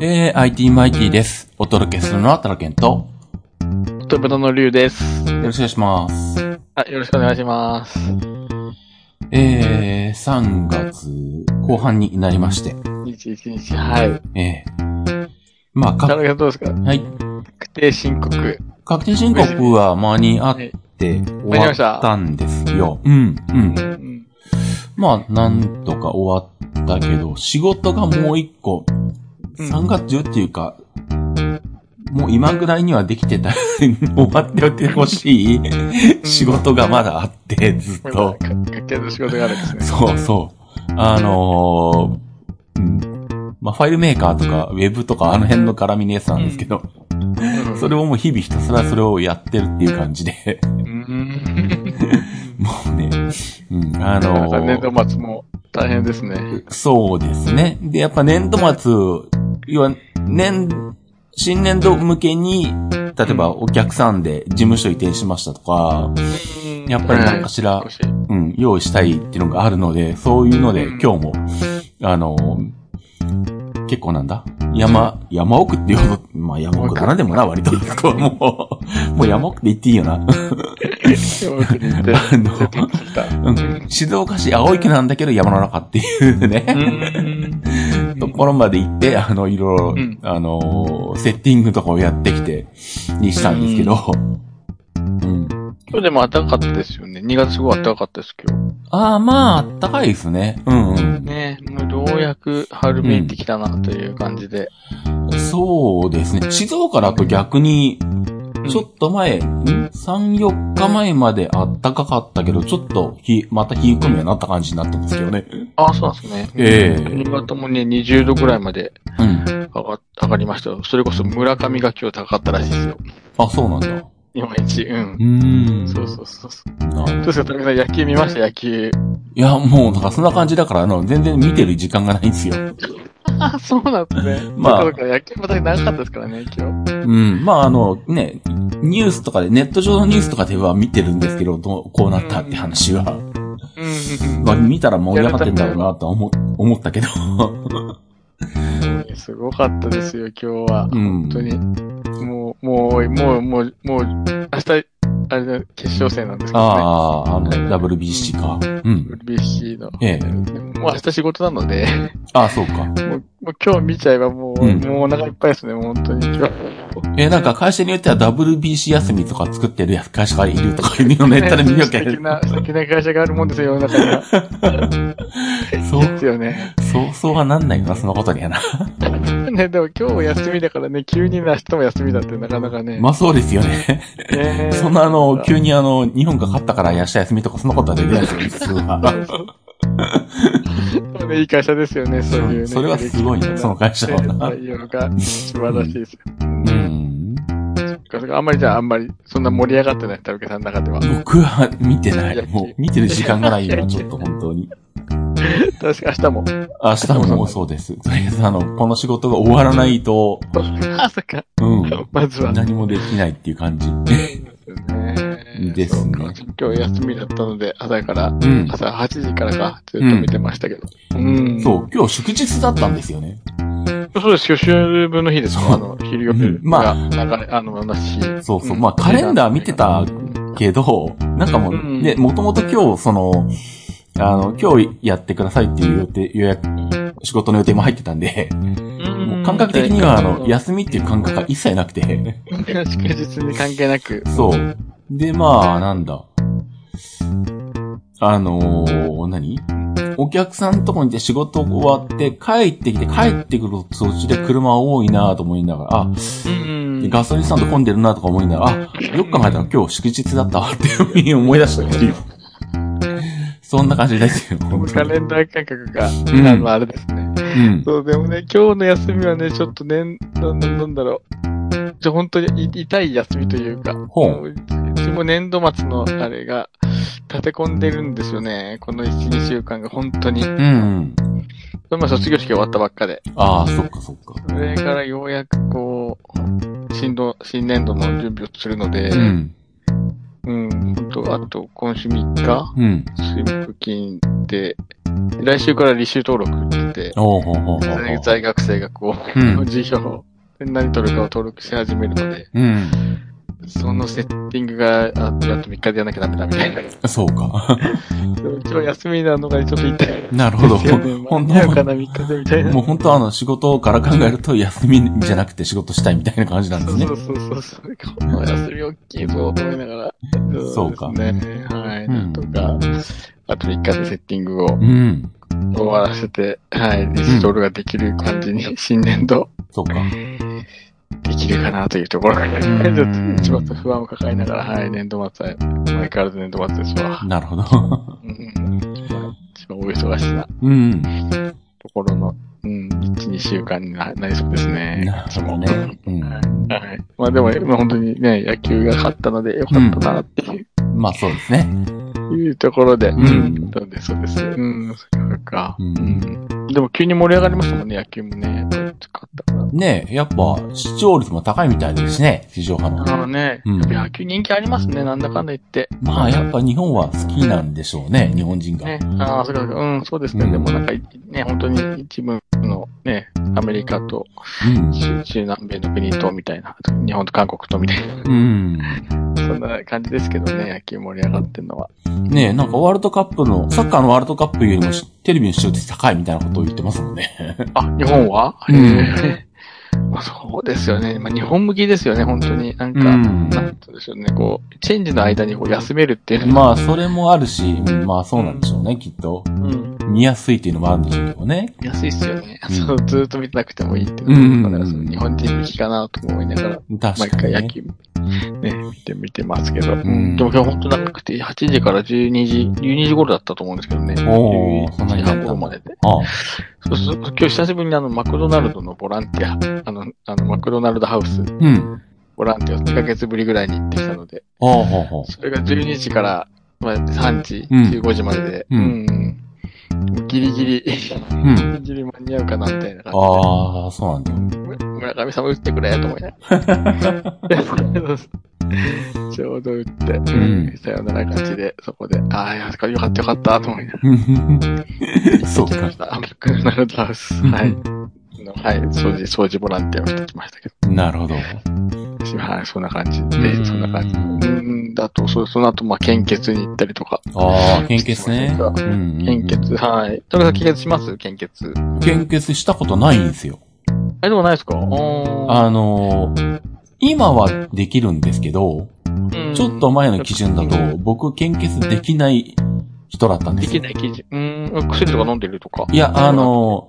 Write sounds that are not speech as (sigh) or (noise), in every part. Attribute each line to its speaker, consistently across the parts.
Speaker 1: えー、IT マイティです。お届けするのはタラケンと、
Speaker 2: トヨタの竜です。
Speaker 1: よろしくお願いします。
Speaker 2: はい、よろしくお願いします。
Speaker 1: えー、3月後半になりまして、
Speaker 2: 一日一日、はい。
Speaker 1: えー、まあ、
Speaker 2: 田
Speaker 1: か、
Speaker 2: 中さんどうですか
Speaker 1: はい、
Speaker 2: 確定申告。
Speaker 1: 確定申告は間に合っ
Speaker 2: はい。
Speaker 1: て終わったんですよ。うん、うん。
Speaker 2: うん。
Speaker 1: まあ、なんとか終わったけど、仕事がもう一個、
Speaker 2: うん
Speaker 1: 3月中っていうか、もう今ぐらい (laughs) にはできてた、終わっておいてほしい仕事がまだあって、ずっ
Speaker 2: これ
Speaker 1: と。
Speaker 2: かかけの仕事があるんですね。
Speaker 1: そうそう。あのーうん、まあ、ファイルメーカーとか、ウェブとか、あの辺の絡みのやつなんですけど、
Speaker 2: うん
Speaker 1: それをもう日々ひたすらそれをやってるっていう感じで、
Speaker 2: うん。
Speaker 1: (laughs) もうね、うん、あ
Speaker 2: 田中
Speaker 1: の
Speaker 2: さん年
Speaker 1: ー
Speaker 2: 度末も大変ですね。
Speaker 1: そうですね。で、やっぱ年度末、要は、年、新年度向けに、例えばお客さんで事務所移転しましたとか、やっぱり何かしら
Speaker 2: 少、し。う
Speaker 1: うん、用意したいっていうのがあるので、そういうので、
Speaker 2: うん
Speaker 1: 今日も、あの、結構なんだ山、山奥って言うと、まあ山奥だな、でもな、割と。 (laughs) ここはもう、もう山奥って言っていいよな。
Speaker 2: くに行っ
Speaker 1: (laughs)
Speaker 2: て、
Speaker 1: あの
Speaker 2: ちょっと聞い
Speaker 1: (laughs)
Speaker 2: た。
Speaker 1: うん、静岡市青池なんだけど山の中っていうね。
Speaker 2: うん。
Speaker 1: ところまで行って、あの、いろいろ、
Speaker 2: うん
Speaker 1: あのー、セッティングとかをやってきて、にしたんですけど、うん。
Speaker 2: 今日でも暖かかったですよね。2月すごい暖かかったです、今
Speaker 1: ああ、まあ、あったかいですね。うん、うん
Speaker 2: 日。。ねもうようやく春めいてきたなという感じで。
Speaker 1: そうですね。静岡だと逆に、ちょっと前、ん ?3、4日前まであったかかったけど、ちょっと、ひ、また冷え込むようになった感じになったんですけどね。
Speaker 2: ああ、そうなんですね。
Speaker 1: ええ
Speaker 2: 新潟もね、20度ぐらいまで
Speaker 1: うん。
Speaker 2: 上が上がりましたよ。それこそ村上が今日高かったらしいですよ。
Speaker 1: あ、そうなんだ。う
Speaker 2: いまいち。うん。
Speaker 1: ーん。
Speaker 2: そうそうそうそう。
Speaker 1: なるほ
Speaker 2: ど
Speaker 1: ど
Speaker 2: うですか、田中さん、野球見ました野球。
Speaker 1: いや、もう、だからそんな感じだから、あの、全然見てる時間がないんですよ。
Speaker 2: ああ、そうなんですね。
Speaker 1: まあ
Speaker 2: そうか、野球も大変長かったですからね、今日。
Speaker 1: うん。まあ、あの、ね、ニュースとかで、ネット上のニュースとかでは見てるんですけど、どうこうなったって話は。
Speaker 2: うん
Speaker 1: まあ、見たら盛り上がってるんだろうなとは思、思ったけど。 (laughs)
Speaker 2: うんうん。すごかったですよ、今日は。
Speaker 1: うん
Speaker 2: 本当に。もう、もう、もう、もう、もう、明日、あれだ、決勝戦なんですけどね。
Speaker 1: ああ、あの、WBC か。うん。
Speaker 2: WBC の。
Speaker 1: ええ。
Speaker 2: もう明日仕事なので、
Speaker 1: ああ、そうか。
Speaker 2: もう、もう今日見ちゃえばもう、
Speaker 1: うん
Speaker 2: もうお腹いっぱいですね、もう本当に今日。
Speaker 1: えなんか会社によっては WBC 休みとか作ってる会社がいるとかいうのネットで見ようけ (laughs)
Speaker 2: 素敵な、素敵な会社があるもんですよ、世の中には。
Speaker 1: そう、
Speaker 2: ですよね。
Speaker 1: そう、そうはなんないよな、そのことにはな。
Speaker 2: (laughs)
Speaker 1: (laughs)
Speaker 2: ね、でも今日も休みだからね、急に明日も休みだってなかなかね。
Speaker 1: まあそうですよね。
Speaker 2: ね
Speaker 1: そんなあの、
Speaker 2: に。
Speaker 1: 急にあの、日本が勝ったから明日休みとかそんなことはできないですよね、普通は。
Speaker 2: そうねいい会社ですよね、そういうね。
Speaker 1: それはすごいね、その会社はな。
Speaker 2: 内容が素晴らしいですよ。
Speaker 1: うん。
Speaker 2: そっかあんまりじゃあ、あんまり、そんな盛り上がってない、田中さんの中では。
Speaker 1: 僕は見てない。もう見てる時間がないよな、ちょっと本当に。
Speaker 2: 確か明日も。
Speaker 1: 明日もそうです。とりあえずあの、この仕事が終わらないと、
Speaker 2: あ、そっか。
Speaker 1: うん。
Speaker 2: まずは。
Speaker 1: 何もできないっていう感じ。
Speaker 2: ね
Speaker 1: ですね
Speaker 2: そうか今日休みだったので、朝から、
Speaker 1: うん
Speaker 2: 朝8時からか、ずっと見てましたけど。うん
Speaker 1: そう、今日祝日だったんですよね。
Speaker 2: そうですよ、週分の日ですよ
Speaker 1: そう
Speaker 2: あの、昼夜
Speaker 1: うんま
Speaker 2: が
Speaker 1: あ
Speaker 2: 流れ、あの、なし。
Speaker 1: そうそう。まあ、カレンダー見てたけど、なんかも
Speaker 2: う
Speaker 1: う、
Speaker 2: ん
Speaker 1: で、もともと今日、その、あの、今日やってくださいっていう予定、予約、仕事の予定も入ってたんで、もう感覚的には、あの、
Speaker 2: や、
Speaker 1: 休みっていう感覚が一切なくて、
Speaker 2: 祝日に関係なく。
Speaker 1: そう。で、まあ、なんだ。あのー、何お客さんとこに行って仕事終わって帰ってきて帰ってくる途中で車多いなと思いながら、あ、
Speaker 2: うん。
Speaker 1: ガソリンスタンド混んでるなとか思いながら、あ、よく考えたら今日祝日だったわっていうふうに思い出した (laughs) っていう。そんな感じですよ。本当
Speaker 2: カ
Speaker 1: に
Speaker 2: レンダー感覚が、
Speaker 1: ん
Speaker 2: あの、あれですね。
Speaker 1: うん。
Speaker 2: そう、でもね、今日の休みはね、ちょっとね、なななんだろう。じゃ本当にい痛い休みというか、
Speaker 1: ほう
Speaker 2: もううちも年度末のあれが立て込んでるんですよね。この1、2週間が本当に。
Speaker 1: うんうん。
Speaker 2: 今卒業式終わったばっかで。
Speaker 1: ああ、そっかそっか。
Speaker 2: それからようやくこう、新度新年度の準備をするので、
Speaker 1: うん。
Speaker 2: うん、ほんと、あと今週3日、
Speaker 1: うん。
Speaker 2: 水木金で、来週から履修登録って言って、
Speaker 1: おうほうほうほうほう。
Speaker 2: 在学生がこ
Speaker 1: う
Speaker 2: う、
Speaker 1: ん。
Speaker 2: 授業で何取るかを登録し始めるので、
Speaker 1: うん。
Speaker 2: そのセッティングがあって、あと3日でやらなきゃダメだみたいな。
Speaker 1: そう (laughs) か。
Speaker 2: 一応休みなのがちょっと痛い。
Speaker 1: なるほど。
Speaker 2: ですよね間
Speaker 1: 本
Speaker 2: に合うか
Speaker 1: 当
Speaker 2: な、3日でみたいな。
Speaker 1: もう本当あの、仕事から考えると休みじゃなくて仕事したいみたいな感じなんですね
Speaker 2: そ。うそうそうそう。この休み大きいぞ、と思いながら。
Speaker 1: そうか
Speaker 2: ですね。はい。
Speaker 1: うん
Speaker 2: なんとか、あと3日でセッティングを
Speaker 1: うん。
Speaker 2: 終わらせて、はい。ディストールができる感じに、新年度、
Speaker 1: そうか。
Speaker 2: できるかなというところが、ちょっ
Speaker 1: ん
Speaker 2: と一番不安を抱えながら、はい。年度末は、相変わらず年度末ですわ。
Speaker 1: なるほど。 (laughs)
Speaker 2: うん。一番お忙しな
Speaker 1: うん。
Speaker 2: ところの、うん、1、2週間になりそうですね。
Speaker 1: なるほどね。うん。
Speaker 2: はい。まあでも、まあ本当にね、野球が勝ったのでよかったなっていう,、
Speaker 1: まあそうですね。
Speaker 2: いうところで、
Speaker 1: ん
Speaker 2: そうです、そうです。うん、そうか。
Speaker 1: うん
Speaker 2: んでも急に盛り上がりましたもんね、野球もね。やっぱり勝ったか
Speaker 1: ねえ、やっぱ、視聴率も高いみたいですね、地上波
Speaker 2: ら。あ
Speaker 1: の。
Speaker 2: あね、
Speaker 1: うん
Speaker 2: 野球人気ありますね、なんだかんだ言って。
Speaker 1: まあやっぱ日本は好きなんでしょうね、日本人が。
Speaker 2: ね、ああ、それは、うん、そうですね。
Speaker 1: うん
Speaker 2: でもなんか、ね、本当に一部のね、アメリカと
Speaker 1: うん。
Speaker 2: 中中南米の国とみたいな、日本と韓国とみたいな、
Speaker 1: うん。
Speaker 2: そんな感じですけどね、野球盛り上がってるのは。
Speaker 1: ねえ、なんかワールドカップの、サッカーのワールドカップよりもしテレビの視聴率高いみたいなことを言ってますもんね。
Speaker 2: あ、日本は、
Speaker 1: うん
Speaker 2: へえまあ、そうですよね。まあ、日本向きですよね、本当に。なんか、
Speaker 1: うん
Speaker 2: なんて言うんでしょうね、こう、チェンジの間にこう休めるっていうのは、
Speaker 1: まあそれもあるし、まあそうなんでしょうね、きっと。
Speaker 2: うん、
Speaker 1: 見やすいっていうのもあるんでしょうけどね。
Speaker 2: 安いっすよね。
Speaker 1: うん
Speaker 2: そう、ずーっと見てなくてもいいっていう
Speaker 1: う
Speaker 2: の
Speaker 1: ん
Speaker 2: が。だからその日本人向きかなとも思いながら、毎
Speaker 1: 確か
Speaker 2: 回
Speaker 1: に、ね。
Speaker 2: 野球、ね、見て、見てますけど。
Speaker 1: ん
Speaker 2: でも今日本当長くて、8時から12時、12時頃だったと思うんですけどね。
Speaker 1: おーそんな
Speaker 2: 12
Speaker 1: にだ
Speaker 2: 時
Speaker 1: った
Speaker 2: 半頃までで。
Speaker 1: ああ
Speaker 2: そうそう、今日久しぶりにあの、マクドナルドのボランティア、あの、あの、マクドナルドハウス
Speaker 1: うん。
Speaker 2: ボランティアを2ヶ月ぶりぐらいに行ってきたので、
Speaker 1: ああ、ほうほ
Speaker 2: それが12時から、まあ、3時、
Speaker 1: うん
Speaker 2: 15時までで、
Speaker 1: うん
Speaker 2: んギリギリ、ギ
Speaker 1: う。うん。
Speaker 2: リギリ間に合うかな、みたいな感
Speaker 1: ああ、そうなんだ。
Speaker 2: (laughs) じで。村上さんも打ってくれ、と思いな
Speaker 1: (laughs)
Speaker 2: がら。ちょうど打って、
Speaker 1: ん
Speaker 2: さよなら勝ちで、そこで、ああ、よかったよかった、と思いなが
Speaker 1: うんそう
Speaker 2: ら。
Speaker 1: か
Speaker 2: ま。した。マクドナルドハウス。はい。のはい、掃除、掃除ボランティアをしてきましたけど。
Speaker 1: なるほど。
Speaker 2: はい、そんな感じ
Speaker 1: う
Speaker 2: で、
Speaker 1: ん
Speaker 2: そんな感じ。うん、だと、そその後、まあ、献血に行ったりとか。
Speaker 1: ああ、献血ね。
Speaker 2: そう
Speaker 1: う
Speaker 2: か
Speaker 1: ん
Speaker 2: 献血、はい。田中さん、献血します献血。
Speaker 1: 献血したことないんですよ。
Speaker 2: え、でもないですかあ
Speaker 1: あのー今はできるんですけど、ちょっと前の基準だと、僕献血できない人だったんで
Speaker 2: ですき
Speaker 1: よ。
Speaker 2: ない記事。うん、薬とか飲んでるとか。
Speaker 1: いや、あ、の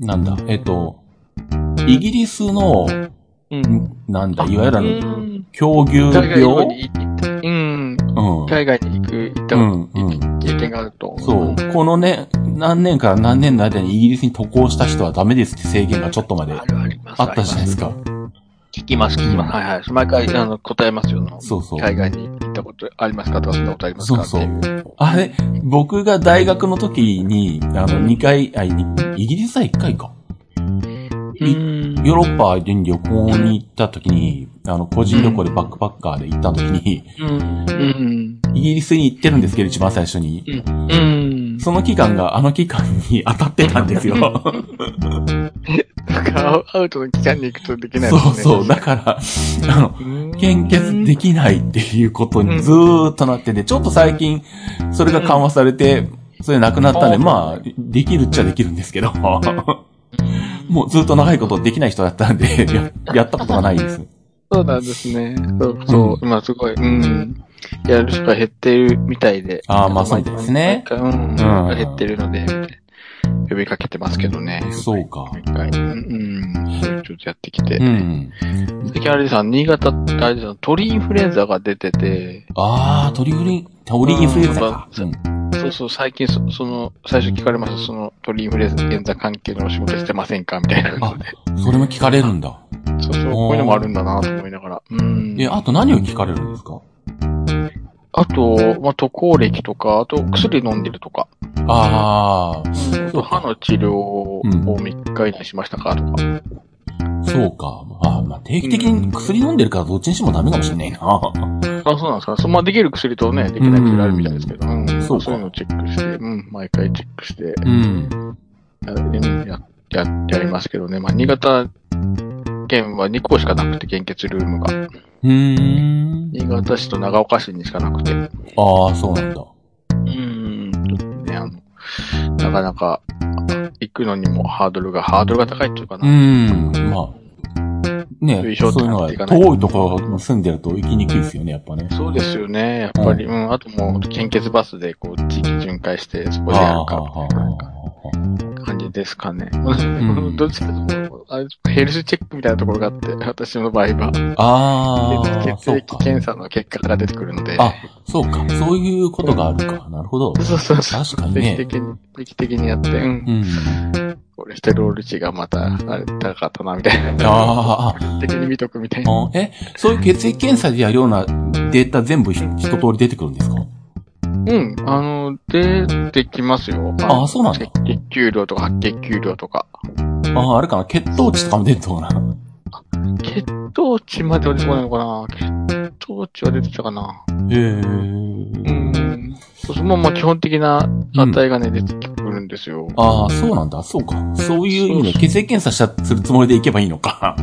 Speaker 1: ーなんだ、えっと、イギリスの、
Speaker 2: うん。
Speaker 1: なんだ、いわゆるあの、
Speaker 2: うん
Speaker 1: 狂牛
Speaker 2: 海
Speaker 1: 病
Speaker 2: 外に行った、うん、
Speaker 1: うん。
Speaker 2: 海外に行く、行った、
Speaker 1: うん、うん。
Speaker 2: 経験があると。
Speaker 1: そう。このね、何年から何年の間にイギリスに渡航した人はダメですって制限がちょっとまで
Speaker 2: あるあります。
Speaker 1: あったじゃないですか。
Speaker 2: 聞きます、聞きます。はいはい。毎回、あの、答えますよ。
Speaker 1: そうそう
Speaker 2: 海外に行ったことありますかとか、そんなことありますか
Speaker 1: そうそう
Speaker 2: ってい
Speaker 1: あれ、僕が大学の時に、あの、2回、あ、いイギリスは1回か。
Speaker 2: うん。
Speaker 1: ヨーロッパに旅行に行った時に、あの、個人旅行でバックパッカーで行った時に、
Speaker 2: うん。うん。
Speaker 1: イギリスに行ってるんですけど、一番最初に。
Speaker 2: うん。
Speaker 1: その期間があの期間に当たってたん
Speaker 2: (laughs)
Speaker 1: ですよ。
Speaker 2: なんか、アウトの期間に行くとできないです
Speaker 1: そ
Speaker 2: ね。
Speaker 1: うそう。だから、あの、献血できないっていうことにずーっとなってて、ちょっと最近、それが緩和されて、それなくなったんで、
Speaker 2: うん
Speaker 1: まあ、できるっちゃできるんですけど、 (laughs) もうずっと長いことできない人だったんで、ややったことがないです。
Speaker 2: そうなんですね。そうそう、今すごい、うん。やる人が減ってるみたいで。
Speaker 1: あーまあそうみたいですね
Speaker 2: なんかうん。
Speaker 1: うん
Speaker 2: 減ってるので、呼びかけてますけどね。
Speaker 1: そうか。
Speaker 2: 一回。うん。うんちょっとやってきて。
Speaker 1: うん。
Speaker 2: 最近あれでさ、新潟、あれでさ、鳥インフルエンザが出てて、
Speaker 1: あー、鳥インフルエン、鳥インフルエンザか。
Speaker 2: う
Speaker 1: うんん。
Speaker 2: そうそう、最近そ、その、最初聞かれました、その、鳥インフルエンザ関係のお仕事してませんかみたいなので。
Speaker 1: それも聞かれるんだ。
Speaker 2: そうそう、こういうのもあるんだなと思いながら。うん。
Speaker 1: え、あと何を聞かれるんですか
Speaker 2: あと、まあ、渡航歴とか、あと薬飲んでるとか、
Speaker 1: あ
Speaker 2: あと歯の治療を
Speaker 1: うん
Speaker 2: 3日以内しましたかとか、
Speaker 1: ー、そうか。あーまあ、定期的に薬飲んでるからどっちにしてもダメかもしれないな。
Speaker 2: あ、そうなんですか。そうまあ、できる薬とね、できない薬あるみたいですけど、うん
Speaker 1: そうか
Speaker 2: そういうのをチェックして、うん、毎回チェックして、
Speaker 1: うん。
Speaker 2: や、や、ややりますけどね。まあ、新潟県は2校しかなくて、献血ルームが。
Speaker 1: うーん。
Speaker 2: 新潟市と長岡市にしかなくて。う
Speaker 1: ああ、そうなんだ。
Speaker 2: ん、ちょっとね、あの、なかなか、行くのにもハードルが、ハードルが高いっていうか
Speaker 1: う
Speaker 2: な。
Speaker 1: ん。まあ、ね
Speaker 2: 類
Speaker 1: そ
Speaker 2: 焼
Speaker 1: ういうのが
Speaker 2: っていかない
Speaker 1: 遠いところに住んでると行きにくいですよね、やっぱね。
Speaker 2: そうですよね、やっぱり。うん、あともう、献血バスで、こう、地域巡回して、そこでやるか、みたいな感じですかね。 (laughs)
Speaker 1: ん
Speaker 2: どっちかというと、あれヘルスチェックみたいなところがあって、 (laughs) 私の場合は。
Speaker 1: ああああ、
Speaker 2: 血
Speaker 1: そう
Speaker 2: 液
Speaker 1: か。
Speaker 2: 検査の結果が出てくるので。
Speaker 1: あ、そうか。そういうことがあるか。なるほど。
Speaker 2: そうそうそう。
Speaker 1: 確かにね
Speaker 2: 定期的に、定期的にやって、うん
Speaker 1: う。ん。
Speaker 2: コレステロール値がまた、あれ、高かったな、みたいな。
Speaker 1: あー
Speaker 2: 定期的に見とくみたいな。
Speaker 1: あー、え、そういう血液検査でやるようなデータ全部ひ一通り出てくるんですか
Speaker 2: うん。あの、出てきますよ。
Speaker 1: ああ、そうなんだ
Speaker 2: 赤。血球量とか白血球量とか。
Speaker 1: ああ、あれかな。血糖値とかも出てるのかな。
Speaker 2: 血糖値までは出てこないのかな血糖値は出てたかな
Speaker 1: へえ。
Speaker 2: うん。そうそうまあまあ基本的な値がね、出てくるんですよ。
Speaker 1: ああ、そうなんだ。そうか。そういう意味で
Speaker 2: そうそう
Speaker 1: 血液検査した、するつもりで行けばいいのか。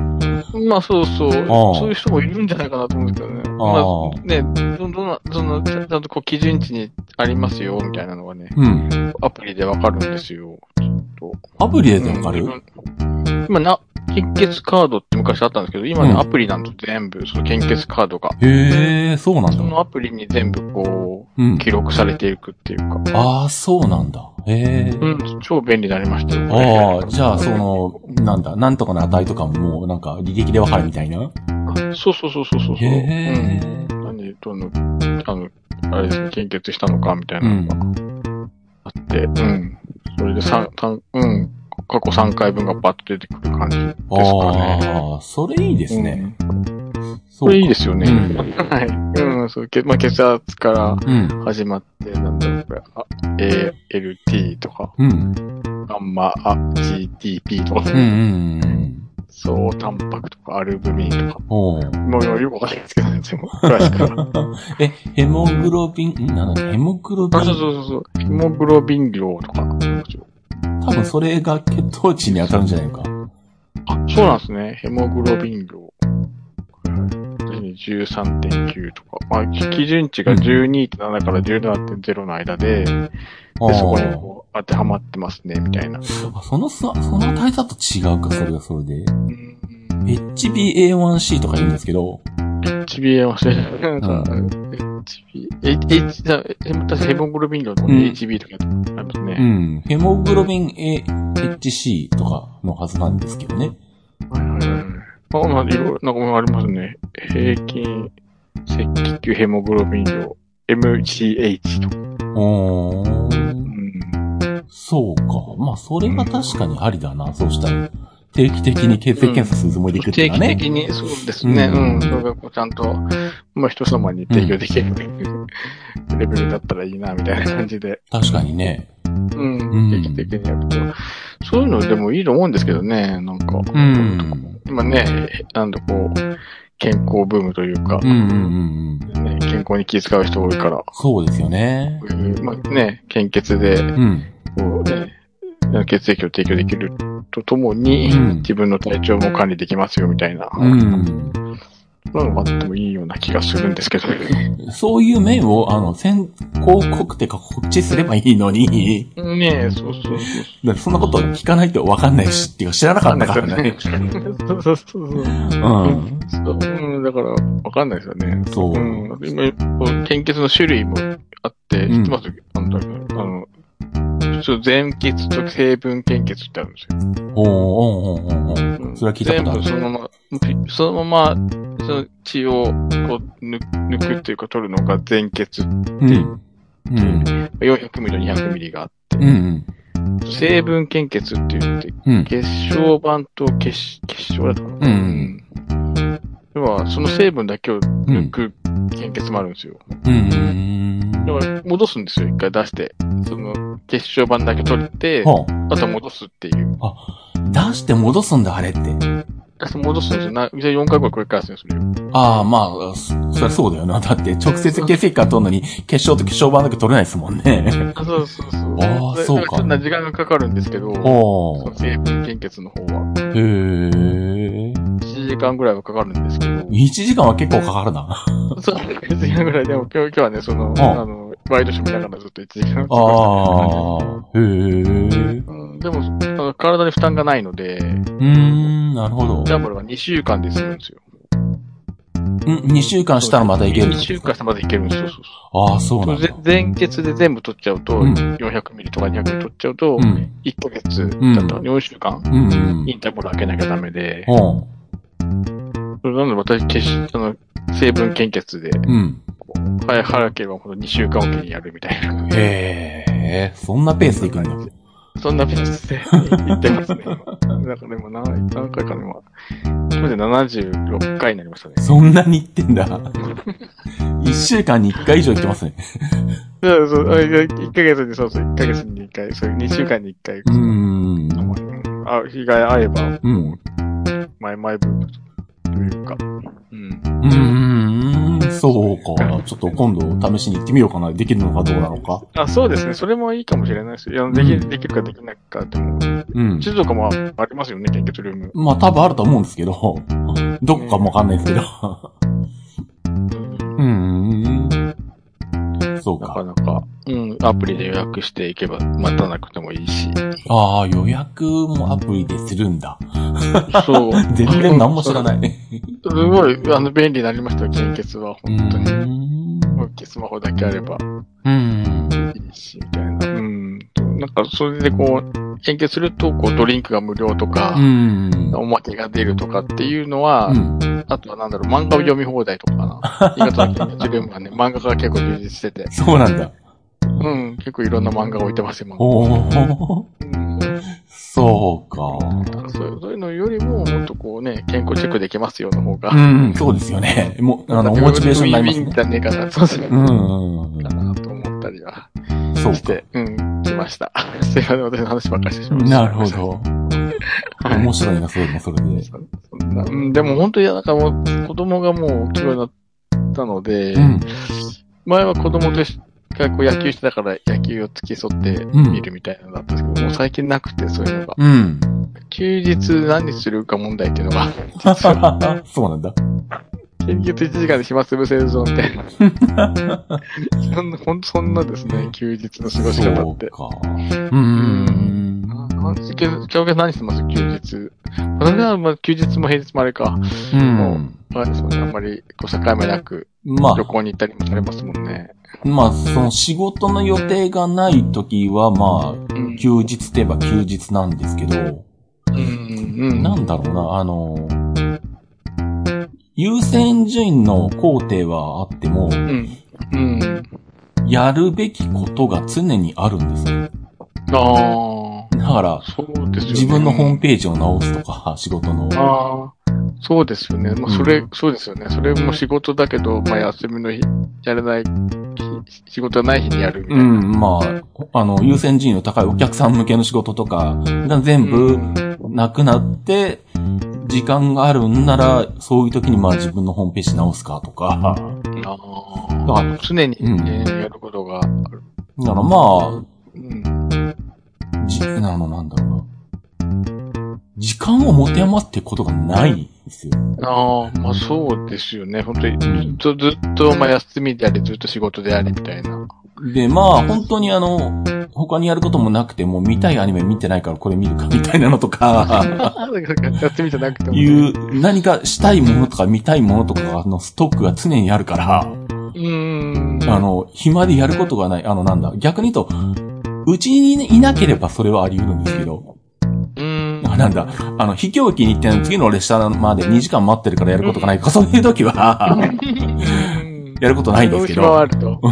Speaker 2: まあそうそう。
Speaker 1: ああ
Speaker 2: そういう人もいるんじゃないかなと思うんですけどね。
Speaker 1: ああ
Speaker 2: まあね、ど、どの、その、ちゃんとこう基準値にありますよ、みたいなのがね、
Speaker 1: うん。
Speaker 2: アプリでわかるんですよ。ちょっ
Speaker 1: アプリ
Speaker 2: と。
Speaker 1: でわかる、
Speaker 2: うん今な、献血カードって昔あったんですけど、今ね、
Speaker 1: うん
Speaker 2: アプリなんと全部、その献血カードが、
Speaker 1: へえ、そうなん
Speaker 2: そ
Speaker 1: だ。
Speaker 2: のアプリに全部こ
Speaker 1: う
Speaker 2: う、
Speaker 1: ん。
Speaker 2: 記録されていくっていうか、
Speaker 1: ああ、そうなんだ。へえ。
Speaker 2: うん、超便利になりましたよ、
Speaker 1: ああ、じゃあ、その、なんだ、なんとかの値とかももう、なんか、履歴でわかるみたいな。
Speaker 2: そうそうそうそうそ
Speaker 1: へ
Speaker 2: うそう。うん
Speaker 1: え。
Speaker 2: 何、どの、あの、あれですね、献血したのかみたいなのがあって、うん。それで三、三、うん。過去3回分がバッと出てくる感じですかね。
Speaker 1: ああ、それいいですね。
Speaker 2: うん。
Speaker 1: そ
Speaker 2: これいいですよね。
Speaker 1: うん
Speaker 2: はい。うん、そう、けまあ、血圧から
Speaker 1: す。うん。
Speaker 2: 始まって、なんだろう、これ、あ、A、L、T とか、
Speaker 1: うん。
Speaker 2: ガンマ、あ、G、T、P とか
Speaker 1: うんう、んうん。
Speaker 2: そう、タンパクとか、アルブミンとか、
Speaker 1: おう
Speaker 2: もうよくわかんないですけどね、
Speaker 1: (laughs)
Speaker 2: 全部、詳しくは。
Speaker 1: え、ヘモグロビン、んなんだ、ヘモグロビ
Speaker 2: あ、そう
Speaker 1: ン。
Speaker 2: そうそうそう。ヘモグロビン量とか。
Speaker 1: 多分それが血糖値に当たるんじゃないか。
Speaker 2: あ、そうなんですね。ヘモグロビン量。13.9とか。まあ、基準値が12.7から17.0の間で、で、
Speaker 1: ああ
Speaker 2: そこにこう当てはまってますね、みたいな。
Speaker 1: あその、そその値だと違うか、それがそれで。
Speaker 2: うん。
Speaker 1: HbA1c とか言うんですけど。
Speaker 2: HbA はなんか、Hb、H、H、え確かヘモグロビン量とか
Speaker 1: うん
Speaker 2: Hb とかあります
Speaker 1: う
Speaker 2: ね。
Speaker 1: ん。ヘモグロビン AHC とかのはずなんですけどね。
Speaker 2: はいはいはい。まあ、まあ、いろいろ、なんかもうありますね。平均、赤血球ヘモグロビン量、MGH とか。
Speaker 1: お
Speaker 2: う
Speaker 1: ー。
Speaker 2: ん。
Speaker 1: そうか。まあ、それは確かにありだな、そうしたら。定期的に血液検査するつもりでいくってい
Speaker 2: 定
Speaker 1: うのは
Speaker 2: 期
Speaker 1: ね。
Speaker 2: 的に、そうですね。
Speaker 1: う
Speaker 2: うんん。それがこうちゃんと、まあ、人様に提供できる、レベルだったらいいな、みたいな感じで。
Speaker 1: 確かにね。
Speaker 2: うん。
Speaker 1: う
Speaker 2: 定
Speaker 1: ん
Speaker 2: 期的にやると。そういうのでもいいと思うんですけどね、なんか。
Speaker 1: うん。
Speaker 2: 今ね、なんだこう、健康ブームというか、
Speaker 1: うんうんうんうん。
Speaker 2: ね、健康に気遣う人多いから、こ
Speaker 1: そうですよね
Speaker 2: う。いう、まあね、献血で、
Speaker 1: うん。
Speaker 2: こうね、血液を提供できるとともに、
Speaker 1: うん
Speaker 2: 自分の体調も管理できますよみたいな、
Speaker 1: うん。
Speaker 2: のがあってもいいような気がするんですけどね。
Speaker 1: そういう面を、あの、先、広告ってか告知すればいいのに、
Speaker 2: ねえ、そうそうそう。
Speaker 1: だってそんなこと聞かないとわかんないし、っていうか知らなかったからね。
Speaker 2: そうそうそう
Speaker 1: う
Speaker 2: そう。
Speaker 1: ん。
Speaker 2: そううん、だから、わかんないですよね。
Speaker 1: そう
Speaker 2: う。ん。今、こう献血の種類もあって、
Speaker 1: うん
Speaker 2: 知ってますあの、あの、そう、全血と成分献血ってあるんですよ。
Speaker 1: おーおーおーおー
Speaker 2: うん
Speaker 1: それは聞いたことある
Speaker 2: 全部そのまま、そのまま、その血をこう抜抜くっていうか取るのが全血。
Speaker 1: おーうん。うん。
Speaker 2: 400ミリと200ミリがあっ
Speaker 1: うんうん。
Speaker 2: て、成分献血って言って、
Speaker 1: うん。
Speaker 2: 血小板と血し、血小だったかな。
Speaker 1: うん
Speaker 2: うん。要は、その成分だけを
Speaker 1: う
Speaker 2: 抜
Speaker 1: ん。
Speaker 2: く献血もあるんですよ。
Speaker 1: うん。
Speaker 2: だから、戻すんですよ、一回出して。その、血小板だけ取って、
Speaker 1: ほう
Speaker 2: あと戻すっていう。
Speaker 1: 出して戻すんだ、あれって。
Speaker 2: あと戻すんですよ。な、じゃあ4回ぐらい繰り返すんですよ。
Speaker 1: ああ、まあ、そそりゃそうだよな。だって、直接決戦果取るのに、決勝と決勝版だけ取れないですもん (laughs) ね。
Speaker 2: あ、そうそうそう。
Speaker 1: あーそうか
Speaker 2: ちょっとな時間がかかるんですけど、
Speaker 1: お
Speaker 2: その
Speaker 1: ー。
Speaker 2: 成分献血の方は、
Speaker 1: へー。
Speaker 2: 1時間ぐらいはかかるんですけど、
Speaker 1: 1時間は結構かかるな。
Speaker 2: (laughs) そう、1時間ぐらいでも今日、今日はね、その、
Speaker 1: あ
Speaker 2: あの、ワイドショー見ながらずっと1時間。
Speaker 1: あー。へー。
Speaker 2: うんでも、あの体に負担がないので、
Speaker 1: うーん、なるほど。
Speaker 2: ダブルは2週間でするんですよ。
Speaker 1: うん、2週間したらまたいける。
Speaker 2: 2週間したらまたいけるんですよ。そうそう
Speaker 1: ああ、そう
Speaker 2: そ
Speaker 1: な
Speaker 2: うんぜ
Speaker 1: だ。
Speaker 2: 全血で全部取っちゃうと、
Speaker 1: うん
Speaker 2: 400ミリとか200ミリ取っちゃうと
Speaker 1: う、ん。
Speaker 2: 1ヶ月だったら4週間、
Speaker 1: うん、うん。
Speaker 2: インターボール開けなきゃダメで、
Speaker 1: うん。
Speaker 2: それなので私、決し、その、成分献血で、
Speaker 1: うん。
Speaker 2: はい、早ければほんと2週間おきにやるみたいな。
Speaker 1: へえ、そんなペースでいくんだ。
Speaker 2: そんなペースで行ってますね。今なんかでも何何回かでも、今日で76回になりましたね。
Speaker 1: そんなに行ってんだ。1週間に1回以上行ってますね。
Speaker 2: そうそう、あいや1ヶ月に、そうそう、1ヶ月に1回、そういう2週間に1回、
Speaker 1: うーん。
Speaker 2: あ被害合えば、
Speaker 1: うん。う
Speaker 2: マイマイブームというか、うん。
Speaker 1: ーん。そうか。ちょっと今度試しに行ってみようかな。できるのかどうなのか。
Speaker 2: あ、そうですね。それもいいかもしれないですよ。いや、できる、できるかできないかでも、
Speaker 1: うん。
Speaker 2: 静岡もありますよね、献血ルーム。
Speaker 1: まあ多分あると思うんですけど、どこかもわかんないですけど。 (laughs) うーん。そう
Speaker 2: な
Speaker 1: か
Speaker 2: か。なか、うん、アプリで予約していけば、待たなくてもい
Speaker 1: (laughs)
Speaker 2: いし。
Speaker 1: ああ、予約もアプリでするんだ。
Speaker 2: そう。
Speaker 1: 全然何も知ら
Speaker 2: い。
Speaker 1: ない。
Speaker 2: すごい、あの、便利になりましたよ、献血は。
Speaker 1: う
Speaker 2: 本当に。
Speaker 1: ーん。
Speaker 2: もうスマホだけあれば
Speaker 1: うん。
Speaker 2: いいし、みたいな。うん。なんか、それでこう、献血すると、こう、ドリンクが無料とか、
Speaker 1: うん。
Speaker 2: おまけが出るとかっていうのは、
Speaker 1: うん。
Speaker 2: あとはなんだろう、漫画を読み放題とかかな。新潟の研究ルームは
Speaker 1: (laughs)
Speaker 2: ね、漫画が結構充実してて。
Speaker 1: そうなんだ。
Speaker 2: うん、結構いろんな漫画置いてますよ、漫画。
Speaker 1: おお、
Speaker 2: うん、
Speaker 1: そうか。
Speaker 2: そういうそういうのよりも、もっとこうね、健康チェックできますよの方が。
Speaker 1: うん、そうですよね。もう、あの、モチベーションになります
Speaker 2: ウィン
Speaker 1: ね。
Speaker 2: ウィンじゃねえかな、そうする
Speaker 1: う
Speaker 2: か
Speaker 1: ん、うん
Speaker 2: なと思ったりは
Speaker 1: そう
Speaker 2: し
Speaker 1: か。
Speaker 2: て、うん、来ました。 (laughs) すいません、私の話ばっかりしてしまいました。
Speaker 1: なるほど。面白いな、それもそれで。
Speaker 2: そそんなうん、でも本当に、なんかもう、子供がもう大きくなったので、
Speaker 1: うん、
Speaker 2: 前は子供としがこう野球してたから野球を付き添って見るみたいなのだったんですけど、もう最近なくて、そういうのが。
Speaker 1: うん。 (laughs)
Speaker 2: 休日何するか問題っていうのが、実は、
Speaker 1: そうなんだ。
Speaker 2: 休日1時間で暇つぶせるぞみたい
Speaker 1: (laughs)
Speaker 2: な。そんな、ほんとそんなですね、休日の過ごし方
Speaker 1: そ
Speaker 2: っ
Speaker 1: う
Speaker 2: て。
Speaker 1: か。うん。
Speaker 2: あなんか今日今日何してます休日。それはまあ休日も平日もあれか。
Speaker 1: うん。
Speaker 2: あれですもんね。あんまりこう境目なく
Speaker 1: ま
Speaker 2: 旅行に行ったりもされますもんね。
Speaker 1: あ、まあ、その仕事の予定がない時は、まあ、
Speaker 2: うん
Speaker 1: 休日といえば休日なんですけど、
Speaker 2: うんうん。
Speaker 1: なんだろうな、あの、優先順位の工程はあっても、
Speaker 2: うん。うん。
Speaker 1: やるべきことが常にあるんですよ。
Speaker 2: あ
Speaker 1: だから
Speaker 2: あ。、そうですよね。
Speaker 1: 自分のホームページを直すとか、仕事の。
Speaker 2: ああ。そうですよね。まあ、それ、
Speaker 1: う
Speaker 2: そうですよね。それも仕事だけど、まあ、休みの日、やれない日、仕事がない日にやるみた
Speaker 1: う
Speaker 2: いな。
Speaker 1: ん、まあ、あの、優先順位の高いお客さん向けの仕事とかが全部
Speaker 2: うん
Speaker 1: なくなって、時間があるんなら、そういう時にまあ自分のホームページ直すかとか。
Speaker 2: あ
Speaker 1: だから
Speaker 2: あ。常に、
Speaker 1: うん
Speaker 2: えーやることがある。
Speaker 1: だからま
Speaker 2: うん。
Speaker 1: あ、じ、あの、なんだろうな。時間を持て余すってことがないんですよ。
Speaker 2: ああ、まあ、そうですよね。本当に
Speaker 1: うん、
Speaker 2: ずっと、ずっと、まあ、休みであり、ずっと仕事であり、みたいな。
Speaker 1: で、まあ、本当にあの、他にやることもなくて、もう見たいアニメ見てないからこれ見るかみたいなのとか、
Speaker 2: (laughs) 休みじゃなくても。
Speaker 1: いう、何かしたいものとか見たいものとかのストックが常にあるから、
Speaker 2: うーん。
Speaker 1: あの、暇でやることがない。あの、なんだ、逆に言うと、うちにいなければそれはあり得るんですけど、
Speaker 2: うーん。
Speaker 1: あなんだ、あの、秘境駅に行って次の列車まで2時間待ってるからやることがないとか、そういう時は、
Speaker 2: うん
Speaker 1: やることないんですけ
Speaker 2: そういう暇は
Speaker 1: ど、
Speaker 2: あ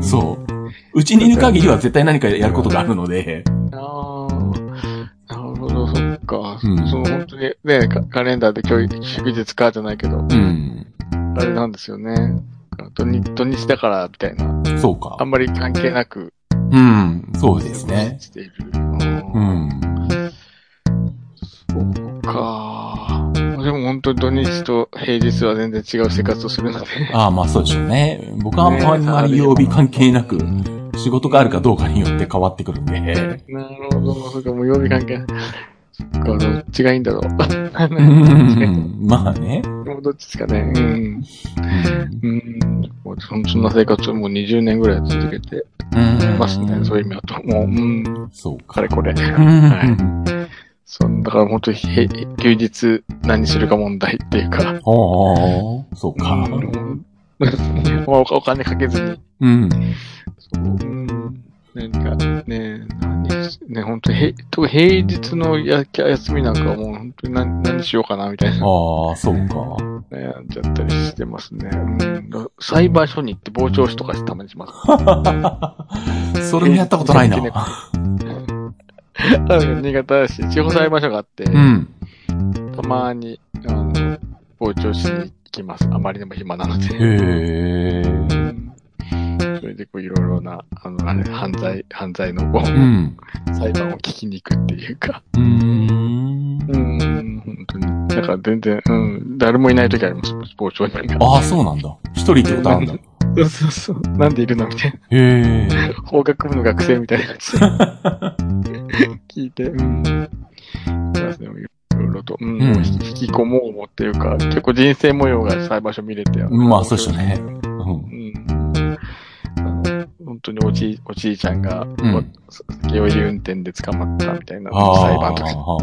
Speaker 1: (laughs)
Speaker 2: と。うん
Speaker 1: そう。うちにいる限りは絶対何かやることがあるので、
Speaker 2: ああ、なるほど、そっか。
Speaker 1: うん
Speaker 2: その本当にね、カカレンダーで今日祝日かじゃないけど、
Speaker 1: うん。
Speaker 2: あれなんですよね。土日土日だから、みたいな。
Speaker 1: そうか
Speaker 2: あ。んまり関係なく、
Speaker 1: うん、そうですね。
Speaker 2: している。
Speaker 1: うん。
Speaker 2: そうか。でも本当土日と平日は全然違う生活をするので。
Speaker 1: ああ、まあそうでしょうね。僕はあんまり曜日関係なく、仕事があるかどうかによって変わってくるんで。
Speaker 2: (laughs) なるほど。そっか、もう曜日関係ない。そっか、どっちがいいんだろう。
Speaker 1: うんまあね。
Speaker 2: もうどっ (laughs) ちですかね。うん。うん。もうそんそんな生活をもう20年ぐらい続けて
Speaker 1: うん
Speaker 2: ますね。そういう意味だと。もう、うん。
Speaker 1: そうか。
Speaker 2: かれこれ。
Speaker 1: うん
Speaker 2: はい。そんだから本当にへ休日何するか問題っていうか。
Speaker 1: おーそう
Speaker 2: う
Speaker 1: か。
Speaker 2: ん (laughs) まあおお金かけず
Speaker 1: う
Speaker 2: に。
Speaker 1: ん。
Speaker 2: うんなんかね、何しね、本当にへ、特に平日のや休みなんかはもう本当に何何しようかなみたいな
Speaker 1: ああ、そう
Speaker 2: (laughs)
Speaker 1: か。
Speaker 2: 悩んじゃったりしてますね。うん、裁判所に行って傍聴しとかたまにします。
Speaker 1: それもやったことないな。う
Speaker 2: 多分新潟市、地方裁判所があって、
Speaker 1: ん。
Speaker 2: たまに、あの、傍聴しに行きます。あまりにも暇なので。
Speaker 1: へえ。
Speaker 2: うんそれでこういろいろな、あの、あれ、犯罪、犯罪のこう
Speaker 1: うん。
Speaker 2: 裁判を聞きに行くっていうか。
Speaker 1: うーん。
Speaker 2: うん、本当に。だから全然、うん、誰もいない時あります、傍聴人が。
Speaker 1: ああ、そうなんだ。一人ってことあるんだ。
Speaker 2: そうそうそう。なんでいるのみたいな。
Speaker 1: へえ。
Speaker 2: 法学部の学生みたいな感
Speaker 1: (laughs)
Speaker 2: じで聞いて、うん。そうですね、いろいろと、うん、
Speaker 1: うん
Speaker 2: 引き引きこもうもっていうか、結構人生模様が裁判所見れて。
Speaker 1: まあそうでしょうねうん。
Speaker 2: うんあの本当におじい、おじいちゃんが、
Speaker 1: ん
Speaker 2: お酒酔い運転で捕まったみたいな
Speaker 1: ああ。
Speaker 2: 裁判とか、
Speaker 1: ああ。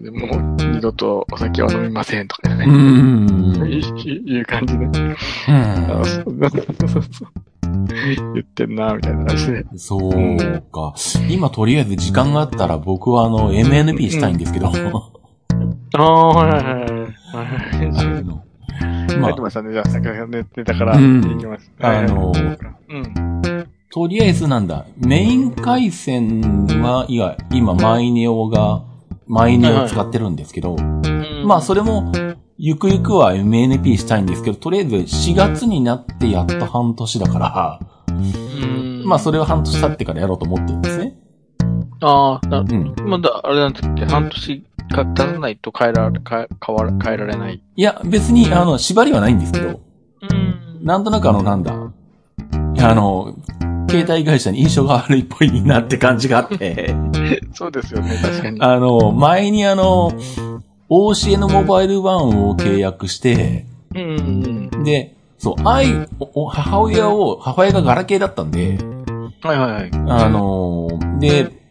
Speaker 2: でもう二度とお酒は飲みませんとか
Speaker 1: う
Speaker 2: ね、
Speaker 1: ん。う
Speaker 2: い
Speaker 1: ん。
Speaker 2: ういう感じで、あのそうそうそうそう言ってんな、みたいな感じで。
Speaker 1: そうか。今とりあえず時間があったら僕はあの MNP したいんですけど。
Speaker 2: ああ、はいはいはい
Speaker 1: あ
Speaker 2: はい。
Speaker 1: のま
Speaker 2: まあ、
Speaker 1: あ
Speaker 2: 入って、ましたね。じゃあ、先ほど寝てたから、
Speaker 1: うん
Speaker 2: 行きます。
Speaker 1: あの
Speaker 2: うん。
Speaker 1: とりあえずなんだ、メイン回線は、いや、今、マイネオが、マイネオを使ってるんですけど、まあ、それも、ゆくゆくは MNP したいんですけど、とりあえず4月になってやっと半年だから、
Speaker 2: うん
Speaker 1: まあ、それは半年経ってからやろうと思ってるんですね。
Speaker 2: ああ、な
Speaker 1: うん。
Speaker 2: まだ、あれなんですっけ、半年か経たないと変えられ、変え、変わら、変えられない。
Speaker 1: いや、別に、あの、縛りはないんですけど、
Speaker 2: うん。
Speaker 1: なんとなくあの、なんだ、あの、携帯会社に印象が悪いっぽいなって感じがあって、
Speaker 2: そうですよね、確かに。
Speaker 1: あの、前にあの、OCN モバイルワンを契約して、
Speaker 2: うん。
Speaker 1: で、そう、愛、おお母親を、母親がガラケーだったんで、
Speaker 2: はいはいはい。
Speaker 1: あのーで、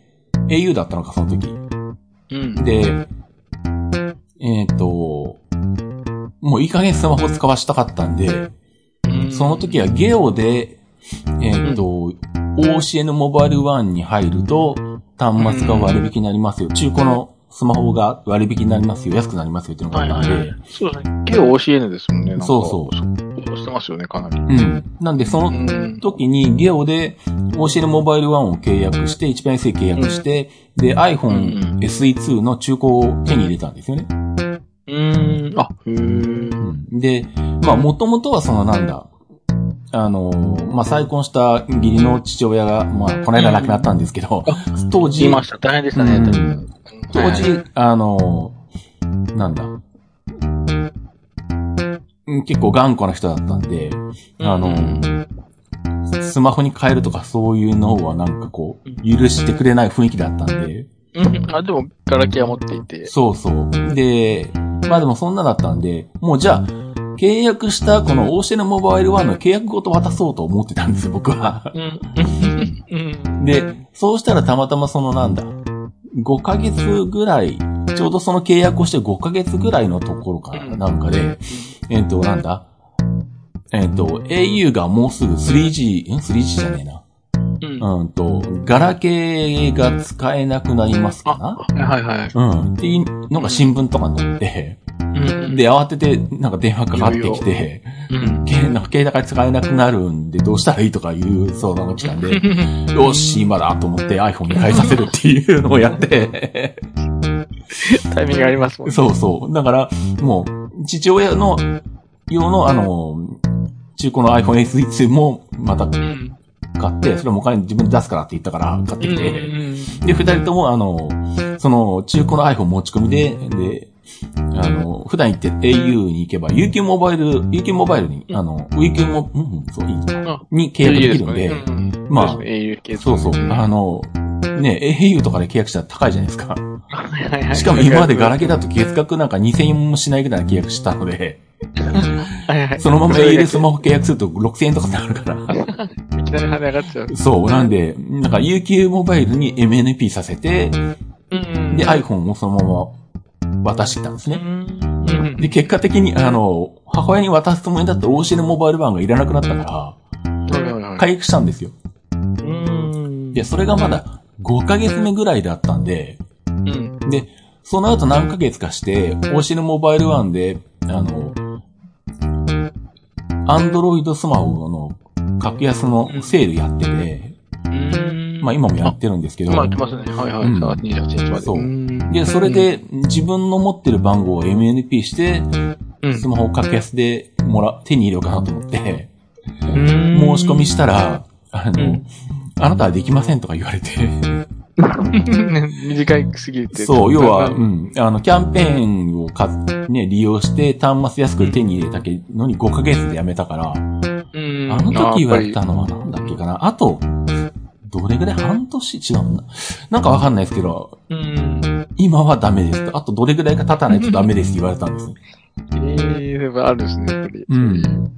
Speaker 1: au だったのか、その時。
Speaker 2: うん。
Speaker 1: で、えっ、と、もういい加減スマホ使わしたかったんで、その時はゲオで、えっ、と、OCN モバイル1に入ると、端末が割引になりますよ。中古のスマホが割引になりますよ。安くなりますよっていうのが
Speaker 2: はい
Speaker 1: あっ
Speaker 2: はい
Speaker 1: たん
Speaker 2: は
Speaker 1: で
Speaker 2: い。。そうですね。結構 OCN ですもんね。なんか
Speaker 1: そうそ
Speaker 2: そうしてますよね、かなり。
Speaker 1: うん。なんで、その
Speaker 2: うん。
Speaker 1: 時にゲオで OCN モバイル1を契約して、一番安い契約して、で、
Speaker 2: う
Speaker 1: iPhone
Speaker 2: ん
Speaker 1: SE2 の中古を手に入れたんですよね。
Speaker 2: うん。あ、へー
Speaker 1: で、まあ、もともとはそのなんだ、あのーまあ、再婚した義理の父親が、まあ、この間亡くなったんですけど、 (laughs) 当時
Speaker 2: 言い、ました。大変でしたね、
Speaker 1: うん
Speaker 2: 多分
Speaker 1: 当時、あのーなんだ、うん結構頑固な人だったんで、あのースマホに変えるとかそういうのはなんかこう、許してくれない雰囲気だったんで、
Speaker 2: うん。あ、でも、ガラケーは持っていて。
Speaker 1: そうそう。で、まあでもそんなだったんで、もうじゃあ、契約したこのオーシェルモバイル1の契約ごと渡そうと思ってたんですよ、僕は。
Speaker 2: うん。うん。
Speaker 1: で、そうしたらたまたまそのなんだ、5ヶ月ぐらい、ちょうどその契約をして5ヶ月ぐらいのところか
Speaker 2: う
Speaker 1: な、
Speaker 2: ん
Speaker 1: なんかで、えっ、と、なんだ、えっ、と、au がもうすぐ 3G、ん ?3G じゃねえな。
Speaker 2: うん。は
Speaker 1: うんと、ガラケーが使えなくなりますかない
Speaker 2: はいはい。
Speaker 1: うん。っていうのが新聞とかに載って、
Speaker 2: うん。
Speaker 1: で、慌てて、なんか電話かかってきて、
Speaker 2: うん。
Speaker 1: けなんか携帯が使えなくなるんで、どうしたらいいとかいう相談が来たんで、
Speaker 2: (laughs)
Speaker 1: よし、今だと思って iPhone に変えさせるっていうのをや
Speaker 2: (laughs)
Speaker 1: って、
Speaker 2: タイミングありますもんね。
Speaker 1: そうそう。だから、もう、父親の用の、あの、中古の iPhone SE2 もまた買
Speaker 2: ん。
Speaker 1: って、それもお金自分で出すからって言ったから買ってきて、
Speaker 2: ん
Speaker 1: で、二人とも、あの、その、中古の iPhone 持ち込みで、で、あの、普段行って au に行けば、UQ モバイル、UQ モバイルに、あの、UQ モ、うん、そう、いい
Speaker 2: あ
Speaker 1: に契約できるんで、
Speaker 2: ですかねうん
Speaker 1: まあ
Speaker 2: そうですね au 系
Speaker 1: そうそう、あの、ね、au とかで契約したら高いじゃないですか。
Speaker 2: はいはいはい
Speaker 1: しかも今までガラケーだと月額なんか2000円もしないぐらいの契約したので、
Speaker 2: はいはい
Speaker 1: そのまま au でスマホ契約すると6000円とかになるから。
Speaker 2: いきなり跳ね上がっちゃう。
Speaker 1: そう、なんで、なんか UQ モバイルに MNP させて、
Speaker 2: うん
Speaker 1: で、iPhone をそのまま渡してきたんです
Speaker 2: う
Speaker 1: ね。
Speaker 2: んうん
Speaker 1: で、結果的に、あの、母親に渡すつもりだった OC のモバイル版がいらなくなったか
Speaker 2: はいはいは
Speaker 1: ら、
Speaker 2: い
Speaker 1: 解約したんですよ。
Speaker 2: うん
Speaker 1: いや、それがまだ5ヶ月目ぐらいだったんで、
Speaker 2: うん
Speaker 1: で、その後何ヶ月かして、OC のモバイル版で、あの、アンドロイドスマホの格安のセールやってて、
Speaker 2: うん
Speaker 1: まあ今もやってるんですけど
Speaker 2: 今、やってますね。はいはい。
Speaker 1: うん
Speaker 2: 3月28日まで。
Speaker 1: そうんで、それ、で自分の持ってる番号を MNP して、
Speaker 2: うん
Speaker 1: スマホを格安でもら、手に入れようかなと思って、
Speaker 2: うん
Speaker 1: 申し込
Speaker 2: (laughs)
Speaker 1: みしたら、あ
Speaker 2: う
Speaker 1: の
Speaker 2: ん、
Speaker 1: あなたはできませんとか言われて、
Speaker 2: 短いすぎて。
Speaker 1: そう、要は、
Speaker 2: な
Speaker 1: うんん、あの、キャンペーンをか、ね、利用して端末安く手に入れたけのに5ヶ月でやめたから、あ
Speaker 2: うん
Speaker 1: の時言われた
Speaker 2: あ
Speaker 1: のはなんだっけかな。あと、どれぐらい半年違うな。なんかわかんないですけど、
Speaker 2: やっぱりうん。
Speaker 1: 今はダメですと。あとどれぐらいか経たないとダメですって言われたんです。
Speaker 2: ええ、やっぱあるんですね、やっぱり。
Speaker 1: うん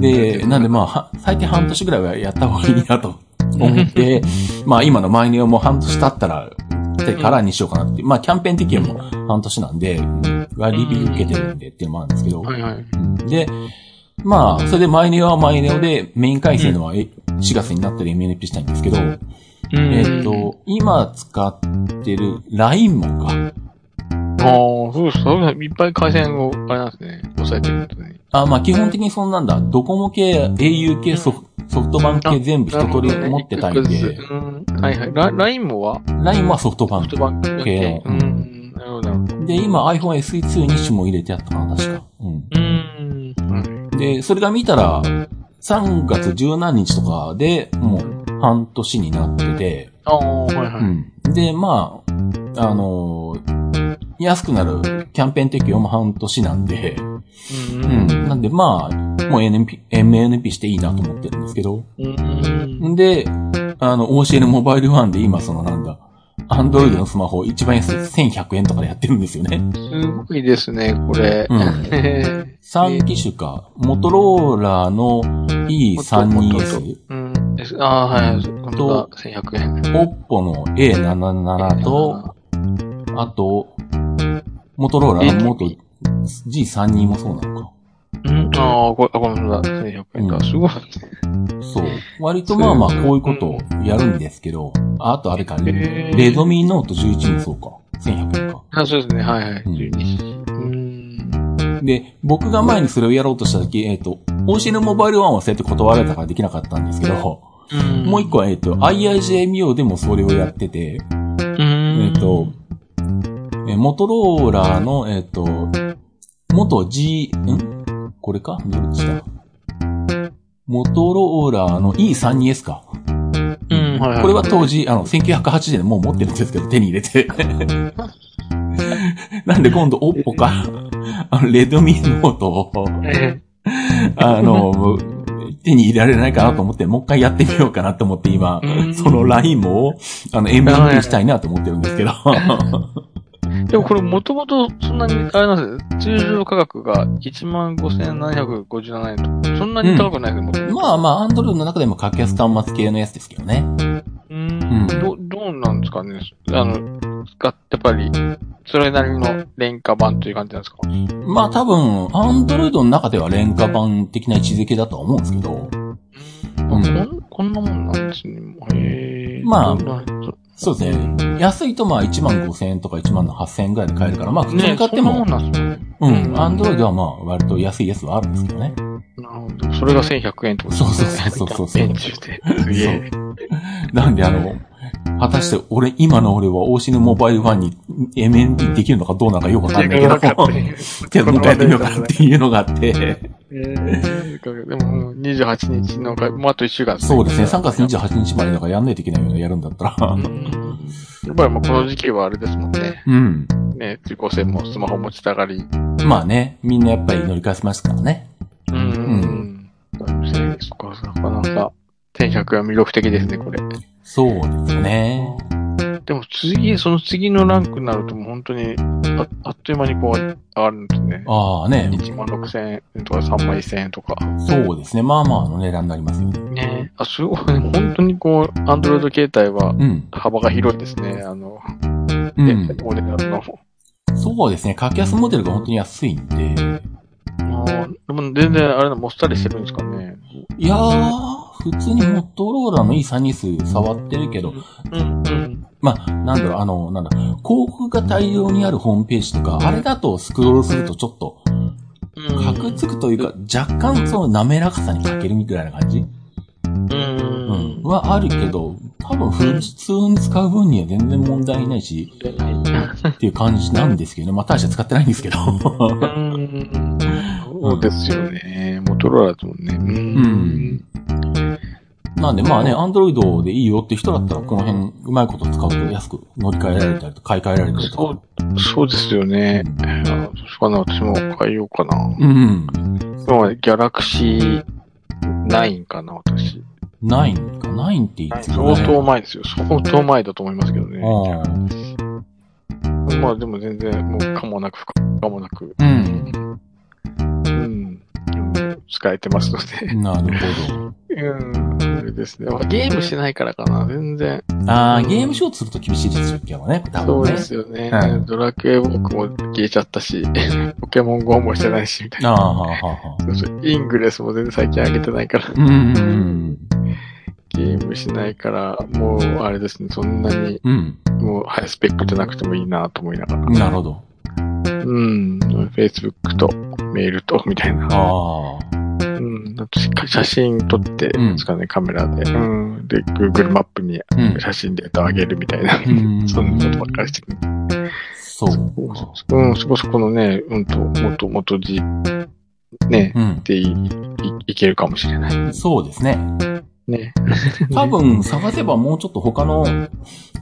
Speaker 1: で、なんでまあ、は最低半年ぐらいはやった方がいいなと思 (laughs) って、まあ今のマイネオも半年経ったら、てからにしようかなって。まあキャンペーン的にも半年なんで、割引受けてるんでっていうのもあるんですけど。
Speaker 2: はいはい。
Speaker 1: で、まあ、それでマイネオはマイネオでメイン回線のはえ4月になったら MNP したいんですけど、えっと、今使ってる LINE もか。
Speaker 2: ああ、そうです。そうですいっぱい回線を、あれなんですね、抑えてるんですね。
Speaker 1: あ、まあ基本的にそんなんだ。ドコモ系、au 系、ソフソフトバンク系全部一通り持ってたいんで、
Speaker 2: うんはいはい。ララインもは
Speaker 1: LINE はソフトバン
Speaker 2: ソフ
Speaker 1: ク
Speaker 2: ト。バンク
Speaker 1: 系
Speaker 2: う
Speaker 1: の
Speaker 2: ん。なるほど。なるほど
Speaker 1: で、今 iPhone SE2 に SIM も入れてあったかな、確か。うん。
Speaker 2: うん。
Speaker 1: で、それが見たら、3月十何日とかで、もう半年になってて、
Speaker 2: ああ、はいは
Speaker 1: う
Speaker 2: い。
Speaker 1: ん。で、まあ、あのー安くなるキャンペーン適用も半年なんで、
Speaker 2: う
Speaker 1: うんん。なんでまあ、もう NP、MNP していいなと思ってるんですけど、
Speaker 2: うん。
Speaker 1: んで、あの、OCN モバイルワンで今そのなんだ、アンドロイドのスマホ一番安い1100円とかでやってるんですよね。 (laughs)
Speaker 2: すごいですね、これ。
Speaker 1: うん
Speaker 2: え
Speaker 1: 3機種か。モトローラの E32S、
Speaker 2: (laughs) うん。ですああー、はい。本当だ、1100円。
Speaker 1: オッポの A77 と、あと、モトローラの元 G32 もそうなのか。
Speaker 2: うん、ああ、これ、あ、これだ、1100円
Speaker 1: う
Speaker 2: か。
Speaker 1: ん
Speaker 2: すごい。
Speaker 1: そう。割とまあまあ、こういうことをやるんですけど、ああとあれか、
Speaker 2: へー
Speaker 1: レドミーノート11もそうか。1100円か。
Speaker 2: あそうですね、はいはい。
Speaker 1: うん
Speaker 2: 12。うん。
Speaker 1: で、僕が前にそれをやろうとした時、えっ、と、OCN モバイルワンはそうやって断られたからできなかったんですけど、もう一個は、えっ、と、IIJ ミオでもそれをやってて、
Speaker 2: うん。
Speaker 1: えっ、と、えーモトローラの、えっ、と、元 G、んこれかどっちだモトローラの E32S か。
Speaker 2: うん、はいい。
Speaker 1: これは当時、あの、1980年もう持ってるんですけど、手に入れて。 (laughs) なんで今度、オッポか、あの、レドミノートを、
Speaker 2: え
Speaker 1: あの、手に入れられないかなと思って、もう一回やってみようかなと思って今
Speaker 2: う、ん
Speaker 1: そのラインも、あの、MVP したいなと思ってるんですけど。
Speaker 2: えでもこれ、もともと、そんなに、あれなんですよ。通常価格が15,757円と、そんなに高くないですよ、
Speaker 1: まあまあ、アンドロイドの中でも格安端末系のやつですけどね。
Speaker 2: あ。うん。ど、どうなんですかね。あの、使って、やっぱり、それなりの廉価版という感じなんですか
Speaker 1: まあ多分、アンドロイドの中では廉価版的な位置づけだとは思うんですけど、
Speaker 2: こん、こんなもんなんですね。へえ。
Speaker 1: まあ
Speaker 2: どんなそ
Speaker 1: そ
Speaker 2: う
Speaker 1: うですね。安いとまあ1万5千円とか1万の8千円ぐらいで買えるから、まあ普通
Speaker 2: ね
Speaker 1: に買って
Speaker 2: そんなも
Speaker 1: も、
Speaker 2: んなんですね。
Speaker 1: うん、アンドロイドはまあ割と安いやつはあるんですけどね。
Speaker 2: なるほど。それが1100円ってこと
Speaker 1: そうそうそうそう
Speaker 2: 円中で。すげえ。
Speaker 1: なんであの、果たして俺、今の俺は OCN モバイルファンに (laughs) MNP できるのかどうなのかよくわかんないけど、とりあえずもう一回やってみようかなっていうのがあって、
Speaker 2: えー、でも、うん28日の会、もうあと1週間、
Speaker 1: そうですね、3月28日までだからやんないといけないよね、やるんだったら
Speaker 2: う。んやっぱりもうこの時期はあれですもんね。
Speaker 1: うん。
Speaker 2: ね、中高生もスマホ持ちたがり。
Speaker 1: まあね、みんなやっぱり乗り換えますからね。。
Speaker 2: うんうん。そこはなかなか、天100は魅力的ですね、これ。
Speaker 1: そうですね。
Speaker 2: でも次、その次のランクになるともう本当に、ああっという間にこう、上がるんですね。
Speaker 1: ああね、
Speaker 2: 1万6000円とか3万1000円とか。
Speaker 1: そうですね、まあまあの値段になりますよね。
Speaker 2: ねあ、すごい。本当にこう、アンドロイド携帯は
Speaker 1: うん。
Speaker 2: 幅が広いですね。あの、
Speaker 1: う
Speaker 2: で
Speaker 1: ん。
Speaker 2: お値段の。
Speaker 1: そうですね、格安モデルが本当に安いんで。
Speaker 2: あーでも全然、あれの、もっさりしてるんですかね。
Speaker 1: いやー、普通にモトローラの E32 触ってるけど、
Speaker 2: うん、うん。
Speaker 1: まあ、なんだろう、あの、なんだ、広告が大量にあるホームページとか、あれだとスクロールするとちょっと、
Speaker 2: うん
Speaker 1: かくつくというか、若干その滑らかさに欠けるみたいな感じ
Speaker 2: う
Speaker 1: うんん。。はあるけど、多分普通に使う分には全然問題ないし、
Speaker 2: (laughs)
Speaker 1: っていう感じなんですけどね。まあ、大して使ってないんですけど。 (laughs)
Speaker 2: うん。そうですよね。モトローラですもんね。うん。
Speaker 1: なんでまあね、アンドロイドでいいよって人だったら、この辺うまいこと使うと安く乗り換えられたりと買い替えられたりと
Speaker 2: そ
Speaker 1: か。
Speaker 2: う、そうですよね。あどうしようかな、私も変えようかな。
Speaker 1: うん。
Speaker 2: 今までギャラクシー9かな、私。
Speaker 1: ないんか、ないんって言ってたね
Speaker 2: 相当前ですよ。相当前だと思いますけどね。
Speaker 1: う
Speaker 2: まあでも全然、もう、かもなく、不可もなく、
Speaker 1: ん。
Speaker 2: うん。使えてますの
Speaker 1: うん。なるほど。
Speaker 2: で。うん。あれですね。まあゲームしないからかな、全然。
Speaker 1: あー、ゲームショーすると厳しいですよ、今日はね。多
Speaker 2: そ
Speaker 1: 分
Speaker 2: う
Speaker 1: ね。
Speaker 2: ですよね。
Speaker 1: はい
Speaker 2: ドラクエウォークも消えちゃったし、 (laughs) ポケモン GO もしてないし、み (laughs) たい
Speaker 1: あー
Speaker 2: な。
Speaker 1: はあ、はあ、はあ。
Speaker 2: そうそうイングレスも全然最近上げてないから、
Speaker 1: うんうん。
Speaker 2: ゲームしないから、もうあれですね、そんなに、
Speaker 1: うん。
Speaker 2: もうハイスペックじゃなくてもいいなと思いながら。
Speaker 1: なるほど。
Speaker 2: うん。Facebook とメールと、みたいな。
Speaker 1: ああ。
Speaker 2: うん。あとしっかり写真撮って、
Speaker 1: うん
Speaker 2: ですかね、カメラで。うん。で、Google マップに
Speaker 1: うん。
Speaker 2: 写真データあげるみたいな。
Speaker 1: うん
Speaker 2: (laughs) そんなことばっかりしてくる。
Speaker 1: そうか。
Speaker 2: うん、そこそこのね、うんと、もともとじ、ね、
Speaker 1: うん。
Speaker 2: でいいいけるかもしれない。
Speaker 1: そうですね。
Speaker 2: (laughs) ね。
Speaker 1: (laughs) 多分、探せばもうちょっと他の、ね、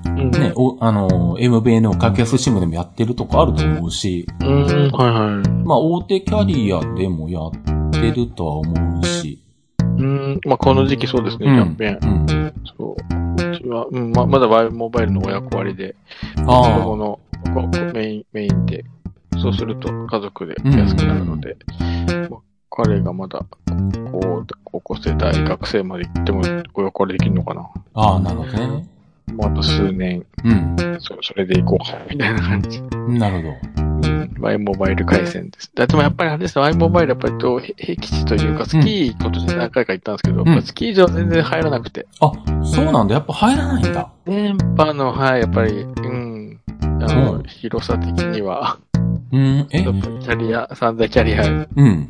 Speaker 2: うん。
Speaker 1: おあの、MVN を格安シムでもやってるとこあると思うし、
Speaker 2: うん、はいはい。
Speaker 1: まあ、大手キャリアでもやってるとは思うし。
Speaker 2: うん、まあ、この時期そうですね、キャンペーン。
Speaker 1: うん。うん
Speaker 2: そう。うちは、うん、ままだワイモバイルの親子割で、子
Speaker 1: あ
Speaker 2: 供
Speaker 1: あ。
Speaker 2: のこうメイン、メインで、そうすると家族で安くなるので、まあ彼がまだ、こう、高校生、大学生まで行っても、お横でできるのかな。
Speaker 1: ああ、なるほどね。
Speaker 2: もうあと数年、
Speaker 1: う
Speaker 2: そそれで行こうか、みたいな感じ。
Speaker 1: ん。なるほど。
Speaker 2: ワイモバイル回線です。だでもやっぱりあれですね、ワイモバイルやっぱりと、へ僻地というか、スキー、今年何回か行ったんですけど、
Speaker 1: ん
Speaker 2: やっぱスキー場全然入らなくて、
Speaker 1: あ、そうなんだ。やっぱ入らないんだ。
Speaker 2: 電波の、はい、やっぱり、うん、あの、
Speaker 1: うん
Speaker 2: 広さ的には、
Speaker 1: うん、え
Speaker 2: やっぱりキャリア、散々キャリア
Speaker 1: うん。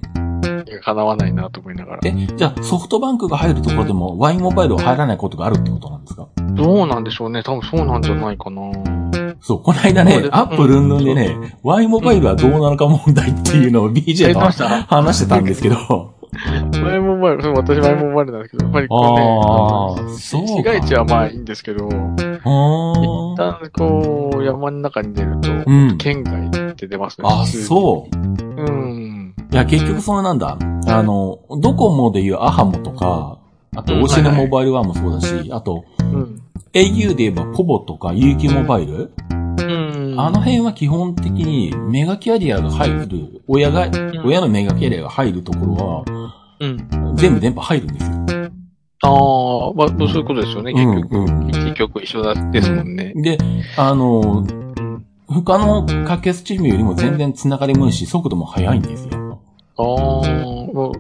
Speaker 2: 叶わないなと思いながら。
Speaker 1: え、じゃあソフトバンクが入るところでも Y モバイルは入らないことがあるってことなんですか
Speaker 2: どうなんでしょうね。多分そうなんじゃないかな。
Speaker 1: そう、この間
Speaker 2: そう
Speaker 1: ね
Speaker 2: で、す
Speaker 1: アップルンルンでね、Y モバイルはどうなのか問題っていうのを BJ と
Speaker 2: やってました
Speaker 1: 話してたん
Speaker 2: (laughs)
Speaker 1: ですけど、
Speaker 2: 前も前も、そう私前も前なんですけど、やっぱり
Speaker 1: あ
Speaker 2: こ
Speaker 1: ー
Speaker 2: うね、
Speaker 1: そうか
Speaker 2: 市街地はまあいいんですけど、
Speaker 1: あ
Speaker 2: 一
Speaker 1: ー
Speaker 2: 旦こう、山の中に出ると、
Speaker 1: うん。
Speaker 2: 県外って出ますね。
Speaker 1: あ、そう。
Speaker 2: う。うん。
Speaker 1: いや、結局そのなんだ、あの、ドコモでいうアハモとか、あと、
Speaker 2: うん
Speaker 1: オシネ
Speaker 2: はいはい
Speaker 1: モバイルワンもそうだし、あと、
Speaker 2: うん。
Speaker 1: au で言えばポボとか UQ モバイル
Speaker 2: うん。
Speaker 1: あの辺は基本的にメガキャリアが入る、親が、親のメガキャリアが入るところ
Speaker 2: うん。
Speaker 1: は、全部電波入るんですよ。
Speaker 2: ああ、まあ、そういうことですよね、結局。
Speaker 1: うんうん
Speaker 2: 一曲一緒だですもんね。
Speaker 1: で、あの、
Speaker 2: うん。
Speaker 1: 他の格安チームよりも全然繋がりもいいし、速度も速いんですよ。
Speaker 2: ああ、もう、もう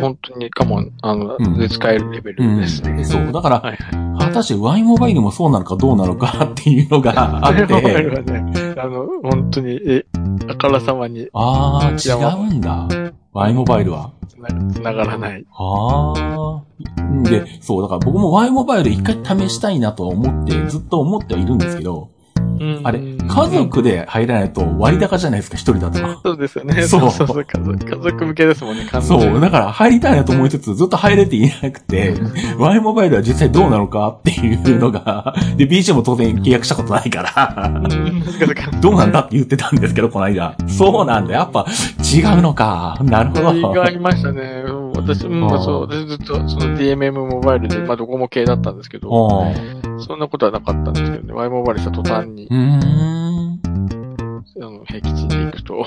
Speaker 2: 本当に、かも、あの、
Speaker 1: うん
Speaker 2: で使えるレベルですね。 (laughs)
Speaker 1: そう。だから、
Speaker 2: はい
Speaker 1: 果たしてワインモバイルもそうなのかどうなのかっていうのがあっ
Speaker 2: モバイル
Speaker 1: て、
Speaker 2: (laughs) はね、あの、本当に、え、あからさまに
Speaker 1: あー、違うんだ。ワインモバイルは。
Speaker 2: つなつながらない。
Speaker 1: あー。で、そう、だから僕もワインモバイル一回試したいなとは思って、ずっと思ってはいるんですけど、
Speaker 2: ううん
Speaker 1: あれ、家族で入らないと割高じゃないですか、一人だと。
Speaker 2: そうですよね。
Speaker 1: そ
Speaker 2: そううそうそう。家族家族向けですもんね、完全に
Speaker 1: そう、だから入りたいなと思いつつ、ずっと入れていなくて、Y モバイルは実際どうなのかっていうのが、で、BG も当然契約したことないから、
Speaker 2: うんそっかそっか
Speaker 1: どうなんだって言ってたんですけど、この間。そうなんだ、やっぱ違うのか。なるほ
Speaker 2: それがあ
Speaker 1: ど。
Speaker 2: りましたね。うん私、うん、まあそう、私ずっとその DMM モバイルで、まあドコモ系だったんですけど、
Speaker 1: おう
Speaker 2: そんなことはなかったんですけどね、Y モバイルした途端に、
Speaker 1: うーん。
Speaker 2: あの平吉に行くと、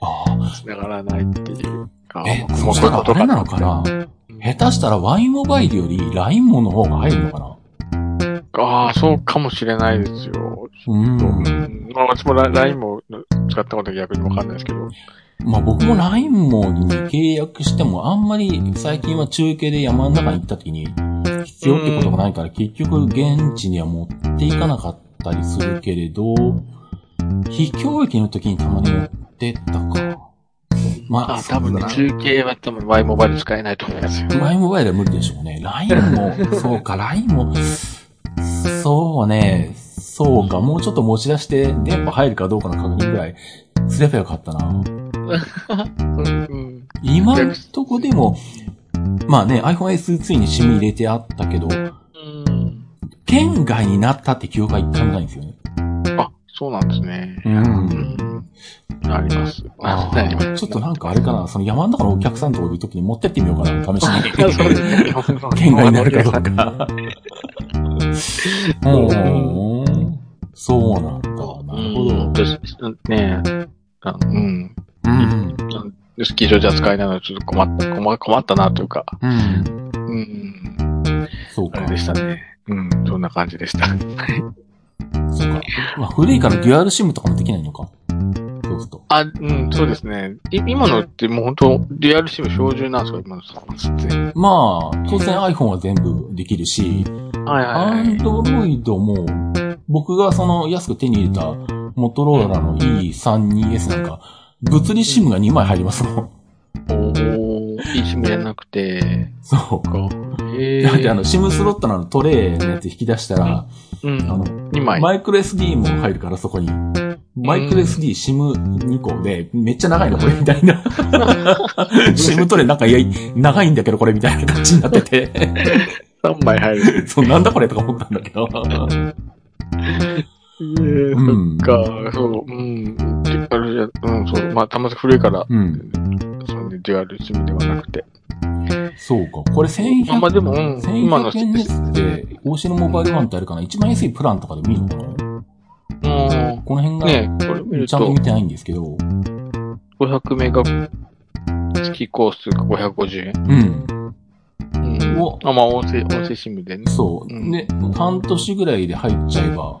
Speaker 1: ああ、
Speaker 2: 繋がらないっていう。ああ
Speaker 1: え
Speaker 2: ま、あ
Speaker 1: そしたらあれなのかな
Speaker 2: うん
Speaker 1: 下手したら Y モバイルより LINE もの方が入るのかな
Speaker 2: ああ、そうかもしれないですよ。
Speaker 1: う
Speaker 2: うん
Speaker 1: ん。
Speaker 2: まあ、私も LINE も使ったことは逆にわかんないですけど。
Speaker 1: まあ僕も LINE もに契約してもあんまり最近は中継で山の中に行った時に必要ってことがないから結局現地には持っていかなかったりするけれど、非教育の時にたまに持ってったか。まあ、
Speaker 2: 多分ね、
Speaker 1: ね。
Speaker 2: 中継は多分 Y モバイル使えないと思いますよ。
Speaker 1: LINE モバイルは無理でしょうね。LINE も、そう
Speaker 2: (laughs)
Speaker 1: か、LINE も、そうね、そうか、もうちょっと持ち出して電波入るかどうかの確認ぐらいすればよかったな。
Speaker 2: うん。
Speaker 1: 今のとこでも、まあね、iPhone S2 に SIM 入れてあったけど、
Speaker 2: うん。
Speaker 1: 県外になったって記憶は一回もないんですよね。
Speaker 2: あ、そうなんですね。
Speaker 1: う。
Speaker 2: うんん。あります。
Speaker 1: あ
Speaker 2: なります
Speaker 1: ーちょっとなんかあれかな、その山の中のお客さんとかいるときに持ってってみようかな、試し
Speaker 2: あそうです
Speaker 1: に。
Speaker 2: ね。
Speaker 1: (laughs) 県外になるかどうか。うんそうなんだ。なるほど。
Speaker 2: ど。ねえ。あうん。
Speaker 1: うん。
Speaker 2: スキー場じゃ使えないのはちょっと困った、困困ったなというか。
Speaker 1: うん。
Speaker 2: うん。
Speaker 1: そう
Speaker 2: あ
Speaker 1: か
Speaker 2: れ。でしたね。うん。そんな感じでした。
Speaker 1: そうか。まあ、古いからデュアル SIM とかもできないのか。そうすると。
Speaker 2: あ、うん、そうですね。い今のってもう本当リアルシム標準なんですか今のサービスって。
Speaker 1: まあ、当然 iPhone は全部できるし、
Speaker 2: はい
Speaker 1: アンドロイドも、僕がその安く手に入れたモトローラの E32S なんか、物理シムが2枚入りますもん。
Speaker 2: おー、いいシムじゃなくて、
Speaker 1: そうか。
Speaker 2: え
Speaker 1: だってあの、シムスロットのあのトレーのやつ引き出したら、あ
Speaker 2: う
Speaker 1: の
Speaker 2: ん、、2枚。
Speaker 1: マイクロ SD も入るからそこに。マイクロ SD、シム2個で、めっちゃ長いな、これ、みたい
Speaker 2: (laughs)
Speaker 1: な。シムトレーなんか、いや、長いんだけど、これ、みたいな感じになってて。
Speaker 2: 3枚入る。
Speaker 1: そう、なんだこれとか思ったんだけど。
Speaker 2: えー
Speaker 1: うん
Speaker 2: そっか、そう、うん、デュアルじゃ、うん、そう、まあ、たまたま古いから、
Speaker 1: うん。
Speaker 2: そのデュアルシムではなくて。
Speaker 1: そうか。これ1100
Speaker 2: あ、まあでも、うん、今の
Speaker 1: 1100円ですって、欧州のモバイルワンってあるかな一番安いプランとかで見るのかな
Speaker 2: うん、
Speaker 1: この辺が、
Speaker 2: ねこれ見る
Speaker 1: ちゃんと
Speaker 2: と
Speaker 1: 見、てないんですけど。
Speaker 2: 500メガ月コースが550円。
Speaker 1: うん。
Speaker 2: うん
Speaker 1: お
Speaker 2: あ、まあ、音声、音声シムでね。
Speaker 1: そうう。
Speaker 2: ん
Speaker 1: で、半年ぐらいで入っちゃえば、
Speaker 2: うん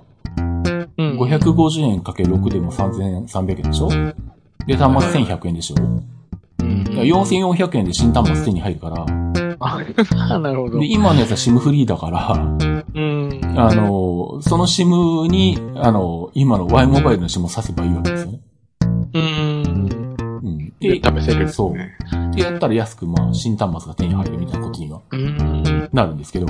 Speaker 1: 550円かけ6でも3300円でしょで、端末1100円でしょ
Speaker 2: うん。
Speaker 1: だから ?4400 円で新端末手に入るから。
Speaker 2: あ、 (laughs) なるほど
Speaker 1: で、。今のやつは SIM フリーだから、
Speaker 2: うん。
Speaker 1: あの、その SIM に、あの、今の Y モバイルの SIM を挿せばいいわけですよね。
Speaker 2: うん。
Speaker 1: うん。
Speaker 2: で、
Speaker 1: で、
Speaker 2: 試せる。
Speaker 1: そう。でやったら安く、まあ、新端末が手に入るみたいなことには
Speaker 2: うん。
Speaker 1: なるんですけど。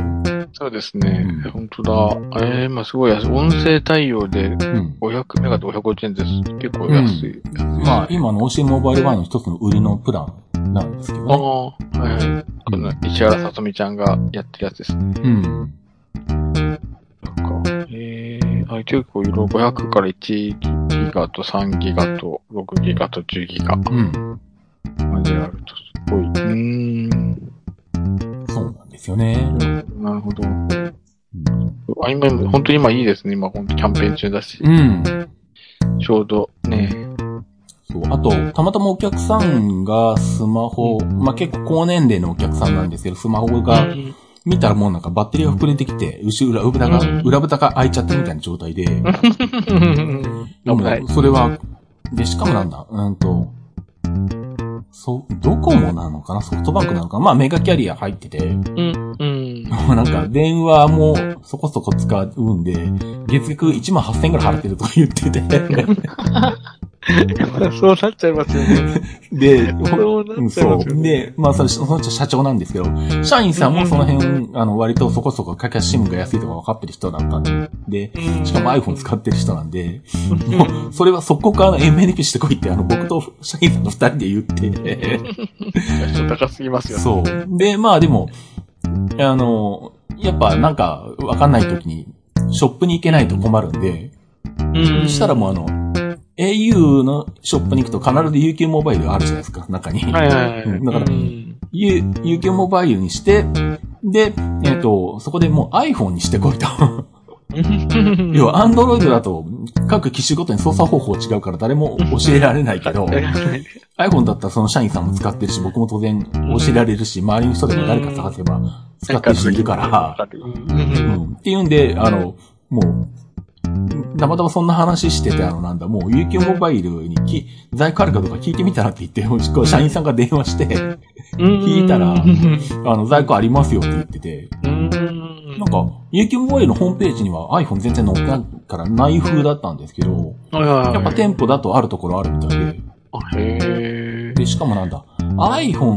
Speaker 2: そうですね
Speaker 1: うん。
Speaker 2: 本当だ。ええ、まあすごい安い。音声対応で
Speaker 1: うん。
Speaker 2: 500メガと550円です。結構安い。
Speaker 1: まあ、今の OC モバイルワインの一つの売りのプランなんですけど
Speaker 2: ああ、
Speaker 1: ね。
Speaker 2: はいはい。あの、石原さとみちゃんがやってるやつですね。
Speaker 1: うん。
Speaker 2: なんか。ええ、あ、結構いろいろ500から1ギガと3ギガと6ギガと10ギガ
Speaker 1: うん。
Speaker 2: まであると、すごい。うーん。
Speaker 1: そうなんですよね。
Speaker 2: なるほど。あ、今、本当に今いいですね。今、本当キャンペーン中だし、
Speaker 1: うん。
Speaker 2: ちょうどね。
Speaker 1: そう。あと、たまたまお客さんがスマホ、まあ、結構高年齢のお客さんなんですけど、スマホ
Speaker 2: う
Speaker 1: が
Speaker 2: ん
Speaker 1: 見たらもうなんかバッテリーが膨れてきて、後ろ裏、裏
Speaker 2: う
Speaker 1: が、
Speaker 2: ん
Speaker 1: 裏蓋が開いちゃったみたいな状態で、でも
Speaker 2: 危ない。
Speaker 1: それは、で、しかもなんだ、うんと、そう、ドコモなのかなソフトバンクなのかなまあメガキャリア入ってて、
Speaker 2: うん。うん。
Speaker 1: も (laughs) うなんか、電話もそこそこ使うんで、月額1万8000円くらい払ってるとか言ってて。
Speaker 2: まあ (laughs) そうなっちゃいますよ
Speaker 1: (laughs)
Speaker 2: ね。
Speaker 1: で、
Speaker 2: そうなっちゃいますよね
Speaker 1: そうで、まあ、それ、その人社長なんですけど、社員さんもその辺、あの、割とそこそこ格安シムが安いとか分かってる人だったんで、しかも iPhone 使ってる人なんで、もう、それはそこから MNP してこいって、あの、僕と社員さんの二人で言って、
Speaker 2: (laughs) ちょっと高すぎますよね。
Speaker 1: そう。で、まあでも、あの、やっぱなんか、わかんない時に、ショップに行けないと困るんで、
Speaker 2: う
Speaker 1: そしたらもうあの、au のショップに行くと必ず UQ モバイルがあるじゃないですか、中に。
Speaker 2: はいはいは
Speaker 1: う
Speaker 2: い。
Speaker 1: んだから
Speaker 2: うん、
Speaker 1: U- UQ モバイルにして、で、えっ、と、そこでもう iPhone にしてこ
Speaker 2: (laughs)
Speaker 1: いと。要は Android だと各機種ごとに操作方法違うから誰も教えられないけ
Speaker 2: (laughs)
Speaker 1: ど、iPhone だったらその社員さんも使ってるし、僕も当然教えられるし、周りの人でも誰か探せば使ってる人いるから、うんっていうんで、あの、もう、たまたまそんな話してて、あの、なんだ、もう、UQ モバイルにき、在庫あるかどうか聞いてみたらって言って、もしくは社員さんが電話して、聞いたら
Speaker 2: うん
Speaker 1: あの、在庫ありますよって言ってて、
Speaker 2: うん
Speaker 1: なんか、UQ モバイルのホームページには iPhone 全然載ってないからない風だったんですけど、
Speaker 2: はいはいはい。
Speaker 1: やっぱ店舗だとあるところあるみたいで、
Speaker 2: あへ
Speaker 1: で、しかもなんだ、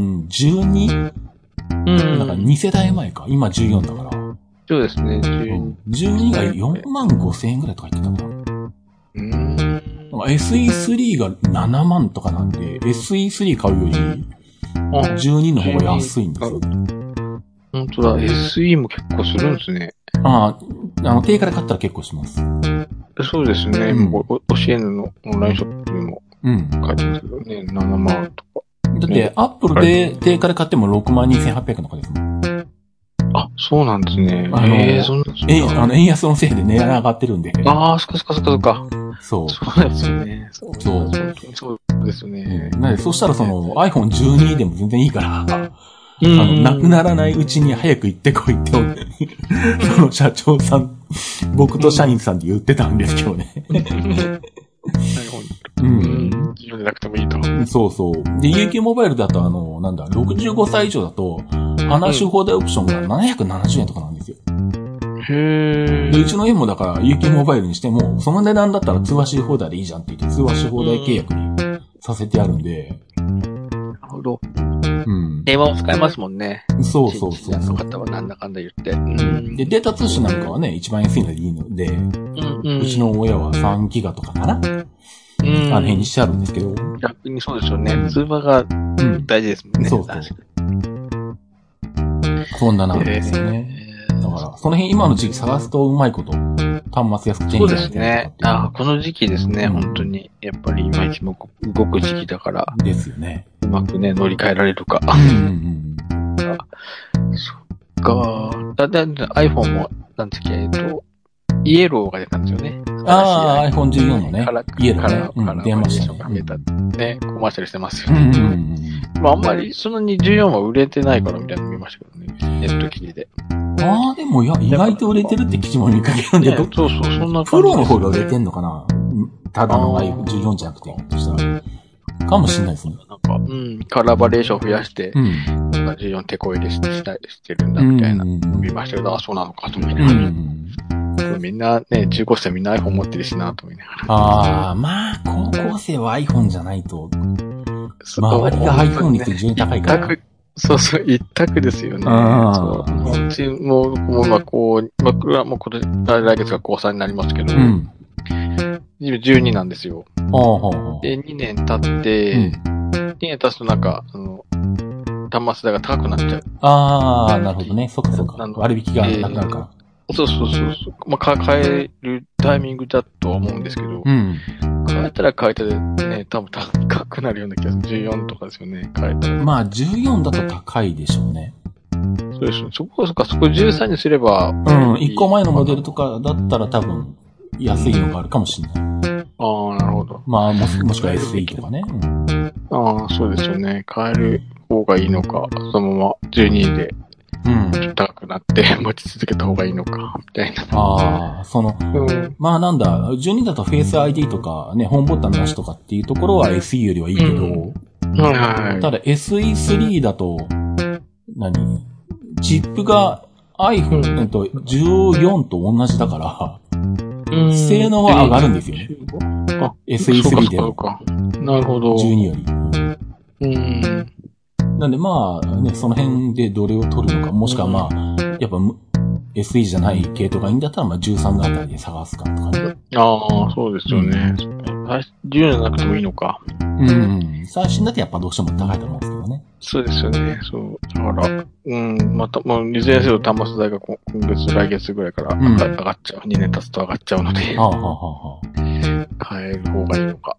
Speaker 1: iPhone12?
Speaker 2: ー
Speaker 1: だから2世代前か。今14だから。
Speaker 2: そうですね、
Speaker 1: うん12が4万5千円ぐらいとか言ってたかな。
Speaker 2: うん。
Speaker 1: なんか SE3 が7万とかなんで、SE3 買うより
Speaker 2: あ、
Speaker 1: 12の方が安いんですよ。
Speaker 2: 本当だ、SE も結構するんですね。
Speaker 1: ああ、あの、定価で買ったら結構します。
Speaker 2: そうですね、
Speaker 1: うん
Speaker 2: もうお教えぬのオンラインショップにも
Speaker 1: うん。だ
Speaker 2: 書いてますけどね、7万とか。
Speaker 1: って、アップルで定価で買っても62,800円とかですもん。
Speaker 2: あ、そうなんですね。
Speaker 1: あの
Speaker 2: ええ、そんな、
Speaker 1: え、あの、円安のせいで値段上がってるんで。
Speaker 2: ああ、そっかそっかそっか
Speaker 1: そ
Speaker 2: そっか。
Speaker 1: う。
Speaker 2: そうですよね。そう本当にそうですよね。
Speaker 1: なんで、そしたらその iPhone12 でも全然いいから、あ
Speaker 2: う
Speaker 1: の、なくならないうちに早く行ってこいって、 (laughs) その社長さん、僕と社員さんで言ってたんですけどね。うん。
Speaker 3: 読んでなくてもいいと。
Speaker 1: そうそう。で、UQ モバイルだと、あの、なんだ、65歳以上だと、話し放題オプションが770円とかなんですよ。
Speaker 2: へ
Speaker 1: で、うちの園もだから UQ モバイルにしても、その値段だったら通話し放題でいいじゃんって言って、通話し放題契約にさせてあるんで、
Speaker 2: なるほど。
Speaker 1: うん。
Speaker 2: 電話も使えますもんね。
Speaker 1: そうそうそ
Speaker 2: 新
Speaker 1: う
Speaker 2: 規
Speaker 1: そう。
Speaker 2: の方はなんだかんだ言って。うん
Speaker 1: で、データ通信なんかはね、一番安いのでいいので、
Speaker 2: うん
Speaker 1: うち、の親は3ギガとかかな、あの辺に
Speaker 2: し
Speaker 1: してあるんですけど、
Speaker 2: 逆にそうですよね。通話が
Speaker 1: うん。
Speaker 2: 大事ですもんね。
Speaker 1: そうそう
Speaker 2: 確か
Speaker 1: そんななんですよ
Speaker 2: に
Speaker 1: ね。
Speaker 2: え
Speaker 1: だ
Speaker 2: ー
Speaker 1: から、その辺今の時期探すとうまいこと、端末安く手
Speaker 2: そ
Speaker 1: に
Speaker 2: う
Speaker 1: 入
Speaker 2: で
Speaker 1: れてるとか
Speaker 2: すね
Speaker 1: っ。ていう
Speaker 2: あーこの時期ですね、
Speaker 1: うん
Speaker 2: 本当に。やっぱり今一も動く時期だから、
Speaker 1: ですよね。
Speaker 2: うまくね、乗り換えられるか。
Speaker 1: うん
Speaker 2: か。だ、だ、だ iPhone も、なんつうっけ、えっと、イエローが出たんですよね。
Speaker 1: ああ、
Speaker 2: 新しい
Speaker 1: iPhone14 のね
Speaker 2: カラ、
Speaker 1: 家だ
Speaker 2: カ
Speaker 1: ね
Speaker 2: ラ、
Speaker 1: う
Speaker 2: カ
Speaker 1: ん
Speaker 2: ラ
Speaker 1: 出ました
Speaker 2: バリエーションが
Speaker 1: ね。
Speaker 2: 増ね、コマーシャルしてますよ
Speaker 1: うんうん
Speaker 2: ね。
Speaker 1: うん
Speaker 2: まあ、あんまり、そんなに14は売れてないからみたいなの見ましたけどね。ネット記事で。
Speaker 1: うんああ、でもいや、意外と売れてるって記事も見かけるん
Speaker 2: ね
Speaker 1: で、ど
Speaker 2: そうそう、そんな感じです
Speaker 1: プロの方が売れてんのかなただの iPhone14 じゃなくて、ひょっとしたら。かもしれないですね。
Speaker 2: なんか、うん、カラーバリエーション増やして、
Speaker 1: うん。
Speaker 2: なんか14手こ入れしてしたしてるんだ、
Speaker 1: うん
Speaker 2: みたいな。
Speaker 1: うん
Speaker 2: 見ましたけど、あ、そうなのかと思いな
Speaker 1: う
Speaker 2: がら。
Speaker 1: ん。
Speaker 2: みんなね、中高生みんな iPhone 持ってるしな、と思いながら。
Speaker 1: ああ、まあ、高校生は iPhone じゃないと、
Speaker 2: そう
Speaker 1: 周りが iPhone 率非常に高いから。
Speaker 2: 一択、そうそう、一択ですよね。
Speaker 1: うん
Speaker 2: そううちも、もう、まあ、こう、僕はもう今年、来月が高3になりますけど、
Speaker 1: うん。
Speaker 2: 今12なんですよ。
Speaker 1: ほうほうほう。
Speaker 2: で、2年経って、
Speaker 1: うん
Speaker 2: 2年経つとなんか、あの、端末代が高くなっちゃ
Speaker 1: ああ、なるほどね。そっかそっか。割引がなくなるから。
Speaker 2: う。そうそうそうそう。まあ、か変えるタイミングだとは思うんですけど、
Speaker 1: うん。
Speaker 2: 変えたら変えたでね、多分高くなるような気がする。14とかですよね、変えたら。
Speaker 1: まあ、14だと高いでしょうね。
Speaker 2: そうですね。そこ、そこ、そこ13にすれば、
Speaker 1: うん。1個前のモデルとかだったら多分、安いのがあるかもしれない。
Speaker 2: ああ、なるほど。
Speaker 1: まあ、もしもしくは SE とかね。うん
Speaker 2: ああ、そうですよね。変える方がいいのか、そのまま12で
Speaker 1: うん。
Speaker 2: 高くなって (laughs) 持ち続けた方がいいのか、みたいな。
Speaker 1: ああ、その、
Speaker 2: うん。
Speaker 1: まあなんだ、12だとフェイス ID とかね、ホームボタンなしとかっていうところは SE よりはいいけど、
Speaker 2: うんはいはいは
Speaker 1: ただ SE3 だと、何チップが iPhone えっと14と同じだから、
Speaker 2: い。
Speaker 1: 性能は上がるんですよね。
Speaker 2: 15? あ、
Speaker 1: SE3 で
Speaker 2: そうかそうか。なるほど。
Speaker 1: 12より。
Speaker 2: うん。
Speaker 1: なんでまあ、ね、その辺でどれを取るのか、もしくはまあ、やっぱむ SE じゃない系統がいいんだったら、まあ13あたりで探すかって感じ。
Speaker 2: ああ、そうですよね。あ10じゃなくてもいいのか。
Speaker 1: うん。最新だとやっぱどうしても高いと思うんですけどね。
Speaker 2: そうですよね。そう。だから、うん、また、もう、いずれにせよ、端末代がこ今月、来月ぐらいから
Speaker 1: ん
Speaker 2: 上が,、っちゃう。2年経つと上がっちゃうので
Speaker 1: は、あ、はあはあは
Speaker 2: 変える方がいいの (laughs) か。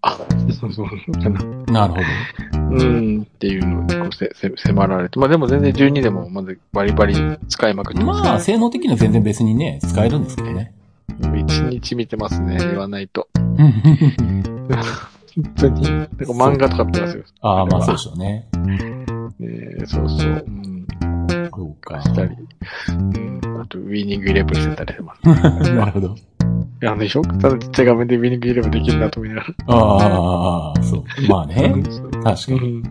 Speaker 2: そうそう。
Speaker 1: あ、なるほど。
Speaker 2: うん、っていうのにこうせせ迫られて。まあでも全然12でも、まずバリバリ使いまくってます
Speaker 1: まあ、
Speaker 2: ね。
Speaker 1: 性能的には全然別にね、使えるんですけどね。
Speaker 2: まあ、1日見てますね。言わないと。本当に。なんか漫画とかってますよ。
Speaker 1: ああ、まあそうでしょうね。
Speaker 2: えー、そうそう。うん。
Speaker 1: そうか。
Speaker 2: したり。うん。あと、ウィニングイレブンしてたりしてます。
Speaker 1: なるほど。
Speaker 2: いやあの、よくただちっちゃい画面でウィニングイレブンできるなと思いながら。
Speaker 1: ああ、そう。まあね。確か
Speaker 2: う
Speaker 1: に。
Speaker 2: ん。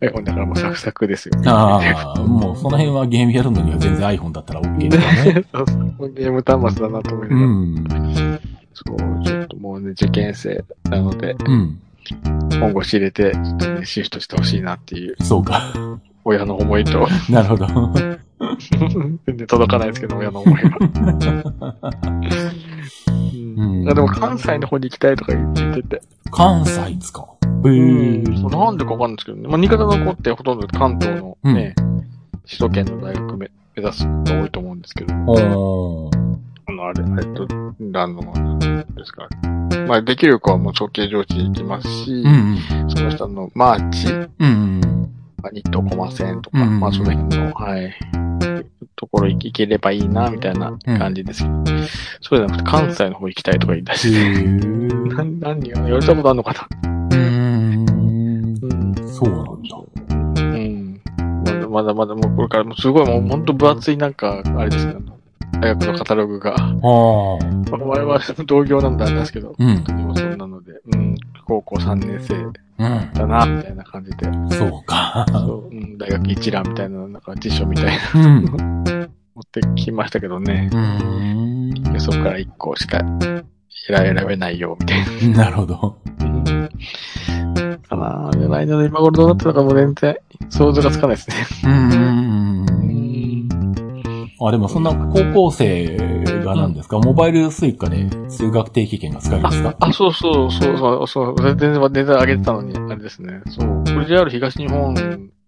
Speaker 2: iPhone だからもうサクサクですよ。
Speaker 1: ああ、もうその辺はゲームやるのには全然 iPhone だったら OK だからね。
Speaker 2: (laughs) そうそうゲーム端末だなと思いうながら。
Speaker 1: ん。
Speaker 2: そう、ちょっともうね、受験生なので、
Speaker 1: うん。
Speaker 2: 本腰入れて、ちょっとね、シフトしてほしいなっていう、
Speaker 1: そうか。
Speaker 2: 親の思いと、
Speaker 1: なるほど。
Speaker 2: 全然届かないですけど、親の思いは。うん
Speaker 1: うん
Speaker 2: あでも関西の方に行きたいとか言ってて。
Speaker 1: 関西っすか。へ
Speaker 2: う
Speaker 1: え。
Speaker 2: そうなんでかわかんないですけどね。まあ、新潟の子ってほとんど関東のね、首都圏の大学め目指す人が多いと思うんですけど、
Speaker 1: おー。
Speaker 2: あの、あれ、えっと、ランの、ですから。まあ、できる子はもう、長径上智行きますし
Speaker 1: う、ん
Speaker 2: その下のマーチ、
Speaker 1: うん。うんうん。
Speaker 2: まあニットコマセンとか、
Speaker 1: うん
Speaker 2: まあ、その辺の、はい、ところ行ければいいな、みたいな感じですけど、そうじゃなくて関西の方行きたいとか言い出
Speaker 1: へ
Speaker 2: して、
Speaker 1: ー
Speaker 2: な何や言われたことあるのかな
Speaker 1: うーん。
Speaker 2: うん。
Speaker 1: そうなんだ。
Speaker 2: うん。まだまだまだもうこれからもうすごいもうほんと分厚いなんか、あれですね、あの大学のカタログが。 (laughs)
Speaker 1: ああ。
Speaker 2: まあ我々同業なんだあれですけど、
Speaker 1: うん。
Speaker 2: でもそんなので、うん、高校3年生
Speaker 1: うん。
Speaker 2: だな、みたいな感じで、
Speaker 1: そうか。
Speaker 2: そううん、大学一覧みたいな、なんか辞書みたいな
Speaker 1: うん。
Speaker 2: 持ってきましたけどね
Speaker 1: う、ー
Speaker 2: でそこから1個しか選べないよ、みたい
Speaker 1: ん。なるほど。
Speaker 2: な。かなぁ。で来年の今頃どうなってたのかもう全然想像がつかないですね。
Speaker 1: うーん。あ、でもそんな高校生が何ですか、モバイルスイカで数学定期券が使えるんですか
Speaker 2: あ、そうそう、そうそう、そう、全然値段上げてたのに、あれですね。そう、JR 東日本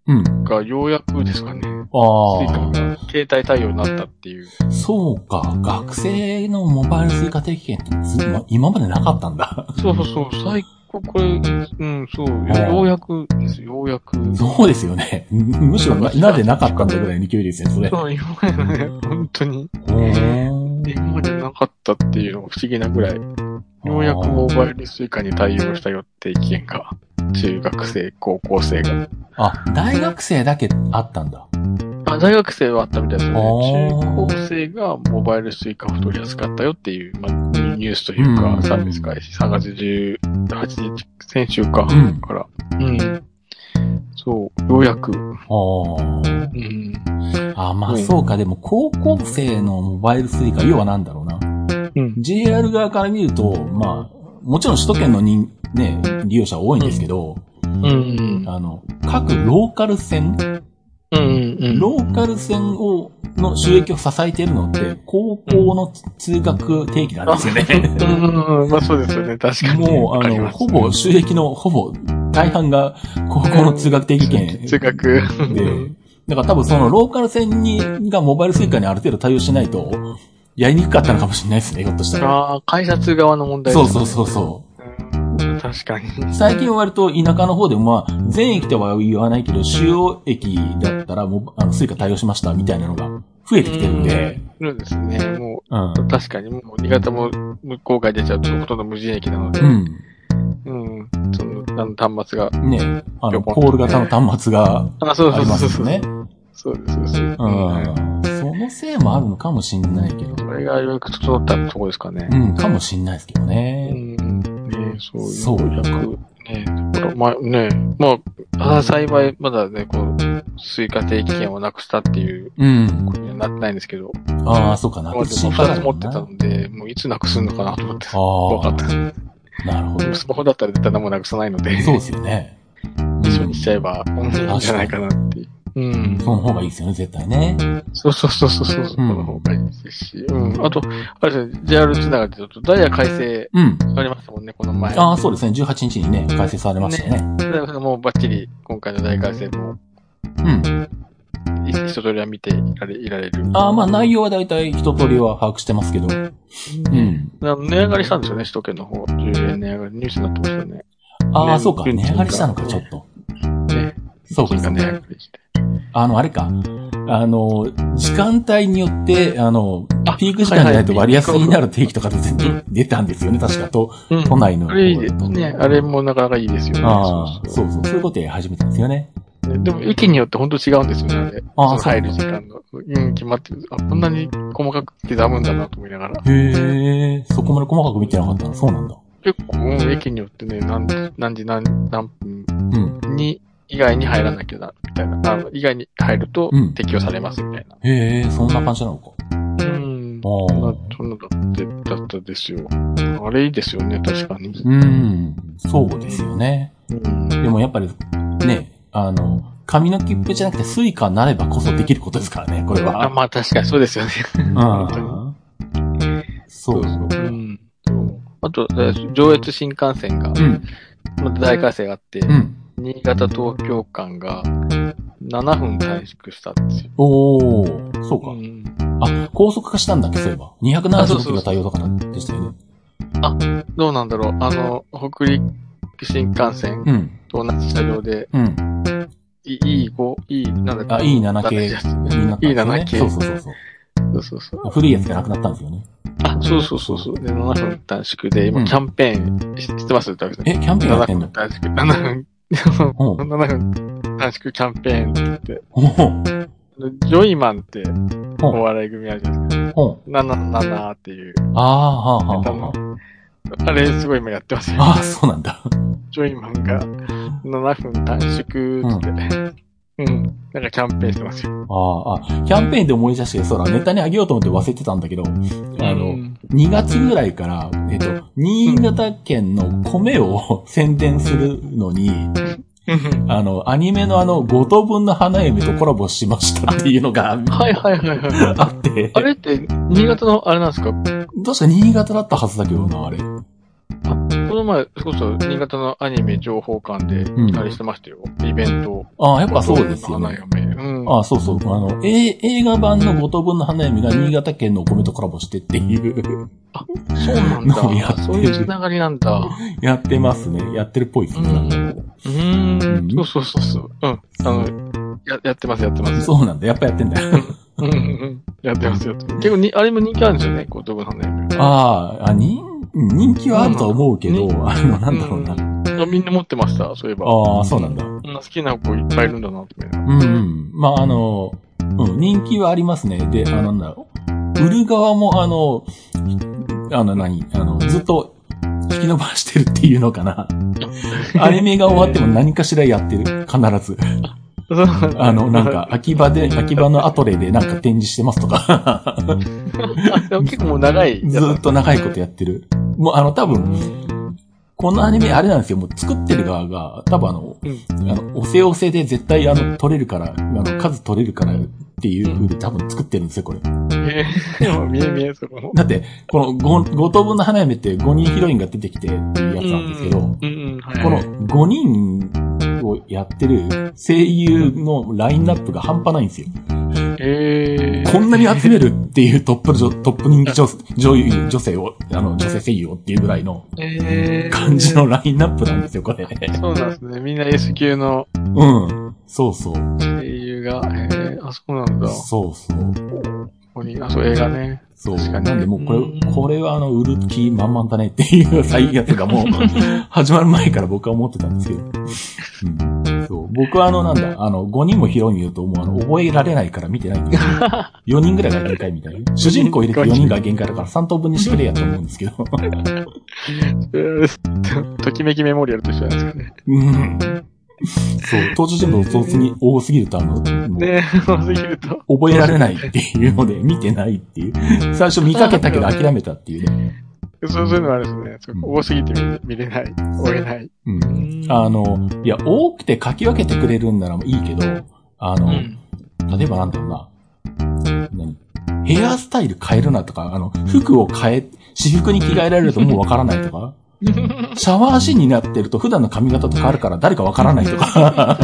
Speaker 1: うん。
Speaker 2: がようやくですかね、スイカ
Speaker 1: あ
Speaker 2: が携帯対応になったっていう。
Speaker 1: あ、そうか。学生のモバイルスイカ定期券ってずま今までなかったんだ。 (laughs)
Speaker 2: そうそうそう、最高、これ、うん、そう、ようやくです、ようやく。
Speaker 1: そうですよね。むしろななぜなかったんだぐらいの勢いですね、それ。
Speaker 2: そう、今までね、本当に、
Speaker 1: よ
Speaker 2: 今までなかったっていうのが不思議なぐらい、ようやくモバイルスイカに対応したよって意見が、中学生、高校生が。
Speaker 1: あ、大学生だけあったんだ。
Speaker 2: あ、大学生はあったみたいですね。
Speaker 1: あー
Speaker 2: 中高生がモバイルスイカ太りやすかったよっていう、まあ、ニュースという
Speaker 1: うん
Speaker 2: か、サービス開始、3月18日、先週か、
Speaker 1: うん
Speaker 2: から。うん。そう、ようやく。う
Speaker 1: あー
Speaker 2: ん。
Speaker 1: あ、まあ
Speaker 2: うん
Speaker 1: そうか。でも高校生のモバイルスイカ、要はなんだろうな。
Speaker 2: うん。
Speaker 1: JR 側から見ると、まあ、もちろん首都圏の人、ね、利用者多いんですけど、
Speaker 2: うん。
Speaker 1: あの、各ローカル線、
Speaker 2: うん。うん。
Speaker 1: ローカル線を、の収益を支えているのって、高校の通学定期なんですよね。
Speaker 2: うん。まあそうですよね。確かに。
Speaker 1: もう、あ
Speaker 2: わかり
Speaker 1: の、
Speaker 2: ます
Speaker 1: ほぼ、収益の、ほぼ、大半が、高校の通学定期券
Speaker 2: 通学。
Speaker 1: で、だから多分そのローカル線に、がモバイルスイカにある程度対応しないと、やりにくかったのかもしれないですね、ひょっとしたら。
Speaker 2: (laughs) ああ、会社通側の問題
Speaker 1: そ
Speaker 2: で
Speaker 1: う
Speaker 2: す
Speaker 1: そ
Speaker 2: ね
Speaker 1: うそうそう。
Speaker 2: うん確かに。
Speaker 1: 最近は割と田舎の方でも、まあ、全駅とは言わないけど、主要駅だったら、もう、あの、スイカ対応しました、みたいなのが増えてきてるんで、
Speaker 2: そうですね。もう、
Speaker 1: うん。
Speaker 2: 確かに、もう新潟も向こう外出ちゃうとほとんど無人駅なので、
Speaker 1: う
Speaker 2: うん。その、あの端末が。
Speaker 1: ん。ねあ
Speaker 2: よ
Speaker 1: の、
Speaker 2: っぽ
Speaker 1: コ
Speaker 2: ど
Speaker 1: ール型の端末が
Speaker 2: あ、そう
Speaker 1: あ
Speaker 2: そ
Speaker 1: り
Speaker 2: う
Speaker 1: ま
Speaker 2: そう
Speaker 1: す
Speaker 2: そう。
Speaker 1: よね。
Speaker 2: そうです、そうです。うん
Speaker 1: うん。そのせいもあるのかもしんないけど、
Speaker 2: それがようやく整ったとこですかね。
Speaker 1: うん、かもしんないですけど
Speaker 2: う
Speaker 1: ね。
Speaker 2: ん。ねそういう。
Speaker 1: そう
Speaker 2: ようやく。ねだからまあねまあ、あ幸い、まだね、こう、追加定期券をなくしたっていう
Speaker 1: うん
Speaker 2: こ。とにはなってないんですけど、
Speaker 1: ああ、そうかな。
Speaker 2: まあ、でも
Speaker 1: 心
Speaker 2: 2
Speaker 1: 配だ
Speaker 2: つ
Speaker 1: も
Speaker 2: 持
Speaker 1: ん
Speaker 2: って
Speaker 1: な
Speaker 2: たので、もういつなくすんのかなと思って、
Speaker 1: あ
Speaker 2: 怖か
Speaker 1: あ
Speaker 2: った。
Speaker 1: なるほど。
Speaker 2: スマホだったら絶対何もなくさないので、
Speaker 1: そうですよね。
Speaker 2: 一緒にしちゃえば、うん、いいんじゃないかなっていう。う
Speaker 1: うんん。。その方がいいですよね、絶対ね。
Speaker 2: そうそうそうそうそう、そ
Speaker 1: うん
Speaker 2: の方がいいですし。うん。あと、あれですね、JR つながりでちょっとダイヤ改正
Speaker 1: うん。
Speaker 2: ありましたもんね、この前。
Speaker 1: ああ、そうですね。18日にね、改正されましたよね。
Speaker 2: だからもうバッチリ、今回の大改正も、
Speaker 1: うん。
Speaker 2: い一通りは見ていられいられる。
Speaker 1: ああ、まあ内容は大体一通りは把握してますけど。うん。
Speaker 2: あの値上がりしたんですよね、首都圏の方。10円値上がり、ニュースになってましたよね。
Speaker 1: ああ、
Speaker 2: ね
Speaker 1: そうか。
Speaker 2: 運
Speaker 1: 値
Speaker 2: 賃が
Speaker 1: 上がりしたのか、ちょっと。
Speaker 2: ね。
Speaker 1: そうか、
Speaker 2: 金
Speaker 1: そうか
Speaker 2: が値上。がりして。
Speaker 1: あの、あれか。あの、時間帯によって、あの
Speaker 2: あ、
Speaker 1: ピーク時間じゃないと割安にな
Speaker 2: はい
Speaker 1: る定期とかで全然出たんですよね、確か。と、
Speaker 2: うん
Speaker 1: 都内の
Speaker 2: あ
Speaker 1: 方
Speaker 2: れいいで
Speaker 1: だ
Speaker 2: す
Speaker 1: と。
Speaker 2: ね。あれもなかなかいいですよね。
Speaker 1: ああ、
Speaker 2: そ
Speaker 1: そううそう、そういうことやり始めたんですよね。
Speaker 2: そうでも、駅によって本当違うんですよね、あれ。
Speaker 1: あー
Speaker 2: その入る
Speaker 1: そ
Speaker 2: 時間の。うん、決まってる。あ、こんなに細かく刻むんだなと思いながら。
Speaker 1: へえ、そこまで細かく見てなかったのそうなんだ。
Speaker 2: 結構、うん、駅によってね、何何時何何分
Speaker 1: うん。
Speaker 2: に、以外に入らなきゃな、みたいな。あの、以外に入ると
Speaker 1: うん
Speaker 2: 適用されます、みたいな。
Speaker 1: へえ、そんな感じなのか。
Speaker 2: うん。
Speaker 1: あ
Speaker 2: そんな
Speaker 1: ー、
Speaker 2: そんなだって、だったですよ。あれいいですよね、確かに。
Speaker 1: うん、そうですよね。
Speaker 2: うん。
Speaker 1: でもやっぱり、ね、あの、紙の切符じゃなくてスイカになればこそできることですからね、これ
Speaker 2: あ、
Speaker 1: は。
Speaker 2: まあ確かにそうですよね。
Speaker 1: うん。そう。う
Speaker 2: うん。あと、えー上越新幹線が、
Speaker 1: ん。
Speaker 2: まあ大改正があって、
Speaker 1: うん。
Speaker 2: 新潟東京間が7分短縮したんですよ。
Speaker 1: おー、そうか。
Speaker 2: ん、
Speaker 1: あ、高速化したんだっけ、そういえば。270キロ対応とかでしたよね。
Speaker 2: どうなんだろうあの、北陸新幹線
Speaker 1: うん。
Speaker 2: と同じ車両で、
Speaker 1: うん。
Speaker 2: い E5、E、なんだ
Speaker 1: あ、
Speaker 2: っけ
Speaker 1: E7 系
Speaker 2: ダメです
Speaker 1: になったんですよね。
Speaker 2: E7 系
Speaker 1: そうそうそうそう。
Speaker 2: そうそうそう。
Speaker 1: 古いやつがなくなったんですよね。
Speaker 2: あ、そうそうそうそう。で、7分短縮で、
Speaker 1: うん
Speaker 2: 今キャンペーンし知ってますってわけ
Speaker 1: え、
Speaker 2: で
Speaker 1: キャンペーンやっ
Speaker 2: 7
Speaker 1: てんの
Speaker 2: 分短縮、7分、7
Speaker 1: うん。
Speaker 2: 分短縮キャンペーンって
Speaker 1: おー
Speaker 2: 言って、ジョイマンってお
Speaker 1: おー
Speaker 2: 笑い組あるじゃないですか。
Speaker 1: おー
Speaker 2: 777っていう。
Speaker 1: あー、はあ、はあ、はあ。
Speaker 2: あれ、すごい今やってますよ。
Speaker 1: あー、そうなんだ。
Speaker 2: ジョイマンが7分短縮って、うん、なんかキャンペーンしてますよ。
Speaker 1: あーあ、キャンペーンで思い出して、そうだ、ネタにあげようと思って忘れてたんだけど、あの、2月ぐらいから、えっと、新潟県の米を (laughs) 宣伝するのに、
Speaker 2: うん、
Speaker 1: あの、アニメのあの、5等分の花嫁とコラボしましたっていうのが、
Speaker 2: はいはいはいはい。
Speaker 1: あって、
Speaker 2: (laughs) あれって、新潟のあれなんですかこ
Speaker 1: 確か新潟だったはずだけどな、あれ。
Speaker 2: の前、それこそ新潟のアニメ情報館で
Speaker 1: うん、
Speaker 2: あれしてましたよ。イベント。
Speaker 1: ああ、やっぱそうですよ
Speaker 2: 花
Speaker 1: ね。
Speaker 2: 嫁。うん。
Speaker 1: ああ、そうそう。あの、え映画版の5等分の花嫁が新潟県のお米とコラボしてっていう、 (laughs)
Speaker 2: そうなん
Speaker 1: のをやって
Speaker 2: だ。
Speaker 1: る
Speaker 2: そういうつながりなんだ。
Speaker 1: やってますね。やってるっぽいですね。なんか
Speaker 2: うー
Speaker 1: うん
Speaker 2: ん。そうそうそうそう。うん。あの、や、やってます、やってます。
Speaker 1: そうなんだ。やっぱやってんだ。
Speaker 2: うんうんうん。やってますよ。結構に、あれも人気あるんですよね、こう、動物花嫁。
Speaker 1: ああ、あ、人、人気はあるとは思うけど、あの、なんだろうな。
Speaker 2: うんあみんな持ってました、そういえば。
Speaker 1: ああ、そうなんだ。
Speaker 2: こんな好きな子いっぱいいるんだな、と思いなが
Speaker 1: うん、うん。まあ、あの、うん、人気はありますね。で、あの、なんだろう。売る側も、あの、あの、何あの、ずっと引き伸ばしてるっていうのかな。アニメが終わっても何かしらやってる。必ず。
Speaker 2: ら。そう
Speaker 1: あの、なんか、。秋葉で、秋葉のアトレでなんか展示してますとか。
Speaker 2: あでも結構もう長い
Speaker 1: ず
Speaker 2: やつ。
Speaker 1: っと長いことやってる。もう、あの、多分、このアニメ、あれなんですよ。もう作ってる側が、多分あの、
Speaker 2: うん
Speaker 1: あの、おせおせで絶対あの、取れるから、あの、数取れるからっていう風に多分作ってるんですよ、これ。
Speaker 2: えー、でも見え見え、そこも。
Speaker 1: だって、この 5, 5等分の花嫁って5人ヒロインが出てきてっていうやつなんですけど、こ
Speaker 2: うんうん、はい。
Speaker 1: の5人をやってる声優のラインナップが半端ないんですよ。
Speaker 2: えー、
Speaker 1: こんなに集めるっていうトップ女、トップ人気女女優女性を、あの、女性声優をっていうぐらいの
Speaker 2: えー、
Speaker 1: 感じ。のラインナップなんですよ、これ。
Speaker 2: そうなんですね。みんな S 級の
Speaker 1: うん。そうそう。
Speaker 2: 声優が、えー、あ、そうなんだ。こ
Speaker 1: そうそう。
Speaker 2: こに、あ、そう、映画ね。
Speaker 1: そう。
Speaker 2: 確かに
Speaker 1: なんでもうこれ、
Speaker 2: うん
Speaker 1: これはあの、売る気満々だねっていう最悪が (laughs) もう、始まる前から僕は思ってたんですけど。うん、そう僕はあの、なんだ、あの、5人もヒロイン言うともうあの、覚えられないから見てないんですよ。4人ぐ (laughs) らいが限界みたいな。主人公入れて4人が限界だから3等分にしてくれやと思うんです (laughs) けど。
Speaker 2: えー、ときめきメモリアルと一緒なんですかね。
Speaker 1: うん。そう、登場人物多すぎ、多すぎるとあの、もう
Speaker 2: ねえ、多すぎると。
Speaker 1: 覚えられないっていうので、見てないっていう。最初見かけたけど諦めたっていうね。
Speaker 2: そうそういうのはあるんですね。多すぎて見れない。追えない。
Speaker 1: うん。あの、いや、多くて書き分けてくれるんならいいけど、あの、うん、例えばなんだろうな。何ヘアスタイル変えるなとか、あの、服を変え、私服に着替えられるともうわからないと (laughs) か。シャワーシーンになってると普段の髪型と変わるから誰かわからないと (laughs) か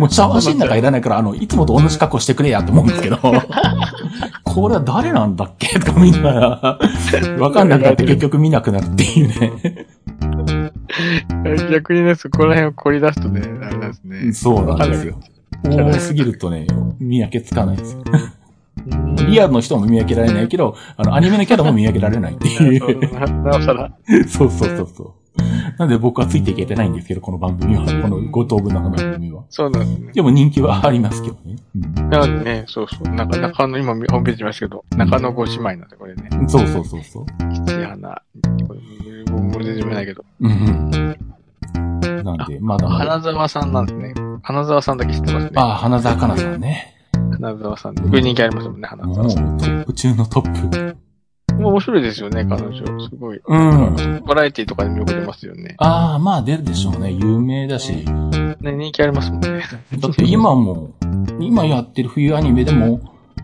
Speaker 1: もうシャワーシーンなんかいらないから、あの、いつもと同じ格好してくれやと思うんです (laughs) けどこれは誰なんだっけとかみんな、 (laughs) わかんなくなって結局見なくなるっていうね
Speaker 2: 逆にね、そこら辺を凝り出すとね、あれなんですね。
Speaker 1: そうなんですよ。多すぎるとね、見分けつかないですよ。リアルの人も見分けられないけど、あの、アニメのキャラも見分けられないっていう。
Speaker 2: なおさら。
Speaker 1: そうそうそうそう。なんで僕はついていけてないんですけど、この番組は。この5等分の番組は。
Speaker 2: そうなんですね。
Speaker 1: でも人気はありますけどね。
Speaker 2: うん、だからね、そうそう。なんか中野、今ホームページ見ましたけど、中野5姉妹なんで、これね。
Speaker 1: そうそうそうそう。
Speaker 2: 吉花。これ、全然読めないけど。
Speaker 1: うん。なんで、まだ。
Speaker 2: 花沢さんなんですね。花沢さんだけ知ってますね。
Speaker 1: ああ、花沢香菜さんね。
Speaker 2: 花沢さん。僕人気ありますもんね、花沢さん。
Speaker 1: トップ中のトッ
Speaker 2: プ。もう面白いですよね、彼女。すごい。
Speaker 1: うん。
Speaker 2: バラエティとかでもよく出ますよね。
Speaker 1: ああ、まあ出るでしょうね。有名だし。
Speaker 2: ね、人気ありますもんね。
Speaker 1: だって今も、今やってる冬アニメでも、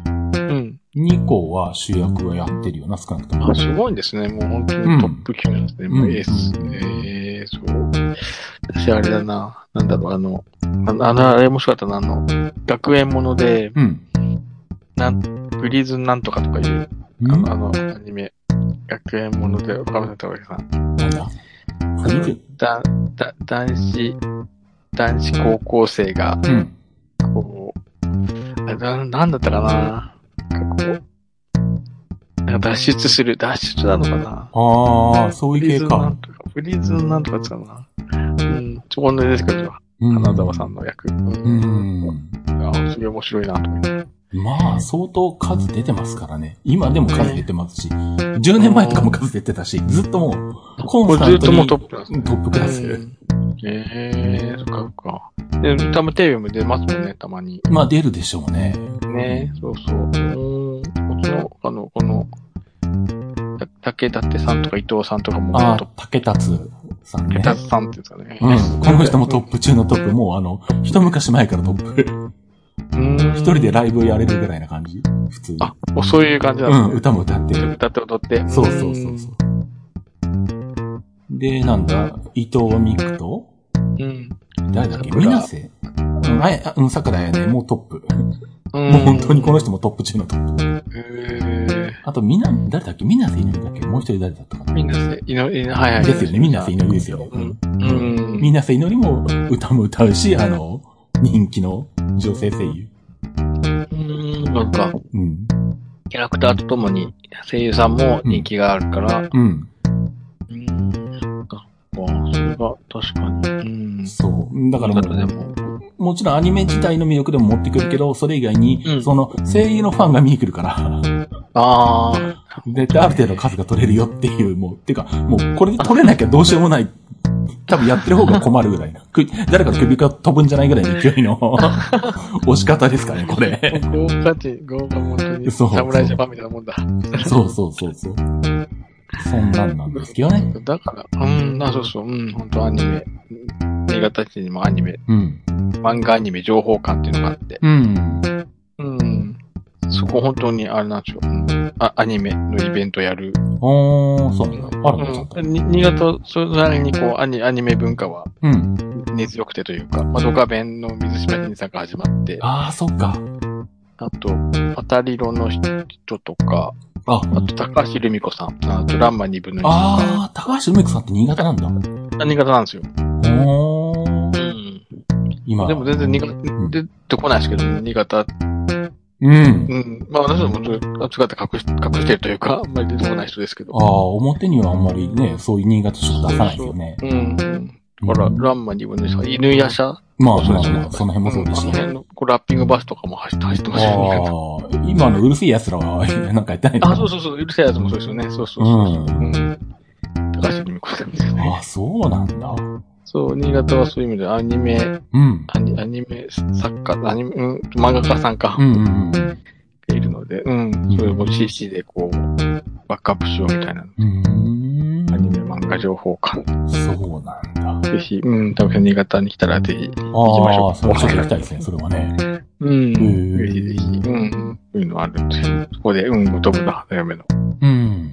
Speaker 1: うん。2個は主役はやってるよな、少なくとも。
Speaker 2: あ、すごいんですね。もう本当にトップ級なんですね。うん、もうエース。うん、ええー、そう。私あれだな。なんだろう、あの、あの、あれ面白かったな、あの、学園もので、
Speaker 1: うん。
Speaker 2: なん、グリーズンなんとかとかいう、うん、あの、あのアニメ、学園もので、岡村隆さん。なんだだ、だ、男子、男子高校生が、
Speaker 1: うん。
Speaker 2: こう、あれな、なんだったかな。なんかこう、なんか脱出する、脱出なのかな
Speaker 1: ああ、そういう系か。。
Speaker 2: フリーズなんとか使うな。うん、ちょこんでですけど、花沢さんの役。うんああ、すげえ面白いなと思って。
Speaker 1: まあ、相当数出てますからね。今でも数出てますし、10年前とかも数出てたし、ずっともう、コンスタントに
Speaker 2: トップ、
Speaker 1: ね、トップクラス。
Speaker 2: ええー、そっかそっか。で、たまテレビも出ますもんね、たまに。
Speaker 1: まあ出るでしょうね。
Speaker 2: ねそうそう。うん、こっちの、あの、この、竹立さんとか伊藤さんとかも。
Speaker 1: ああ、竹立さんね。
Speaker 2: 竹立さんっていうんですかね。
Speaker 1: うん。この
Speaker 2: (laughs)
Speaker 1: 人もトップ中のトップ、もうあの、一昔前からトップ。一人でライブやれるぐらいな感じ普通に。
Speaker 2: あ、もうそういう感じなん
Speaker 1: ですね。うん、歌も歌ってる。
Speaker 2: 歌って踊って。
Speaker 1: そうそうそうそう。で、なんだ、伊藤美久と、
Speaker 2: うん。
Speaker 1: 誰だっけ水瀬あ、え、うん、桜やね、もうトップ。もう本当にこの人もトップ中のトッ
Speaker 2: プ。へ
Speaker 1: あと、みな、誰だっけみなせ犬だっけもう一人誰だったかな
Speaker 2: みなせ犬、犬、はいはい。。
Speaker 1: ですよね、みなせ犬ですよね。うん
Speaker 2: うん。
Speaker 1: みなせ犬も歌も歌うし、あの、人気の女性声優。
Speaker 2: うん、なんか、
Speaker 1: うん。
Speaker 2: キャラクターとともに声優さんも人気があるから、
Speaker 1: うん。
Speaker 2: うん、なんか、それが確かに。うん。
Speaker 1: そう。だからもう、もちろんアニメ自体の魅力でも持ってくるけど、それ以外に、その声優のファンが見に来るから。
Speaker 2: ああ。
Speaker 1: 絶対ある程度数が取れるよっていう、もう、てか、もうこれで取れなきゃどうしようもない。多分やってる方が困るぐらいな。誰か首が飛ぶんじゃないぐらいの勢い (laughs) の押し方ですかね、これ。
Speaker 2: 豪華値、豪華本当に。そう。侍ジャパンみたいなもんだ。
Speaker 1: そうそうそうそう。そんなんなんですけどね。
Speaker 2: だから、うん、あ、そうそう、うん、本当アニメ。新潟市にもアニメ。
Speaker 1: うん。
Speaker 2: 漫画アニメ情報館っていうのがあって。
Speaker 1: うん。
Speaker 2: うん。そこ本当に、あれなんでしょう。うん、あ、アニメのイベントやる。
Speaker 1: おー、そうなんだ。
Speaker 2: あるん新潟、それなりにこう、アニアニメ文化は、
Speaker 1: うん。
Speaker 2: 根強くてというか、まあ、ドカ弁の水島新さんが始まって。
Speaker 1: あー、そっか。
Speaker 2: あと、パタリロの人とか、
Speaker 1: あ、
Speaker 2: あと、高橋留美子さん。あと、ランマ2分の1。
Speaker 1: ああ、高橋留美子さんって新潟なんだ。
Speaker 2: 新潟なんですよ。
Speaker 1: お
Speaker 2: ー。うん。今。でも全然新潟、うん、出てこないですけど、ね、新潟。。
Speaker 1: うん。うん
Speaker 2: まあ、私はもう、姿隠し、隠してるというか、あんまり出てこない人ですけど。
Speaker 1: ああ、表にはあんまりね、そういう新潟色出さないですよね。
Speaker 2: うん。ほら、ランマ2分の1、犬夜叉
Speaker 1: まあ、まあ、まあ、その辺もそうです
Speaker 2: ね。その辺の、こう、ラッピングバスとかも走って、走ってますよ
Speaker 1: ね。ああ、今のうるせえ奴らは、 (laughs) なんかやってない
Speaker 2: あ、そうそうそう、うるせえ奴もそうですよね。そうそうそう。うん。高橋留美子さんですね。
Speaker 1: あ、そうなんだ。
Speaker 2: そう、新潟はそういう意味でアニメ、
Speaker 1: うん。
Speaker 2: アニアニメ作家、アニメ、うん、漫画家さんか。
Speaker 1: うんうんうん。
Speaker 2: いるので、うん。それも CC でこう、バックアップしようみたいな。
Speaker 1: うーん。
Speaker 2: アニメ漫画情報館。
Speaker 1: そうなんだ。
Speaker 2: ぜひ、うん、多分新潟に来たらぜひ行きまし
Speaker 1: あ
Speaker 2: ょ
Speaker 1: あ、
Speaker 2: う。
Speaker 1: それはちょっと行きたいですね、それはね。
Speaker 2: うん。
Speaker 1: ん
Speaker 2: ぜひぜひ。うん。そういうのあるんですよ。そこで、うん、おぶの花嫁の、
Speaker 1: うん。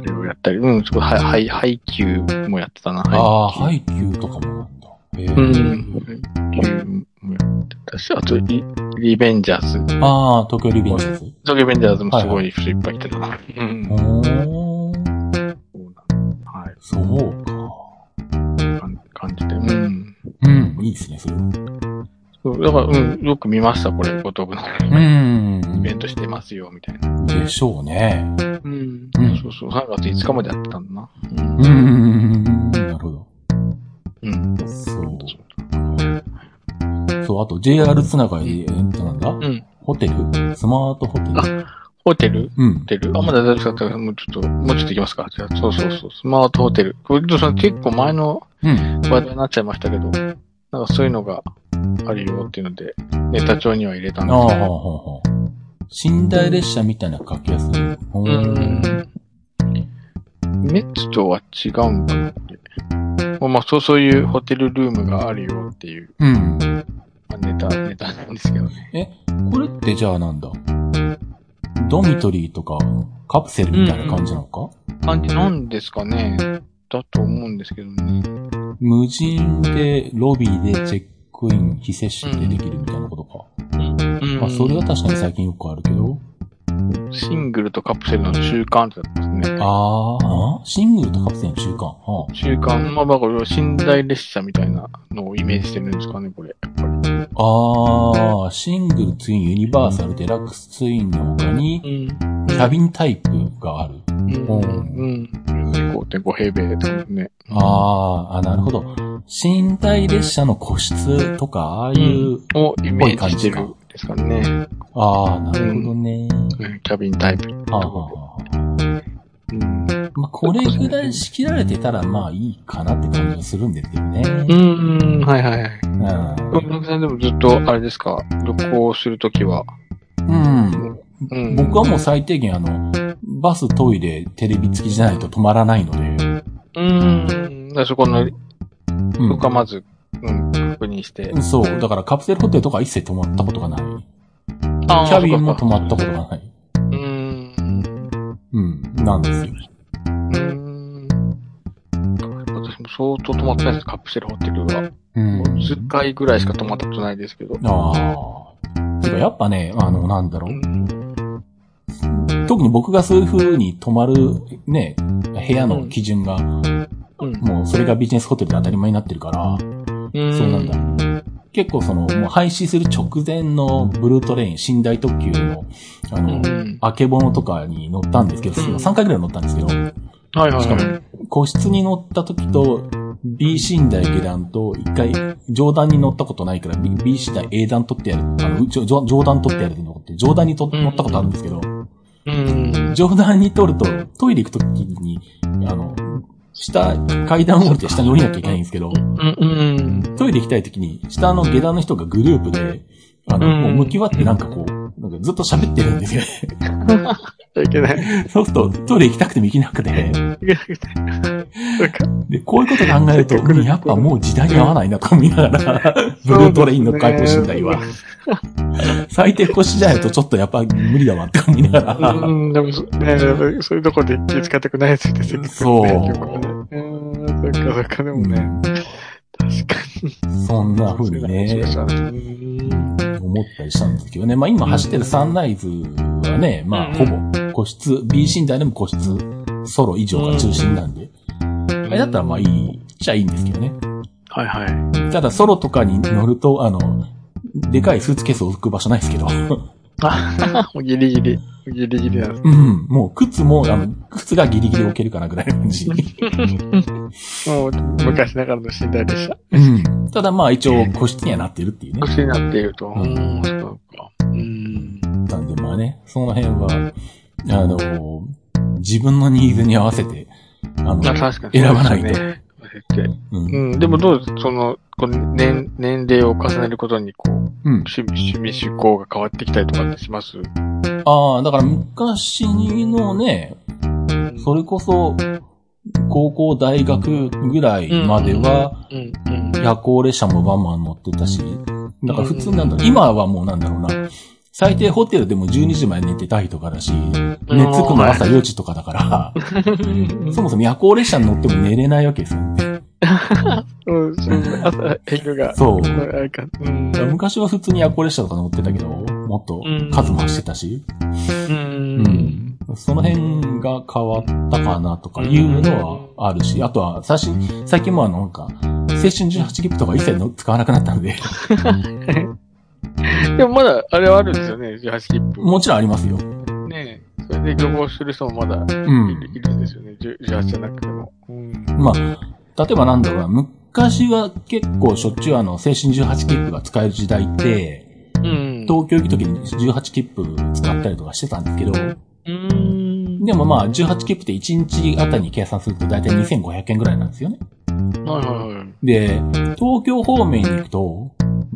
Speaker 2: あれをやったり、うん、そこ、はい、はい、配給もやってたな。
Speaker 1: ああ、
Speaker 2: 配
Speaker 1: 配給とかもなんだ。へえ
Speaker 2: 給うん。配給もやってたし、あと、リリベンジャーズ。
Speaker 1: ああ、東京リベンジャーズ。
Speaker 2: ゾゲベンジャーズもすごい人いっぱい来てたな。うん。
Speaker 1: おー、
Speaker 2: はい。
Speaker 1: そうか。
Speaker 2: かん感じで。うん。
Speaker 1: うん、いいですね、それは。
Speaker 2: そうだから、うん、よく見ました、これ、五徳の。
Speaker 1: うん。
Speaker 2: イベントしてますよ、みたいな。
Speaker 1: でしょうね。
Speaker 2: うん
Speaker 1: うん
Speaker 2: そうそう、3月5日までやってたんだな。
Speaker 1: うんうん。なるほど。
Speaker 2: うん。
Speaker 1: そう。そう、あと JR つながり、えっと、なんだ
Speaker 2: うん。
Speaker 1: ホテルスマートホテル
Speaker 2: ホテル
Speaker 1: うん
Speaker 2: ホ。テルあ、まだ大丈夫だったら、もうちょっと、もうちょっと行きますか。じゃあ、そうそうそう。スマートホテル。これ、その結構前の
Speaker 1: うん。
Speaker 2: 話題になっちゃいましたけど、なんかそういうのがあるよっていうので、ネタ帳には入れたん
Speaker 1: ああ、
Speaker 2: です
Speaker 1: は
Speaker 2: け
Speaker 1: あ、
Speaker 2: ど。
Speaker 1: はあ。寝台列車みたいな格安。う
Speaker 2: う。ん。メッツとは違うんだな、これ。まあ、そう、そういうホテルルームがあるよっていう、
Speaker 1: うん。
Speaker 2: まあ、ネタ、ネタなんですけどね。
Speaker 1: え、これってじゃあなんだドミトリーとか、カプセルみたいな感じなのか、
Speaker 2: 感じなんですかね。だと思うんですけどね。
Speaker 1: 無人で、ロビーでチェックイン、非接触でできるみたいなことか。
Speaker 2: うん
Speaker 1: まあ、それは確かに最近よくあるけど。
Speaker 2: シングルとカプセルの中間ってやつですね。
Speaker 1: あーあ、シングルとカプセルの中間。は
Speaker 2: 中間、まあ、だから、寝台列車みたいなのをイメージしてるんですかね、これ。やっぱり。
Speaker 1: あ、あーシングル、ツイン、ユニバーサル、デラックスツインの他に、
Speaker 2: うん
Speaker 1: キャビンタイプがある。
Speaker 2: うん。うん。5.5平米とかね。
Speaker 1: あーあ、なるほど。寝台列車の個室とか、ああいう、
Speaker 2: をイメージしてるんですかね。
Speaker 1: ああ、なるほどね。
Speaker 2: うんキャビンタイプ。
Speaker 1: ああ
Speaker 2: うん。
Speaker 1: まあ、これぐらい仕切られてたら、まあいいかなって感じがするんですけどね。
Speaker 2: うん、はいはいはい。
Speaker 1: うん。
Speaker 2: うん、なんかさんでもずっと、あれですか、旅行するときは。
Speaker 1: うん。
Speaker 2: うん。
Speaker 1: 僕はもう最低限、あの、バス、トイレ、テレビ付きじゃないと止まらないので。
Speaker 2: うん。だからそこの、
Speaker 1: うん
Speaker 2: そこはまず、うん、確認して。
Speaker 1: そう。だからカプセルホテルとか一切止まったことがない。
Speaker 2: キ
Speaker 1: キャビンも止まったことがない。
Speaker 2: うん。
Speaker 1: うん。なんですよ。
Speaker 2: うん。私も相当止まってないです、カプセルホテルは。
Speaker 1: うん。
Speaker 2: 数回ぐらいしか止まったことないですけど。
Speaker 1: ああ。てか、やっぱね、あの、なんだろ
Speaker 2: う
Speaker 1: う。
Speaker 2: ん。
Speaker 1: 特に僕がそういう風に泊まる、ね、部屋の基準が、
Speaker 2: うん。
Speaker 1: もうそれがビジネスホテルで当たり前になってるから、そうなん
Speaker 2: だ。
Speaker 1: 結構その、もう廃止する直前のブルートレイン、寝台特急の、あ
Speaker 2: う
Speaker 1: の、
Speaker 2: ん。
Speaker 1: あけぼのとかに乗ったんですけど、
Speaker 2: うん
Speaker 1: 3回ぐらい乗ったんですけど、
Speaker 2: はいはい
Speaker 1: しか
Speaker 2: は
Speaker 1: も個室に乗った時と、B 寝台下段と、一回、上段に乗ったことないから、B, B 寝台 A 段取ってやる、あの、上上上段取ってやるって思って、上段にと乗ったことあるんですけど、
Speaker 2: い。うん。
Speaker 1: 上段に取ると、トイレ行く時に、あの、下、階段を降りて下に降りなきゃいけないんですけど、
Speaker 2: うん。うん。
Speaker 1: トイレ行きたい時に、下の下段の人がグループで、あの、
Speaker 2: うん
Speaker 1: こう向き割ってなんかこう、なんかずっと喋ってるんですよね。 (laughs)
Speaker 2: いけない。
Speaker 1: そうすると、トイレ行きたくても行けなくて、
Speaker 2: いけない。
Speaker 1: で、こういうこと考える
Speaker 2: (laughs)
Speaker 1: と、うんやっぱもう時代に合わないなとか見ながら、ブルートレインの解雇身体は、最低腰じゃないとちょっとやっぱ無理だわとか見ながら、
Speaker 2: うん、でもそ、ね、やっぱりそういうとこで気使ってくないですよね、せっかくね
Speaker 1: そう
Speaker 2: 結構ねうん、そっかそっか、でもね、確かに。
Speaker 1: そんな風にね、
Speaker 2: うん
Speaker 1: 思ったりしたんですけどね。まあ今走ってるサンライズはね、まあほぼ個室、B 寝台でも個室、ソロ以上が中心なんで、あれだったらまあいい、じゃいいんですけどね。
Speaker 2: はいはい。
Speaker 1: ただソロとかに乗ると、あの、でかいスーツケースを置く場所ないですけど。
Speaker 2: あ、 (laughs) もうギリギリ、ギリギリなんで
Speaker 1: うん、もう靴も、あの、靴がギリギリ置けるかなぐらいの感じ。
Speaker 2: す。もう、昔ながらの寝台でした。
Speaker 1: うん。 (laughs) ただまあ一応個室にはなってるっていうね。
Speaker 2: 癖になっていると。
Speaker 1: う
Speaker 2: うん、そうか。うん。
Speaker 1: なんでまあね、その辺は、あの、自分のニーズに合わせて、あの、
Speaker 2: まあ確かに。
Speaker 1: 選ばないと
Speaker 2: そうですね。そうやって
Speaker 1: うん
Speaker 2: う。ん、でもどうですその、この年、年齢を重ねることに、こう、
Speaker 1: うん。
Speaker 2: 趣味、趣味、趣向が変わってきたりとかってします
Speaker 1: ああ、だから昔のね、それこそ、高校、大学ぐらいまでは、
Speaker 2: うんうんうん
Speaker 1: 夜行列車もバンバン乗ってたし、だから普通なんだろう、今はもうなんだろうな、最低ホテルでも12時まで寝てたいとかだし、寝つくの朝4時とかだから、うんそもそも夜行列車に乗っても寝れないわけですよね。
Speaker 2: うん、朝、ヘグが。
Speaker 1: そう。
Speaker 2: うんあれかうん
Speaker 1: だから昔は普通に夜行列車とか乗ってたけど、もっと数も走ってたし、
Speaker 2: うん。
Speaker 1: その辺が変わったかなとかいうのはあるし、あとは最近、最近もあの、なんか、青春18切符とか一切の使わなくなった (laughs) ので、
Speaker 2: でもまだ、あれはあるんですよね、18切符。
Speaker 1: もちろんありますよ。
Speaker 2: ねえそれで漁港する人もまだ
Speaker 1: う
Speaker 2: いる
Speaker 1: ん。
Speaker 2: いるんですよね、じゅ18じゃなくても。うん。
Speaker 1: まあ、例えばなんだろうな、昔は結構しょっちゅうあの、青春18切符が使える時代って、
Speaker 2: うん。
Speaker 1: 東京行く時に18切符使ったりとかしてたんですけど、
Speaker 2: うん。
Speaker 1: でもまあ、18切符って1日あたりに計算すると大体2500円ぐらいなんですよね。
Speaker 2: はいはいはい。
Speaker 1: で、東京方面に行くと、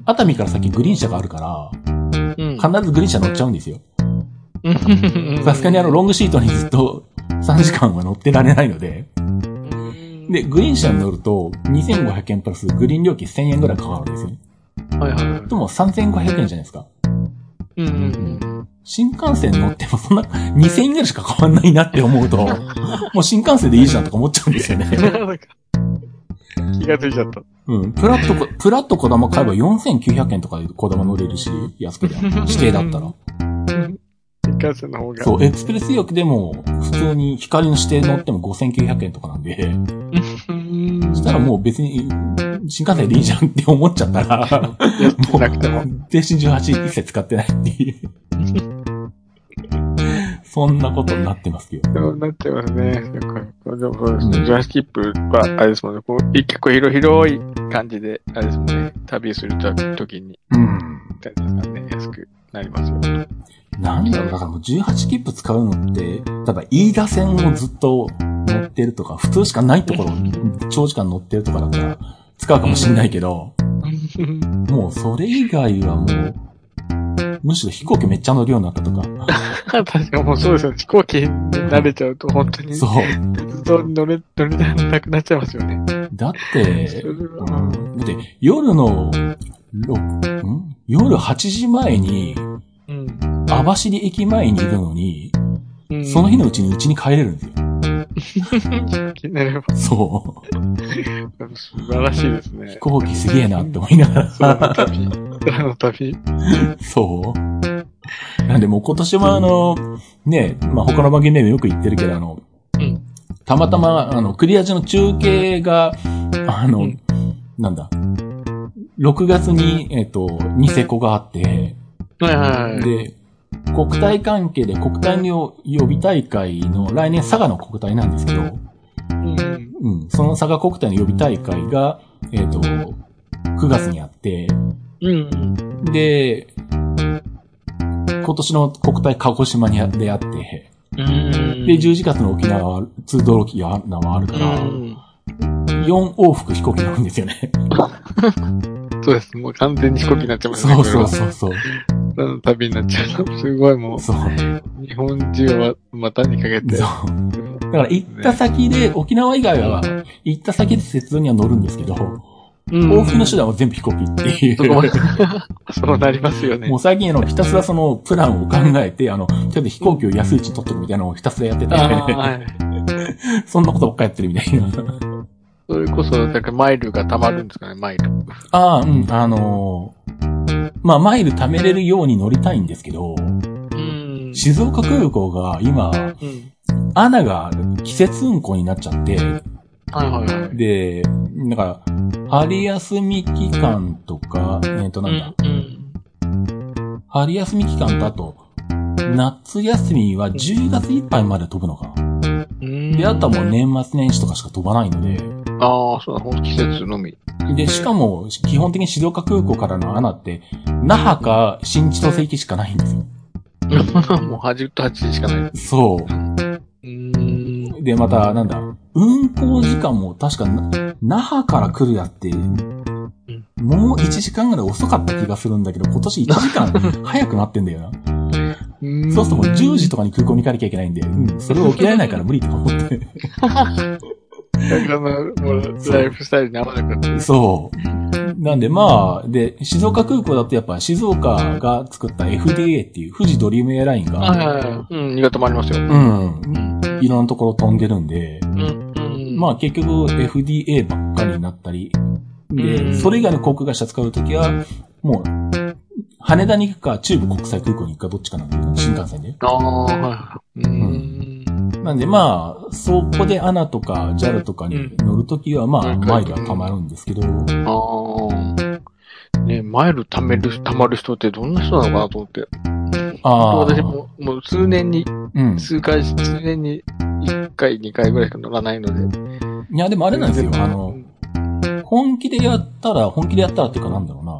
Speaker 1: 熱海から先グリーン車があるから、
Speaker 2: うん。
Speaker 1: 必ずグリーン車乗っちゃうんですよ。
Speaker 2: (laughs) うん
Speaker 1: さすがにあの、ロングシートにずっと3時間は乗ってられないので。
Speaker 2: うん
Speaker 1: で、グリーン車に乗ると2500円プラスグリーン料金1000円ぐらいかかるんですよね。
Speaker 2: はいはいはい。
Speaker 1: でも3500円じゃないですか。
Speaker 2: うんうん
Speaker 1: 新幹線乗ってもそんな2000円ぐらいしか変わんないなって思う
Speaker 2: (laughs)
Speaker 1: と、もう新幹線でいいじゃんとか思っちゃうんですよ
Speaker 2: うん。
Speaker 1: ね。
Speaker 2: なんか (laughs) 気がついちゃった。
Speaker 1: うん。プラットこ、プラットこだま買えば4900円とかでこだま乗れるし、安くで。指定だったら。
Speaker 2: 新幹線の方が。
Speaker 1: そう、エクスプレス予約でも、普通に光の指定乗っても5900円とかなんで、
Speaker 2: うん。
Speaker 1: そしたらもう別に、新幹線でいいじゃんって思っちゃったら、もう、
Speaker 2: なくても。
Speaker 1: 全身18一切使ってないっていう。そんなことになってますけど。
Speaker 2: そうなっちゃいますね。なんか、でもそうですね。ジュラスキップは、あれですもんね。こう、結構広広い感じで、あれですもんね。旅するときに、
Speaker 1: うん。
Speaker 2: みたいなね、安くなりますよ。
Speaker 1: なんだろう、だからもう18切符使うのって、ただ飯田線をずっと乗ってるとか、普通しかないところ、長時間乗ってるとかだったら、使うかもしんないけど、もうそれ以外はもう、むしろ飛行機めっちゃ乗るようになったとか。
Speaker 2: (laughs) 確かもうそうですよね。飛行機に慣れちゃうと、本当に、ず
Speaker 1: そ
Speaker 2: っ
Speaker 1: う。
Speaker 2: と乗れ、乗れなくなっちゃいますよね。
Speaker 1: だって
Speaker 2: そ、れ
Speaker 1: う
Speaker 2: は、
Speaker 1: んだって夜の、ろん夜8時前に、
Speaker 2: うん。
Speaker 1: 網走駅前にいるのに、
Speaker 2: うん
Speaker 1: その日のうちにうちに帰れるんですよ。
Speaker 2: 気になれば、
Speaker 1: そう。 (laughs)
Speaker 2: 素晴らしいです
Speaker 1: 飛
Speaker 2: ね。
Speaker 1: 行機すげえなって思いなが
Speaker 2: 空の
Speaker 1: ら。
Speaker 2: 旅。空の旅。
Speaker 1: そう。 (laughs) なんでもう今年もあの、ね、まあ、他の番組でもよく言ってるけど、あの、
Speaker 2: うん
Speaker 1: たまたま、あの、クリア中の中継が、あの、
Speaker 2: うん
Speaker 1: なんだ、6月に、えっ、と、ニセコがあって、
Speaker 2: はいはいはい。
Speaker 1: で、国体関係で国体の予備大会の、来年佐賀の国体なんですけど、
Speaker 2: うん。
Speaker 1: うん、その佐賀国体の予備大会が、えっ、と、9月にあって、
Speaker 2: うん。
Speaker 1: で、今年の国体鹿児島にあであって、
Speaker 2: うん。
Speaker 1: で、11月の沖縄は、通道路が縄あるから、
Speaker 2: うん
Speaker 1: 4往復飛行機乗るんですよね。
Speaker 2: そうです。もう完全に飛行機になっちゃいますね。
Speaker 1: そうそう
Speaker 2: こ
Speaker 1: そうそう。
Speaker 2: れはの旅になっちゃう。すごいも
Speaker 1: そう。
Speaker 2: う、日本中は股にかけて。
Speaker 1: そう。だから行った先で、沖縄以外は、行った先で接通には乗るんですけど、
Speaker 2: うん
Speaker 1: 往復の手段は全部飛行機ってい
Speaker 2: (laughs) そこま
Speaker 1: う。
Speaker 2: で。そうなりますよね
Speaker 1: もう。最近あの、ひたすらその、プランを考えて、あの、とりあえず飛行機を安いうちに取っとくみたいなのをひたすらやってて、
Speaker 2: (laughs) ああ、はい。
Speaker 1: (laughs) そんなことばっかやってるみたいな。
Speaker 2: それこそ、なんかマイルが溜まるんですかね、マイル。
Speaker 1: ああ、うん、あのーまあ、マイル貯めれるように乗りたいんですけど、
Speaker 2: うん。
Speaker 1: 静岡空港が今、
Speaker 2: うん。
Speaker 1: 穴が季節運行になっちゃって、
Speaker 2: はいはいはい。
Speaker 1: で、だから、春休み期間とか、えっ、となんだ、
Speaker 2: うん。
Speaker 1: 春休み期間とあと、夏休みは10月いっぱいまで飛ぶのかな。
Speaker 2: うん。
Speaker 1: で、あとはもう年末年始とかしか飛ばないので、
Speaker 2: ああ、そうだ、ほんと季節のみ。
Speaker 1: で、しかも、基本的に静岡空港からの穴って、那覇か新千歳行きしかないんですよ。
Speaker 2: もう端と端しかない。
Speaker 1: そう。
Speaker 2: うん。
Speaker 1: で、また、なんだ、運行時間も確かな、那覇から来るやって、もう1時間ぐらい遅かった気がするんだけど、今年1時間早くなってんだよな。そうするともう10時とかに空港に行かなきゃいけないんで、うん、それを起きられないから無理とか思って。。
Speaker 2: その、もう、ライフスタイルに合わなかっ
Speaker 1: (laughs)
Speaker 2: た
Speaker 1: そう。なんでまあ、で、静岡空港だとやっぱ静岡が作った FDA っていう富士ドリームエアラインが。
Speaker 2: はいはいはい。うん、新潟もありますよ。
Speaker 1: うん。いろんなところ飛んでるんで。うん。うん、まあ結局 FDA ばっかりになったり。で、うん、それ以外の航空会社使うときは、もう、羽田に行くか、中部国際空港に行くか、どっちかなんだよ、新幹線で。
Speaker 2: ああ、はい。うん。
Speaker 1: なんでまあ、そこで ANA とか JAL とかに乗るときは、まあ、マイルは溜まるんですけど。
Speaker 2: ああ。ねマイル貯める、貯まる人ってどんな人なのかなと思って。ああ。私も、もう数年に、数回、数年に1回、2回ぐらいしか乗らないので。
Speaker 1: いや、でもあれなんですよ。あの、本気でやったら、本気でやったらっていうかなんだろうな。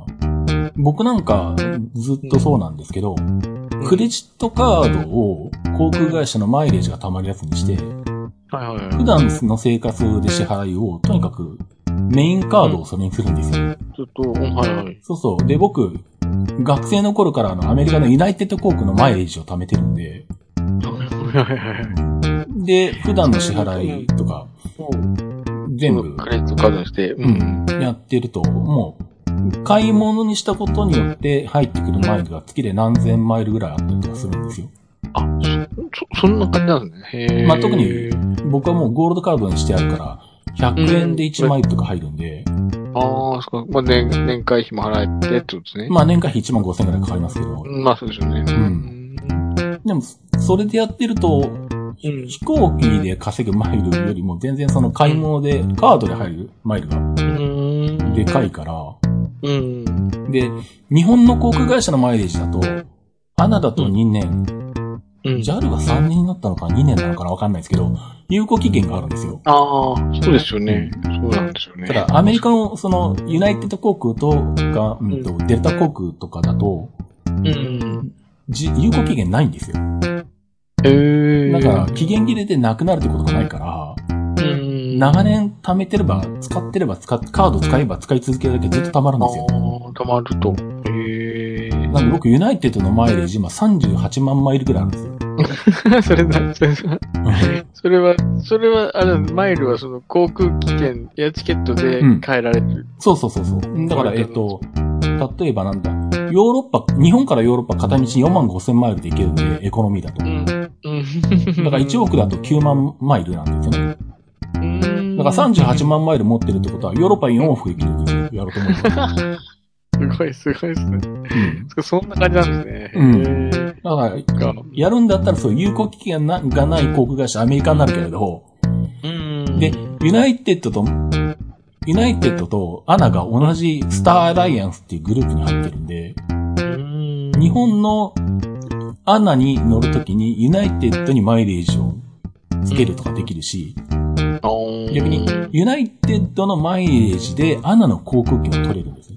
Speaker 1: 僕なんかずっとそうなんですけど、クレジットカードを航空会社のマイレージが溜まるやつにして、普段の生活で支払いを、とにかくメインカードをそれにするんですよ。
Speaker 2: ちょっと、はいはい。
Speaker 1: そうそう。で、僕、学生の頃からあのアメリカのユナイテッド航空のマイレージを貯めてるんで、で、普段の支払いとか、全部、
Speaker 2: クレジットカードにして、
Speaker 1: うん、やってると、もう、買い物にしたことによって入ってくるマイルが月で何千マイルぐらいあったりとかするんですよ。
Speaker 2: あ、そ、そんな感じなんですね。、
Speaker 1: へまあ、特に僕はもうゴールドカードにしてあるから、100円で1マイルとか入るんで。うん
Speaker 2: ああ、そうか。まあ、年、年会費も払えてってことですね。
Speaker 1: まあ、年会費1万5千円ぐらいかかりますけど。。
Speaker 2: まあ、そうですよね。うん
Speaker 1: でも、それでやってると、うん、飛行機で稼ぐマイルよりも全然その買い物で、カードで入るマイルが、でかいから、
Speaker 2: うん、
Speaker 1: で、日本の航空会社のマイレージだと、アナだと2年、うん、JAL が3年になったのか2年なのかなわかんないですけど、有効期限があるんですよ。
Speaker 2: ああ、そうですよね。そうなんですよね。
Speaker 1: ただ、アメリカの、その、ユナイテッド航空とか、うん、とデルタ航空とかだと、
Speaker 2: うん、
Speaker 1: 有効期限ないんですよ。
Speaker 2: えー、
Speaker 1: だから、期限切れでなくなるってことがないから、
Speaker 2: うん、
Speaker 1: 長年貯めてれば、使ってれば使っ、カード使えば使い続けるだけずっと貯まるんですよ。
Speaker 2: 貯まると。へえ。
Speaker 1: なんで僕、ユナイテッドのマイレージ今38万マイルくらいあるんですよ。
Speaker 2: (laughs) それだ、それだ。それは、それは、あれ、マイルはその航空機券、エアチケットで変えられる、うん、
Speaker 1: そうそうそうそう。だから、えっと、例えばなんだ、ヨーロッパ、日本からヨーロッパ片道4万5千マイルで行けるんで、エコノミーだと。うん。だから1億だと9万マイルなんですよね。だから38万マイル持ってるってことは、ヨーロッパ4往復できるんですよ。やろうと思
Speaker 2: う。すごい、すごいですね。うん、そんな感じなんですね。
Speaker 1: うん。だから、やるんだったら、そう、有効期限がない航空会社、アメリカになるけれど、
Speaker 2: うん、
Speaker 1: で、ユナイテッドと、ユナイテッドとアナが同じスターアライアンスっていうグループに入ってるんで、
Speaker 2: うん
Speaker 1: 日本のアナに乗るときにユナイテッドにマイレージをつけるとかできるし、逆に、ユナイテッドのマイレージでアナの航空券を取れるんですね。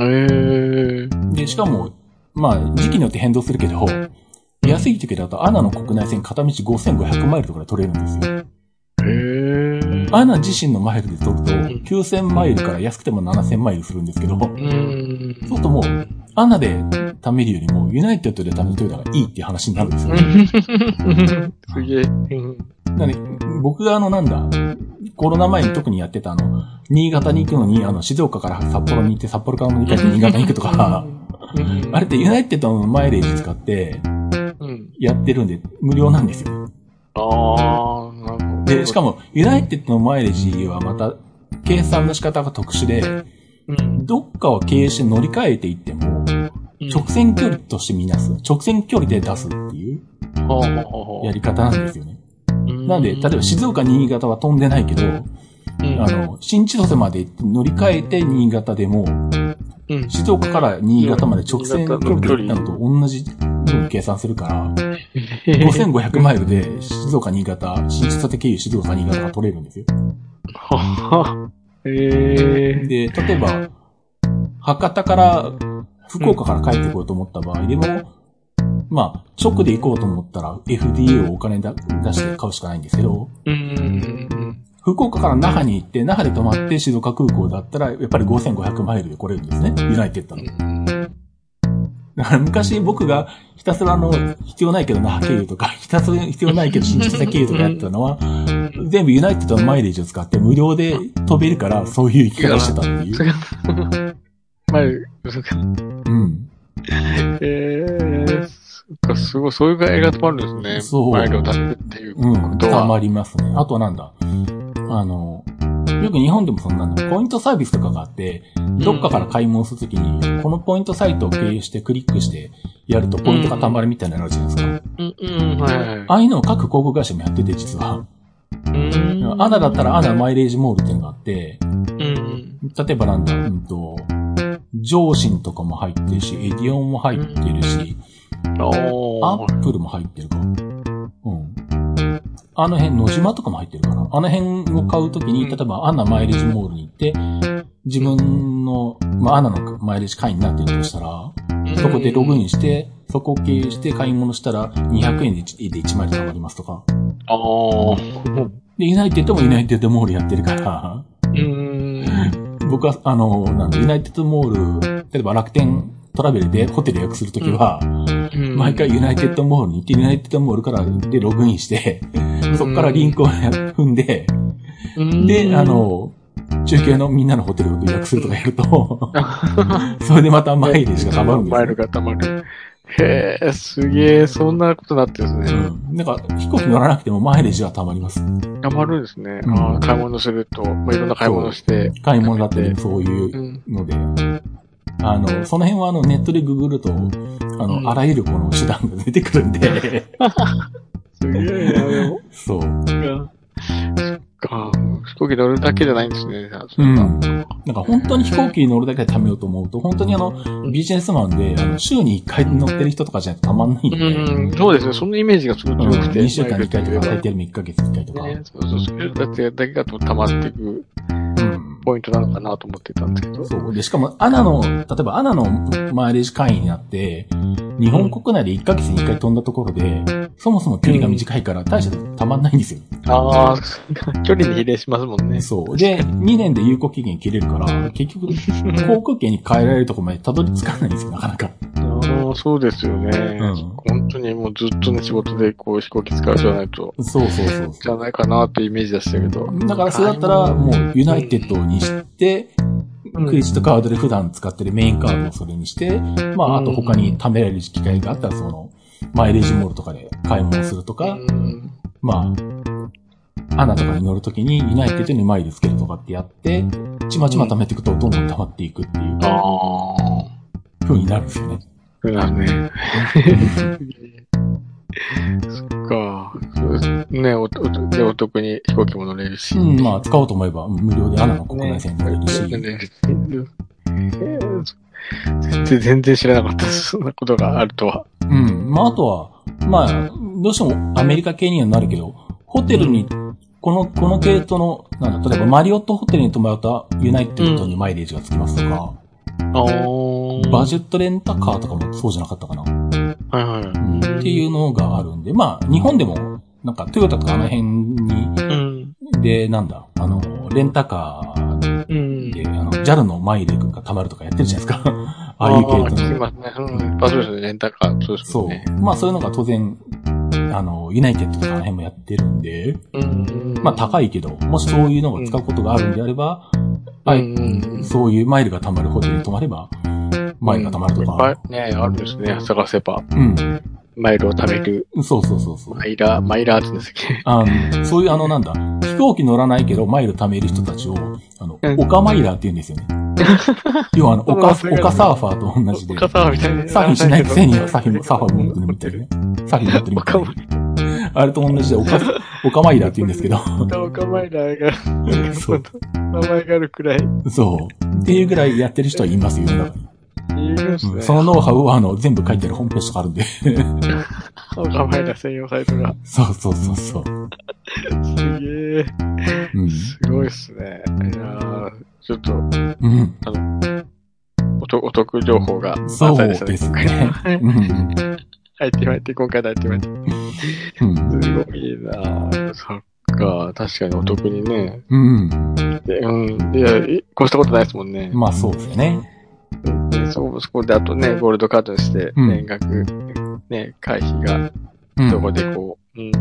Speaker 2: へ、えー、
Speaker 1: で、しかも、まあ、時期によって変動するけど、安い時だとアナの国内線片道5500マイルとかで取れるんですよ。
Speaker 2: へ、えー、
Speaker 1: アナ自身のマイルで取ると、9000マイルから安くても7000マイルするんですけど、そうするともう、アナで貯めるよりも、ユナイテッドで貯めといた方がいいっていう話になるんですよ、
Speaker 2: ね。すげえ。
Speaker 1: なで、僕があの、なんだ、コロナ前に特にやってたあの、新潟に行くのに、あの、静岡から札幌に行って、札幌からも行って新潟に行くとか、あれってユナイテッドのマイレージ使って、やってるんで、無料なんですよ。
Speaker 2: ああ、なるほど。
Speaker 1: で、しかも、ユナイテッドのマイレージはまた、計算の仕方が特殊で、どっかを経営して乗り換えていっても、直線距離としてみなす。直線距離で出すっていう、やり方なんですよね。なんで、例えば静岡、新潟は飛んでないけど、うん、あの、新千歳まで乗り換えて新潟でも、うん、静岡から新潟まで直線距離で行ったのと同じ分計算するから、5500マイルで静岡、新潟、新千歳経由静岡、新潟が取れるんですよ。
Speaker 2: はは。へえ。
Speaker 1: で、例えば、博多から、福岡から帰ってこようと思った場合でも、まあ、直で行こうと思ったら FDA をお金だ出して買うしかないんですけど、福岡から那覇に行って、那覇で泊まって静岡空港だったら、やっぱり5500マイルで来れるんですね。ユナイテッドの。だから昔僕がひたすらあの、必要ないけどな、経由とか、ひたすら必要ないけど新千歳経由とかやってたのは、全部ユナイテッドのマイレージを使って無料で飛べるから、そういう生き方してたってい。
Speaker 4: そうれが、まあ、嘘か。
Speaker 1: うん。
Speaker 2: えー、そっか、すごい、そういう映画ともあるんですね。
Speaker 1: そう
Speaker 2: マイルを出せるっていうこ
Speaker 1: うん。
Speaker 2: と
Speaker 1: た
Speaker 2: は。
Speaker 1: まりますね。あとなんだ。あの、よく日本でもそんなんだ。ポイントサービスとかがあって、どっかから買い物するときに、このポイントサイトを経由してクリックしてやるとポイントが貯まるみたいなのあるじゃないですか。
Speaker 4: うん、うん、はい。
Speaker 2: はい
Speaker 1: ああいうのを各広告会社もやってて、実は。
Speaker 4: うん
Speaker 1: アナだったらアナマイレージモールっていうのがあって、
Speaker 4: うん。
Speaker 1: 例えばなんだ、うんと、上信とかも入ってるし、エディオンも入ってるし、
Speaker 4: お
Speaker 1: ア
Speaker 4: ー。
Speaker 1: ップルも入ってるか。うん。あの辺、野島とかも入ってるかな。あの辺を買うときに、
Speaker 2: うん
Speaker 1: 例えばアナマイレージモールに行って、自分の、まあ、アナのマイレージ会員になってるとしたら、そこでログインして、そこを経由して買い物したら200円で 1, で1マイル貯まりますとか。
Speaker 2: あー
Speaker 1: で、ユナイテッドもユナイテッドモールやってるから、
Speaker 4: うん。
Speaker 1: 僕は、あの、なんだ、ユナイテッドモール、例えば楽天トラベルでホテル予約するときは、
Speaker 4: うん
Speaker 1: 毎回、ユナイテッドモールに行って、ユナイテッドモールからでログインして、そこからリンクをや踏んで、
Speaker 4: うん
Speaker 1: で、あ、
Speaker 2: (laughs)
Speaker 1: の、中継のみんなのホテルを予約するとかやると、 (laughs) それでまたマイレージが溜まるんです
Speaker 2: マイル
Speaker 1: よ。
Speaker 2: が溜まる。へえ、すげえ、そんなことになってるんですね。
Speaker 1: うん。なんか、飛行機乗らなくてもマイレージは溜まります。
Speaker 2: 溜まるんですね。
Speaker 1: うん
Speaker 2: あー買い物すると、まあ、いろんな買い物して。
Speaker 1: 買い物だって、そういう
Speaker 2: うん。
Speaker 1: ので、あの、その辺はあの、ネットでググると、あの、
Speaker 2: うん
Speaker 1: あらゆるこの手段が出てくるんで、
Speaker 2: すげえな、でも。
Speaker 1: そう。
Speaker 2: あー飛行機乗るだけじゃないんですね。じゃあそ
Speaker 1: うん
Speaker 2: れは。
Speaker 1: なんか本当に飛行機に乗るだけで貯めようと思うと、本当にあの、ビジネスマンで、あの、週に1回乗ってる人とかじゃたまんないん
Speaker 2: う
Speaker 1: で、
Speaker 2: ん、そうですね。そのイメージがすごく強くて。
Speaker 1: 2週間に1回とか、
Speaker 2: マイ
Speaker 1: 最
Speaker 2: ル
Speaker 1: 低でも1ヶ月に1回とか。
Speaker 2: ね、そうそうそう。だって、だけだと溜まっていく
Speaker 1: うん
Speaker 2: ポイントなのかなと思ってたんですけど。
Speaker 1: そう。で、しかも、アナの、例えばアナのマイレージ会員になって、日本国内で1ヶ月に1回飛んだところで、そもそも距離が短いから大してたまんないんですよ。
Speaker 2: ああ、
Speaker 4: 距離に比例しますもんね。
Speaker 1: そう。で、2年で有効期限切れるから、結 (laughs) 局、航空券に変えられるとこまでたどり着かないんですよ、なかなか。
Speaker 2: ああ、そうですよね、
Speaker 1: ん
Speaker 2: 本当にもうずっとね、仕事でこう飛行機使うじゃないと、
Speaker 1: そうそうそう
Speaker 2: じゃないかなってイメージでしたけど。
Speaker 1: だからそれだったら、もうユナイテッドにして、
Speaker 4: うん
Speaker 1: クレジットカードで普段使ってるメインカードをそれにして、まあ、あと他に貯められる機会があったら、その、マイレージモールとかで買い物するとか、
Speaker 2: うん。
Speaker 1: まあ、アナとかに乗るときにユナイテッドにマイルつけるとかってやって、ちまちま貯めていくとどんどん溜まっていくっていう
Speaker 2: ああ、
Speaker 1: 風になるんですよね。
Speaker 2: そうだね。そっか。そうですねおおで、お得に飛行機も乗れるし。
Speaker 1: うん、まあ、使おうと思えばうん無料でアナの国内線に乗れるし、
Speaker 2: ね全然全然知らなかったです。そんなことがあるとは。
Speaker 1: うん。まあ、あとは、まあ、どうしてもアメリカ系にはなるけど、ホテルに、この、この系統の、なんだ、例えばマリオットホテルに泊まると、ユナイテッドにマイレージがつきますとか、
Speaker 2: ああ。
Speaker 1: バジェットレンタカーとかもそうじゃなかったかな、
Speaker 2: はいはい。
Speaker 1: うんっていうのがあるんで、まあ、日本でも、なんか、トヨタとかあの辺に、
Speaker 4: うん。
Speaker 1: で、なんだ、あの、レンタカー
Speaker 4: うん。
Speaker 1: で、あの、JAL のマイレーが貯まるとかやってるじゃないです (laughs) か。あ
Speaker 2: あ
Speaker 1: あいう系統の
Speaker 2: ー聞きますね。うん。まあそうですね。レンタカー、そうです
Speaker 1: そ
Speaker 2: よ
Speaker 1: う
Speaker 2: ね。。
Speaker 1: まあそういうのが当然、あの、ユナイテッドとかあの辺もやってるんで、
Speaker 2: うん
Speaker 1: まあ高いけど、もしそういうのを使うことがあるんであれば、は
Speaker 2: う
Speaker 1: い、
Speaker 2: んうん
Speaker 1: そういうマイルが貯まるホテルに泊まれば、マイルが貯まると
Speaker 2: いっ
Speaker 1: か、
Speaker 2: ぱいね、あるんですね。探せば。
Speaker 1: うん、
Speaker 2: マイルを貯める。
Speaker 1: そうそうそうそう
Speaker 2: マ。イラー、マイラーって言うんですっけ
Speaker 1: あの、そういうあのなんだ、飛行機乗らないけどマイル貯める人たちを、あの、
Speaker 4: うん
Speaker 1: オカマイラーって言うん
Speaker 2: (laughs)
Speaker 1: ですよね。要はあの、オカ、
Speaker 2: うん
Speaker 1: オカサーファーと同じで、
Speaker 2: サーみたいな
Speaker 1: サーフィンしないくせ
Speaker 2: (laughs)
Speaker 1: にサーフィン、サーファー持ってるみたいなね。サーフィン持ってるみたい
Speaker 2: オカ
Speaker 1: な。あれと同じで、オカ、オカマイラーって言うん
Speaker 2: (laughs)
Speaker 1: ですけど、
Speaker 2: オカマイラーが、
Speaker 1: そう
Speaker 2: 名前があるくらい、
Speaker 1: そう。っていうぐらいやってる人はいますよ、世の中に
Speaker 2: 言うんです
Speaker 1: うん
Speaker 2: ね。
Speaker 1: そのノウハウは、あの、全部書いてあるホームページとかあるん
Speaker 2: (laughs)
Speaker 1: で。
Speaker 2: オカマイラー専用サイトが。
Speaker 1: そうそうそうそう。
Speaker 2: すげえ。
Speaker 1: うん。
Speaker 2: すごいっすね。いやーちょっと、
Speaker 1: うん。
Speaker 2: おとお得情報が
Speaker 1: そ
Speaker 2: 満
Speaker 1: う
Speaker 2: 載
Speaker 1: で
Speaker 2: でしたね。
Speaker 1: すね。うん。
Speaker 2: 入ってまいって、今回だってまいって。
Speaker 1: うん。
Speaker 2: すごいなぁ。そっか、確かにお得にね。
Speaker 1: うん。
Speaker 2: でうん。いや、い越したことないですもんね。
Speaker 1: まあそうですよね。
Speaker 2: そうですねね、そこ、そこであとね、ゴールドカードして、
Speaker 1: うん
Speaker 2: 年額、ね、会費が、
Speaker 1: うん
Speaker 2: どこでこう、うん、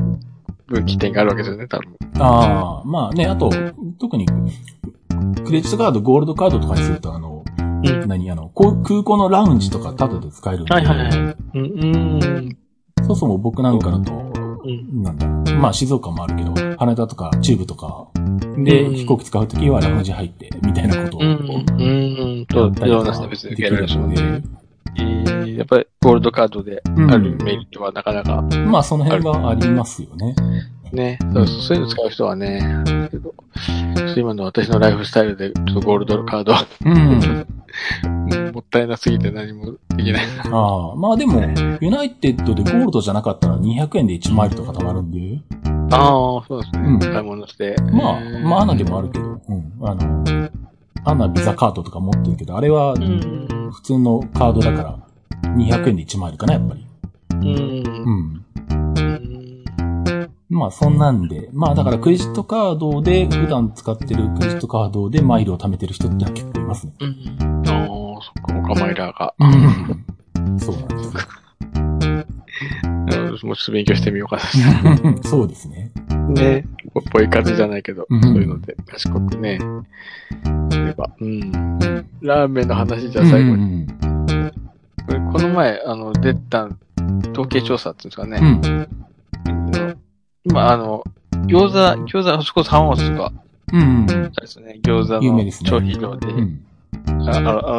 Speaker 2: 分岐点があるわけですよね、多分。
Speaker 1: ああ、まあね、あと、特に、クレジットカード、ゴールドカードとかにすると、あの、
Speaker 2: うん
Speaker 1: 何、あの、こう空港のラウンジとかタダで使えるんで、
Speaker 2: い。うん、うん、
Speaker 1: そもそも僕なんかだと、
Speaker 2: うん。
Speaker 1: なんだ、まあ静岡もあるけど、羽田とか中部とかで
Speaker 2: うん
Speaker 1: 飛行機使うときはラウンジ入って、みたいなことを。
Speaker 2: うん、うん、と、いろんな人別に受けられるしょうね。えーやっぱりゴールドカードであるメリットはなかなか
Speaker 1: まあその辺はありますよね。
Speaker 2: ね、そうそうそういうの使う人はね、けどちょっと今の私のライフスタイルで、ちょっとゴールドカードは
Speaker 1: うん。
Speaker 2: もったいなすぎて何もできない。
Speaker 1: ああ、まあでも、ユナイテッドでゴールドじゃなかったら200円で1マイルとか貯まるんで、
Speaker 2: ああ、そうですね。
Speaker 1: うん
Speaker 2: 買い物して。
Speaker 1: まあ、まあアナでもあるけど、うん。あの、アナビザカードとか持ってるけど、あれは
Speaker 2: うん。
Speaker 1: 普通のカードだから、200円で1マイルかな、やっぱり。
Speaker 2: うん。
Speaker 1: うん。
Speaker 2: うん。
Speaker 1: まあそんなんで、まあだからクレジットカードで、普段使ってるクレジットカードでマイルを貯めてる人ってのは結構いますね。
Speaker 2: うん。ああ、そっか、オカマイラーが。
Speaker 1: うん。そうなんですよ
Speaker 2: うんもうちょっと勉強してみようか
Speaker 1: そうですね。
Speaker 2: な。ね。ポイ活じゃないけど、
Speaker 1: うん
Speaker 2: そういうので、賢くね。例えば、うん。ラーメンの話じゃあ最後
Speaker 1: う
Speaker 2: に。
Speaker 1: ん
Speaker 2: これこの前、あの、出た、統計調査っていうんですかね。
Speaker 1: うん。
Speaker 2: 今、あの、餃子、餃子、そこ3オンスが、
Speaker 1: うん。
Speaker 2: あれですね、餃子
Speaker 1: 有名
Speaker 2: の
Speaker 1: ですね
Speaker 2: 消費量で、
Speaker 1: うん。
Speaker 2: あ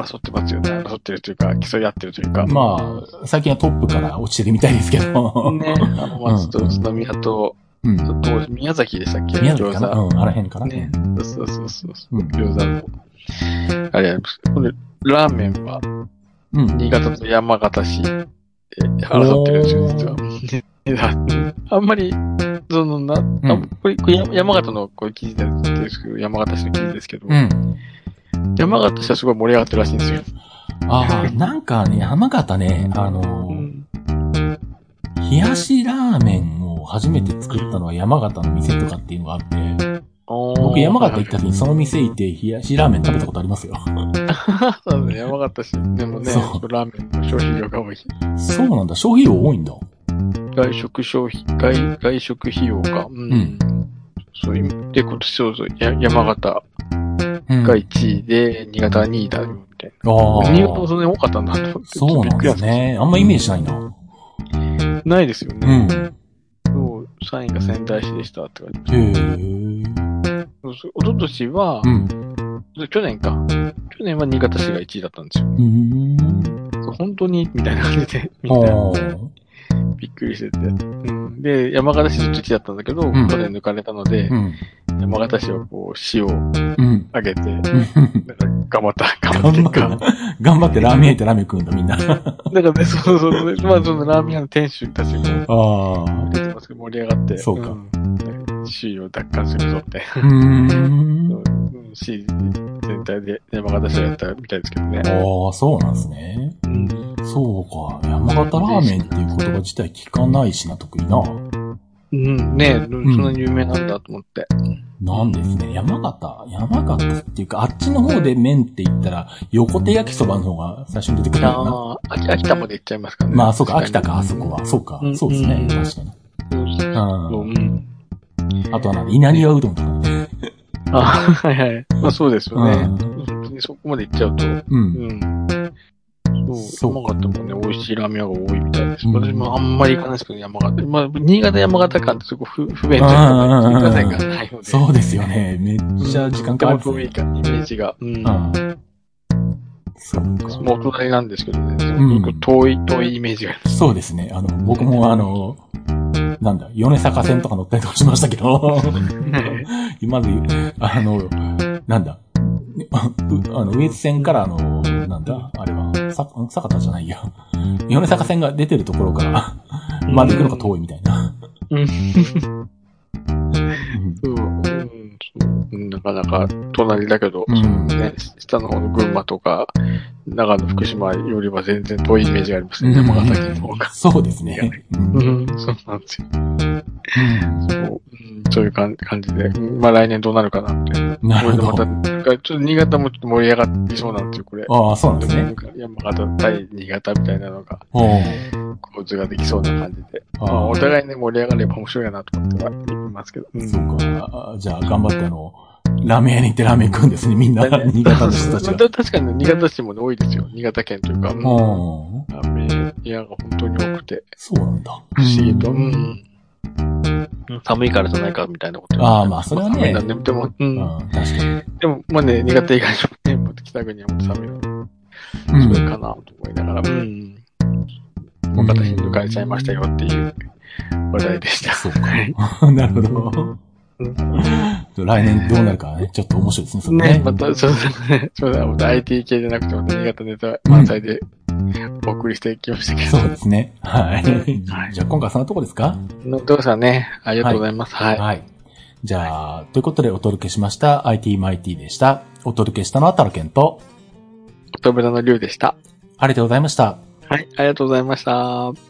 Speaker 2: あ争ってますよね。争ってるというか、競い合ってるというか。
Speaker 1: まあ、最近はトップから落ちてるみたいですけど。
Speaker 2: ね、あの、松と宇都宮と、
Speaker 1: うん。
Speaker 2: どう宮崎でしたっけ
Speaker 1: 宮崎かな
Speaker 2: 餃
Speaker 1: うん、あらへんかな
Speaker 2: 子。ね、そうそうそうそう。
Speaker 1: うん。
Speaker 2: 餃子の。あれやります。これ、ラーメンは、
Speaker 1: うん。
Speaker 2: 新潟と山形市で争ってるんですよ、実は。 (laughs) あんまり、そのな、あ
Speaker 1: うん
Speaker 2: これ、これや山形のこういう記事なんですけど、山形市の記事ですけど、
Speaker 1: うん。
Speaker 2: 山形市はすごい盛り上がってるらしいんですよ。
Speaker 1: ああ、なんかね、山形ね、あ
Speaker 2: う
Speaker 1: の、
Speaker 2: ん。
Speaker 1: 冷やしラーメンを初めて作ったのは山形の店とかっていうのがあって、僕山形行った時にその店行って冷やしラーメン食べたことありますよ。
Speaker 2: た。 (laughs) そうですね、山形市。でもね、
Speaker 1: そ
Speaker 2: ラーメンの消費量が多い。
Speaker 1: (laughs) そうなんだ、消費量多いんだ。
Speaker 2: 外食消費、外、外食費用が、うん。
Speaker 1: うん
Speaker 2: そういう、で、今年そうそう、や山形
Speaker 1: うん。
Speaker 2: が1位で、新潟は2位だよ、みたい
Speaker 1: あ
Speaker 2: な。新潟も
Speaker 1: あ。
Speaker 2: そんなに多かったんだと思って。
Speaker 1: そうなんですね。あんまイメージないな。
Speaker 2: ないですよ
Speaker 1: う
Speaker 2: ね。
Speaker 1: ん。
Speaker 2: そう、3位が仙台市でしたって感じ。
Speaker 1: へえ。
Speaker 2: そうそうおととしは
Speaker 1: う、ん。
Speaker 2: 去年か。去年は新潟市が1位だったんですよ。
Speaker 1: うん。
Speaker 2: そう本当にみたいな感じで、みんな
Speaker 1: ああ。
Speaker 2: びっくりしてて。うん、で、山形市ずっと1位だったんだけど、
Speaker 1: ん
Speaker 2: 去年抜かれたので
Speaker 1: う、ん。
Speaker 2: 山形市はこう、市を
Speaker 1: うん。
Speaker 2: 上げて、なんか
Speaker 1: うん
Speaker 2: 頑張った、
Speaker 1: 頑張
Speaker 2: 頑張ってる
Speaker 1: って
Speaker 2: か。
Speaker 1: な、頑張ってラーメン屋行ってラーメン食うんだ、みんな。
Speaker 2: だからね、そうそうそう、まあそのラーメン屋の店主たちが、
Speaker 1: ああ。
Speaker 2: 出てますけど盛り上がって、
Speaker 1: そうか
Speaker 2: ん市を奪還するぞって。
Speaker 1: うーん。
Speaker 2: うん市全体で山形市がやったみたいですけどね。
Speaker 1: ああ、そうなんですね。
Speaker 2: うん
Speaker 1: そうか。山形ラーメンっていう言葉自体聞かないしな、得意な。
Speaker 2: うん、ねえ、そ
Speaker 1: ん
Speaker 2: んなに有名なんだと思って。
Speaker 1: なんですね。山形山形っていうか、あっちの方で麺って言ったら、横手焼きそばの方が最初に出てくるのかな。
Speaker 2: ああ、秋秋田まで行っちゃいますからね。
Speaker 1: まあ、そうか、秋田か、あ
Speaker 2: 確
Speaker 1: そ
Speaker 2: に
Speaker 1: こは。そうか
Speaker 2: う、ん
Speaker 1: そうですね。
Speaker 2: うん
Speaker 1: 確かに。
Speaker 2: そうそうそう。
Speaker 1: う
Speaker 2: うん。
Speaker 1: ん。あとはなんだ、稲庭うどんとかね。
Speaker 2: あ (laughs) はいはい。まあそうですよね。
Speaker 1: うん
Speaker 2: 本当にそこまで行っちゃうと、
Speaker 1: うん。
Speaker 2: うん。
Speaker 1: そ
Speaker 2: そうう、山形もね、美味しいラーメン屋が多いみたいです。
Speaker 1: うん
Speaker 2: 私もあんまり行かないですけど、山形。まあ、新潟山形間ってすごい不不便というか、
Speaker 1: うん
Speaker 2: 新幹線がないので。
Speaker 1: そうですよね。めっちゃ時間かかる
Speaker 2: とても遠いか、イメージが。うん。
Speaker 1: うん。そうか。
Speaker 2: もう隣なんですけどね、
Speaker 1: ん
Speaker 2: すごく遠い、遠いイメージ (laughs) が。
Speaker 1: そうですね。あの、僕もあの、なんだ、米坂線とか乗ったりとかしましたけ
Speaker 2: (laughs)
Speaker 1: ど、まず、あの、なんだ、ねあうあの、上越線からあの、なんだ、あれは、さ、坂田じゃないや。米坂線が出てるところから、まで行くのが遠いみたいな。
Speaker 2: うん
Speaker 1: うん
Speaker 2: うん、そう。うん、だなかなか隣だけど、
Speaker 1: うん
Speaker 2: そのね、下の方の群馬とか、長野、福島よりは全然遠いイメージがありますね、
Speaker 1: うん
Speaker 2: (laughs) 山形の方が。
Speaker 1: そうですね
Speaker 2: いや。
Speaker 1: うん
Speaker 2: うん、そうなんですよ。そううんそういう感感じで、うんまあ来年どうなるかなって。
Speaker 1: なる
Speaker 2: こ
Speaker 1: ほ
Speaker 2: れで
Speaker 1: ど。
Speaker 2: また、なんかちょっと新潟もちょっと盛り上がってそうなんですよ、これ。
Speaker 1: ああ、そうなんです
Speaker 2: なん
Speaker 1: ね。
Speaker 2: か山形対新潟みたいなのが、
Speaker 1: おう
Speaker 2: 構図ができそうな感じで。
Speaker 1: あ
Speaker 2: まあ、お
Speaker 1: あ、
Speaker 2: 互いね、盛り上がれば面白いかなと思ってはいますけど。うん
Speaker 1: そうか。あじゃあ、頑張ってあの、ラーメン屋に行ってラーメン食うんですね、みん
Speaker 2: (laughs)
Speaker 1: な。新潟の人たち
Speaker 2: まあ (laughs)
Speaker 1: が。
Speaker 2: た確かにね、新潟市もね、多いですよ。新潟県というか、
Speaker 1: お
Speaker 2: もう、ラーメン屋が本当に多くて、
Speaker 1: そうなんだ。
Speaker 2: 不思議と。
Speaker 1: う
Speaker 2: うんん寒いからじゃないか、みたいなこと。
Speaker 1: ああ、まあ、それは
Speaker 2: 寒い
Speaker 1: ね
Speaker 2: な。んで、でも、う。
Speaker 1: うんん、確かに。
Speaker 2: でも、まあね、新潟以外のね、北国はもっと寒いので、
Speaker 1: う
Speaker 2: それ
Speaker 1: ん。
Speaker 2: かなと思いながら、うん。もう片日抜かれちゃいましたよっていう話題でした。
Speaker 1: そうか。 (laughs) なるほど。来年どうなるかね、ちょっと面白いですね、それ
Speaker 2: ね
Speaker 1: ね、。
Speaker 2: また、そうですね。そうだ、また IT 系じゃなくて、また新潟ネタ満載でお送りしてきましたけど
Speaker 1: そうですね。はい。
Speaker 2: は
Speaker 1: (laughs)
Speaker 2: い
Speaker 1: じゃあ、今回はそんなとこですか
Speaker 2: のどうさんね、ありがとうございます。はい。
Speaker 1: はい。じゃあ、ということでお届けしました、IT マイティでした。お届けしたのはタロケンと、
Speaker 2: 乙女座のりゅうでした。
Speaker 1: ありがとうございました。
Speaker 2: はい、ありがとうございました。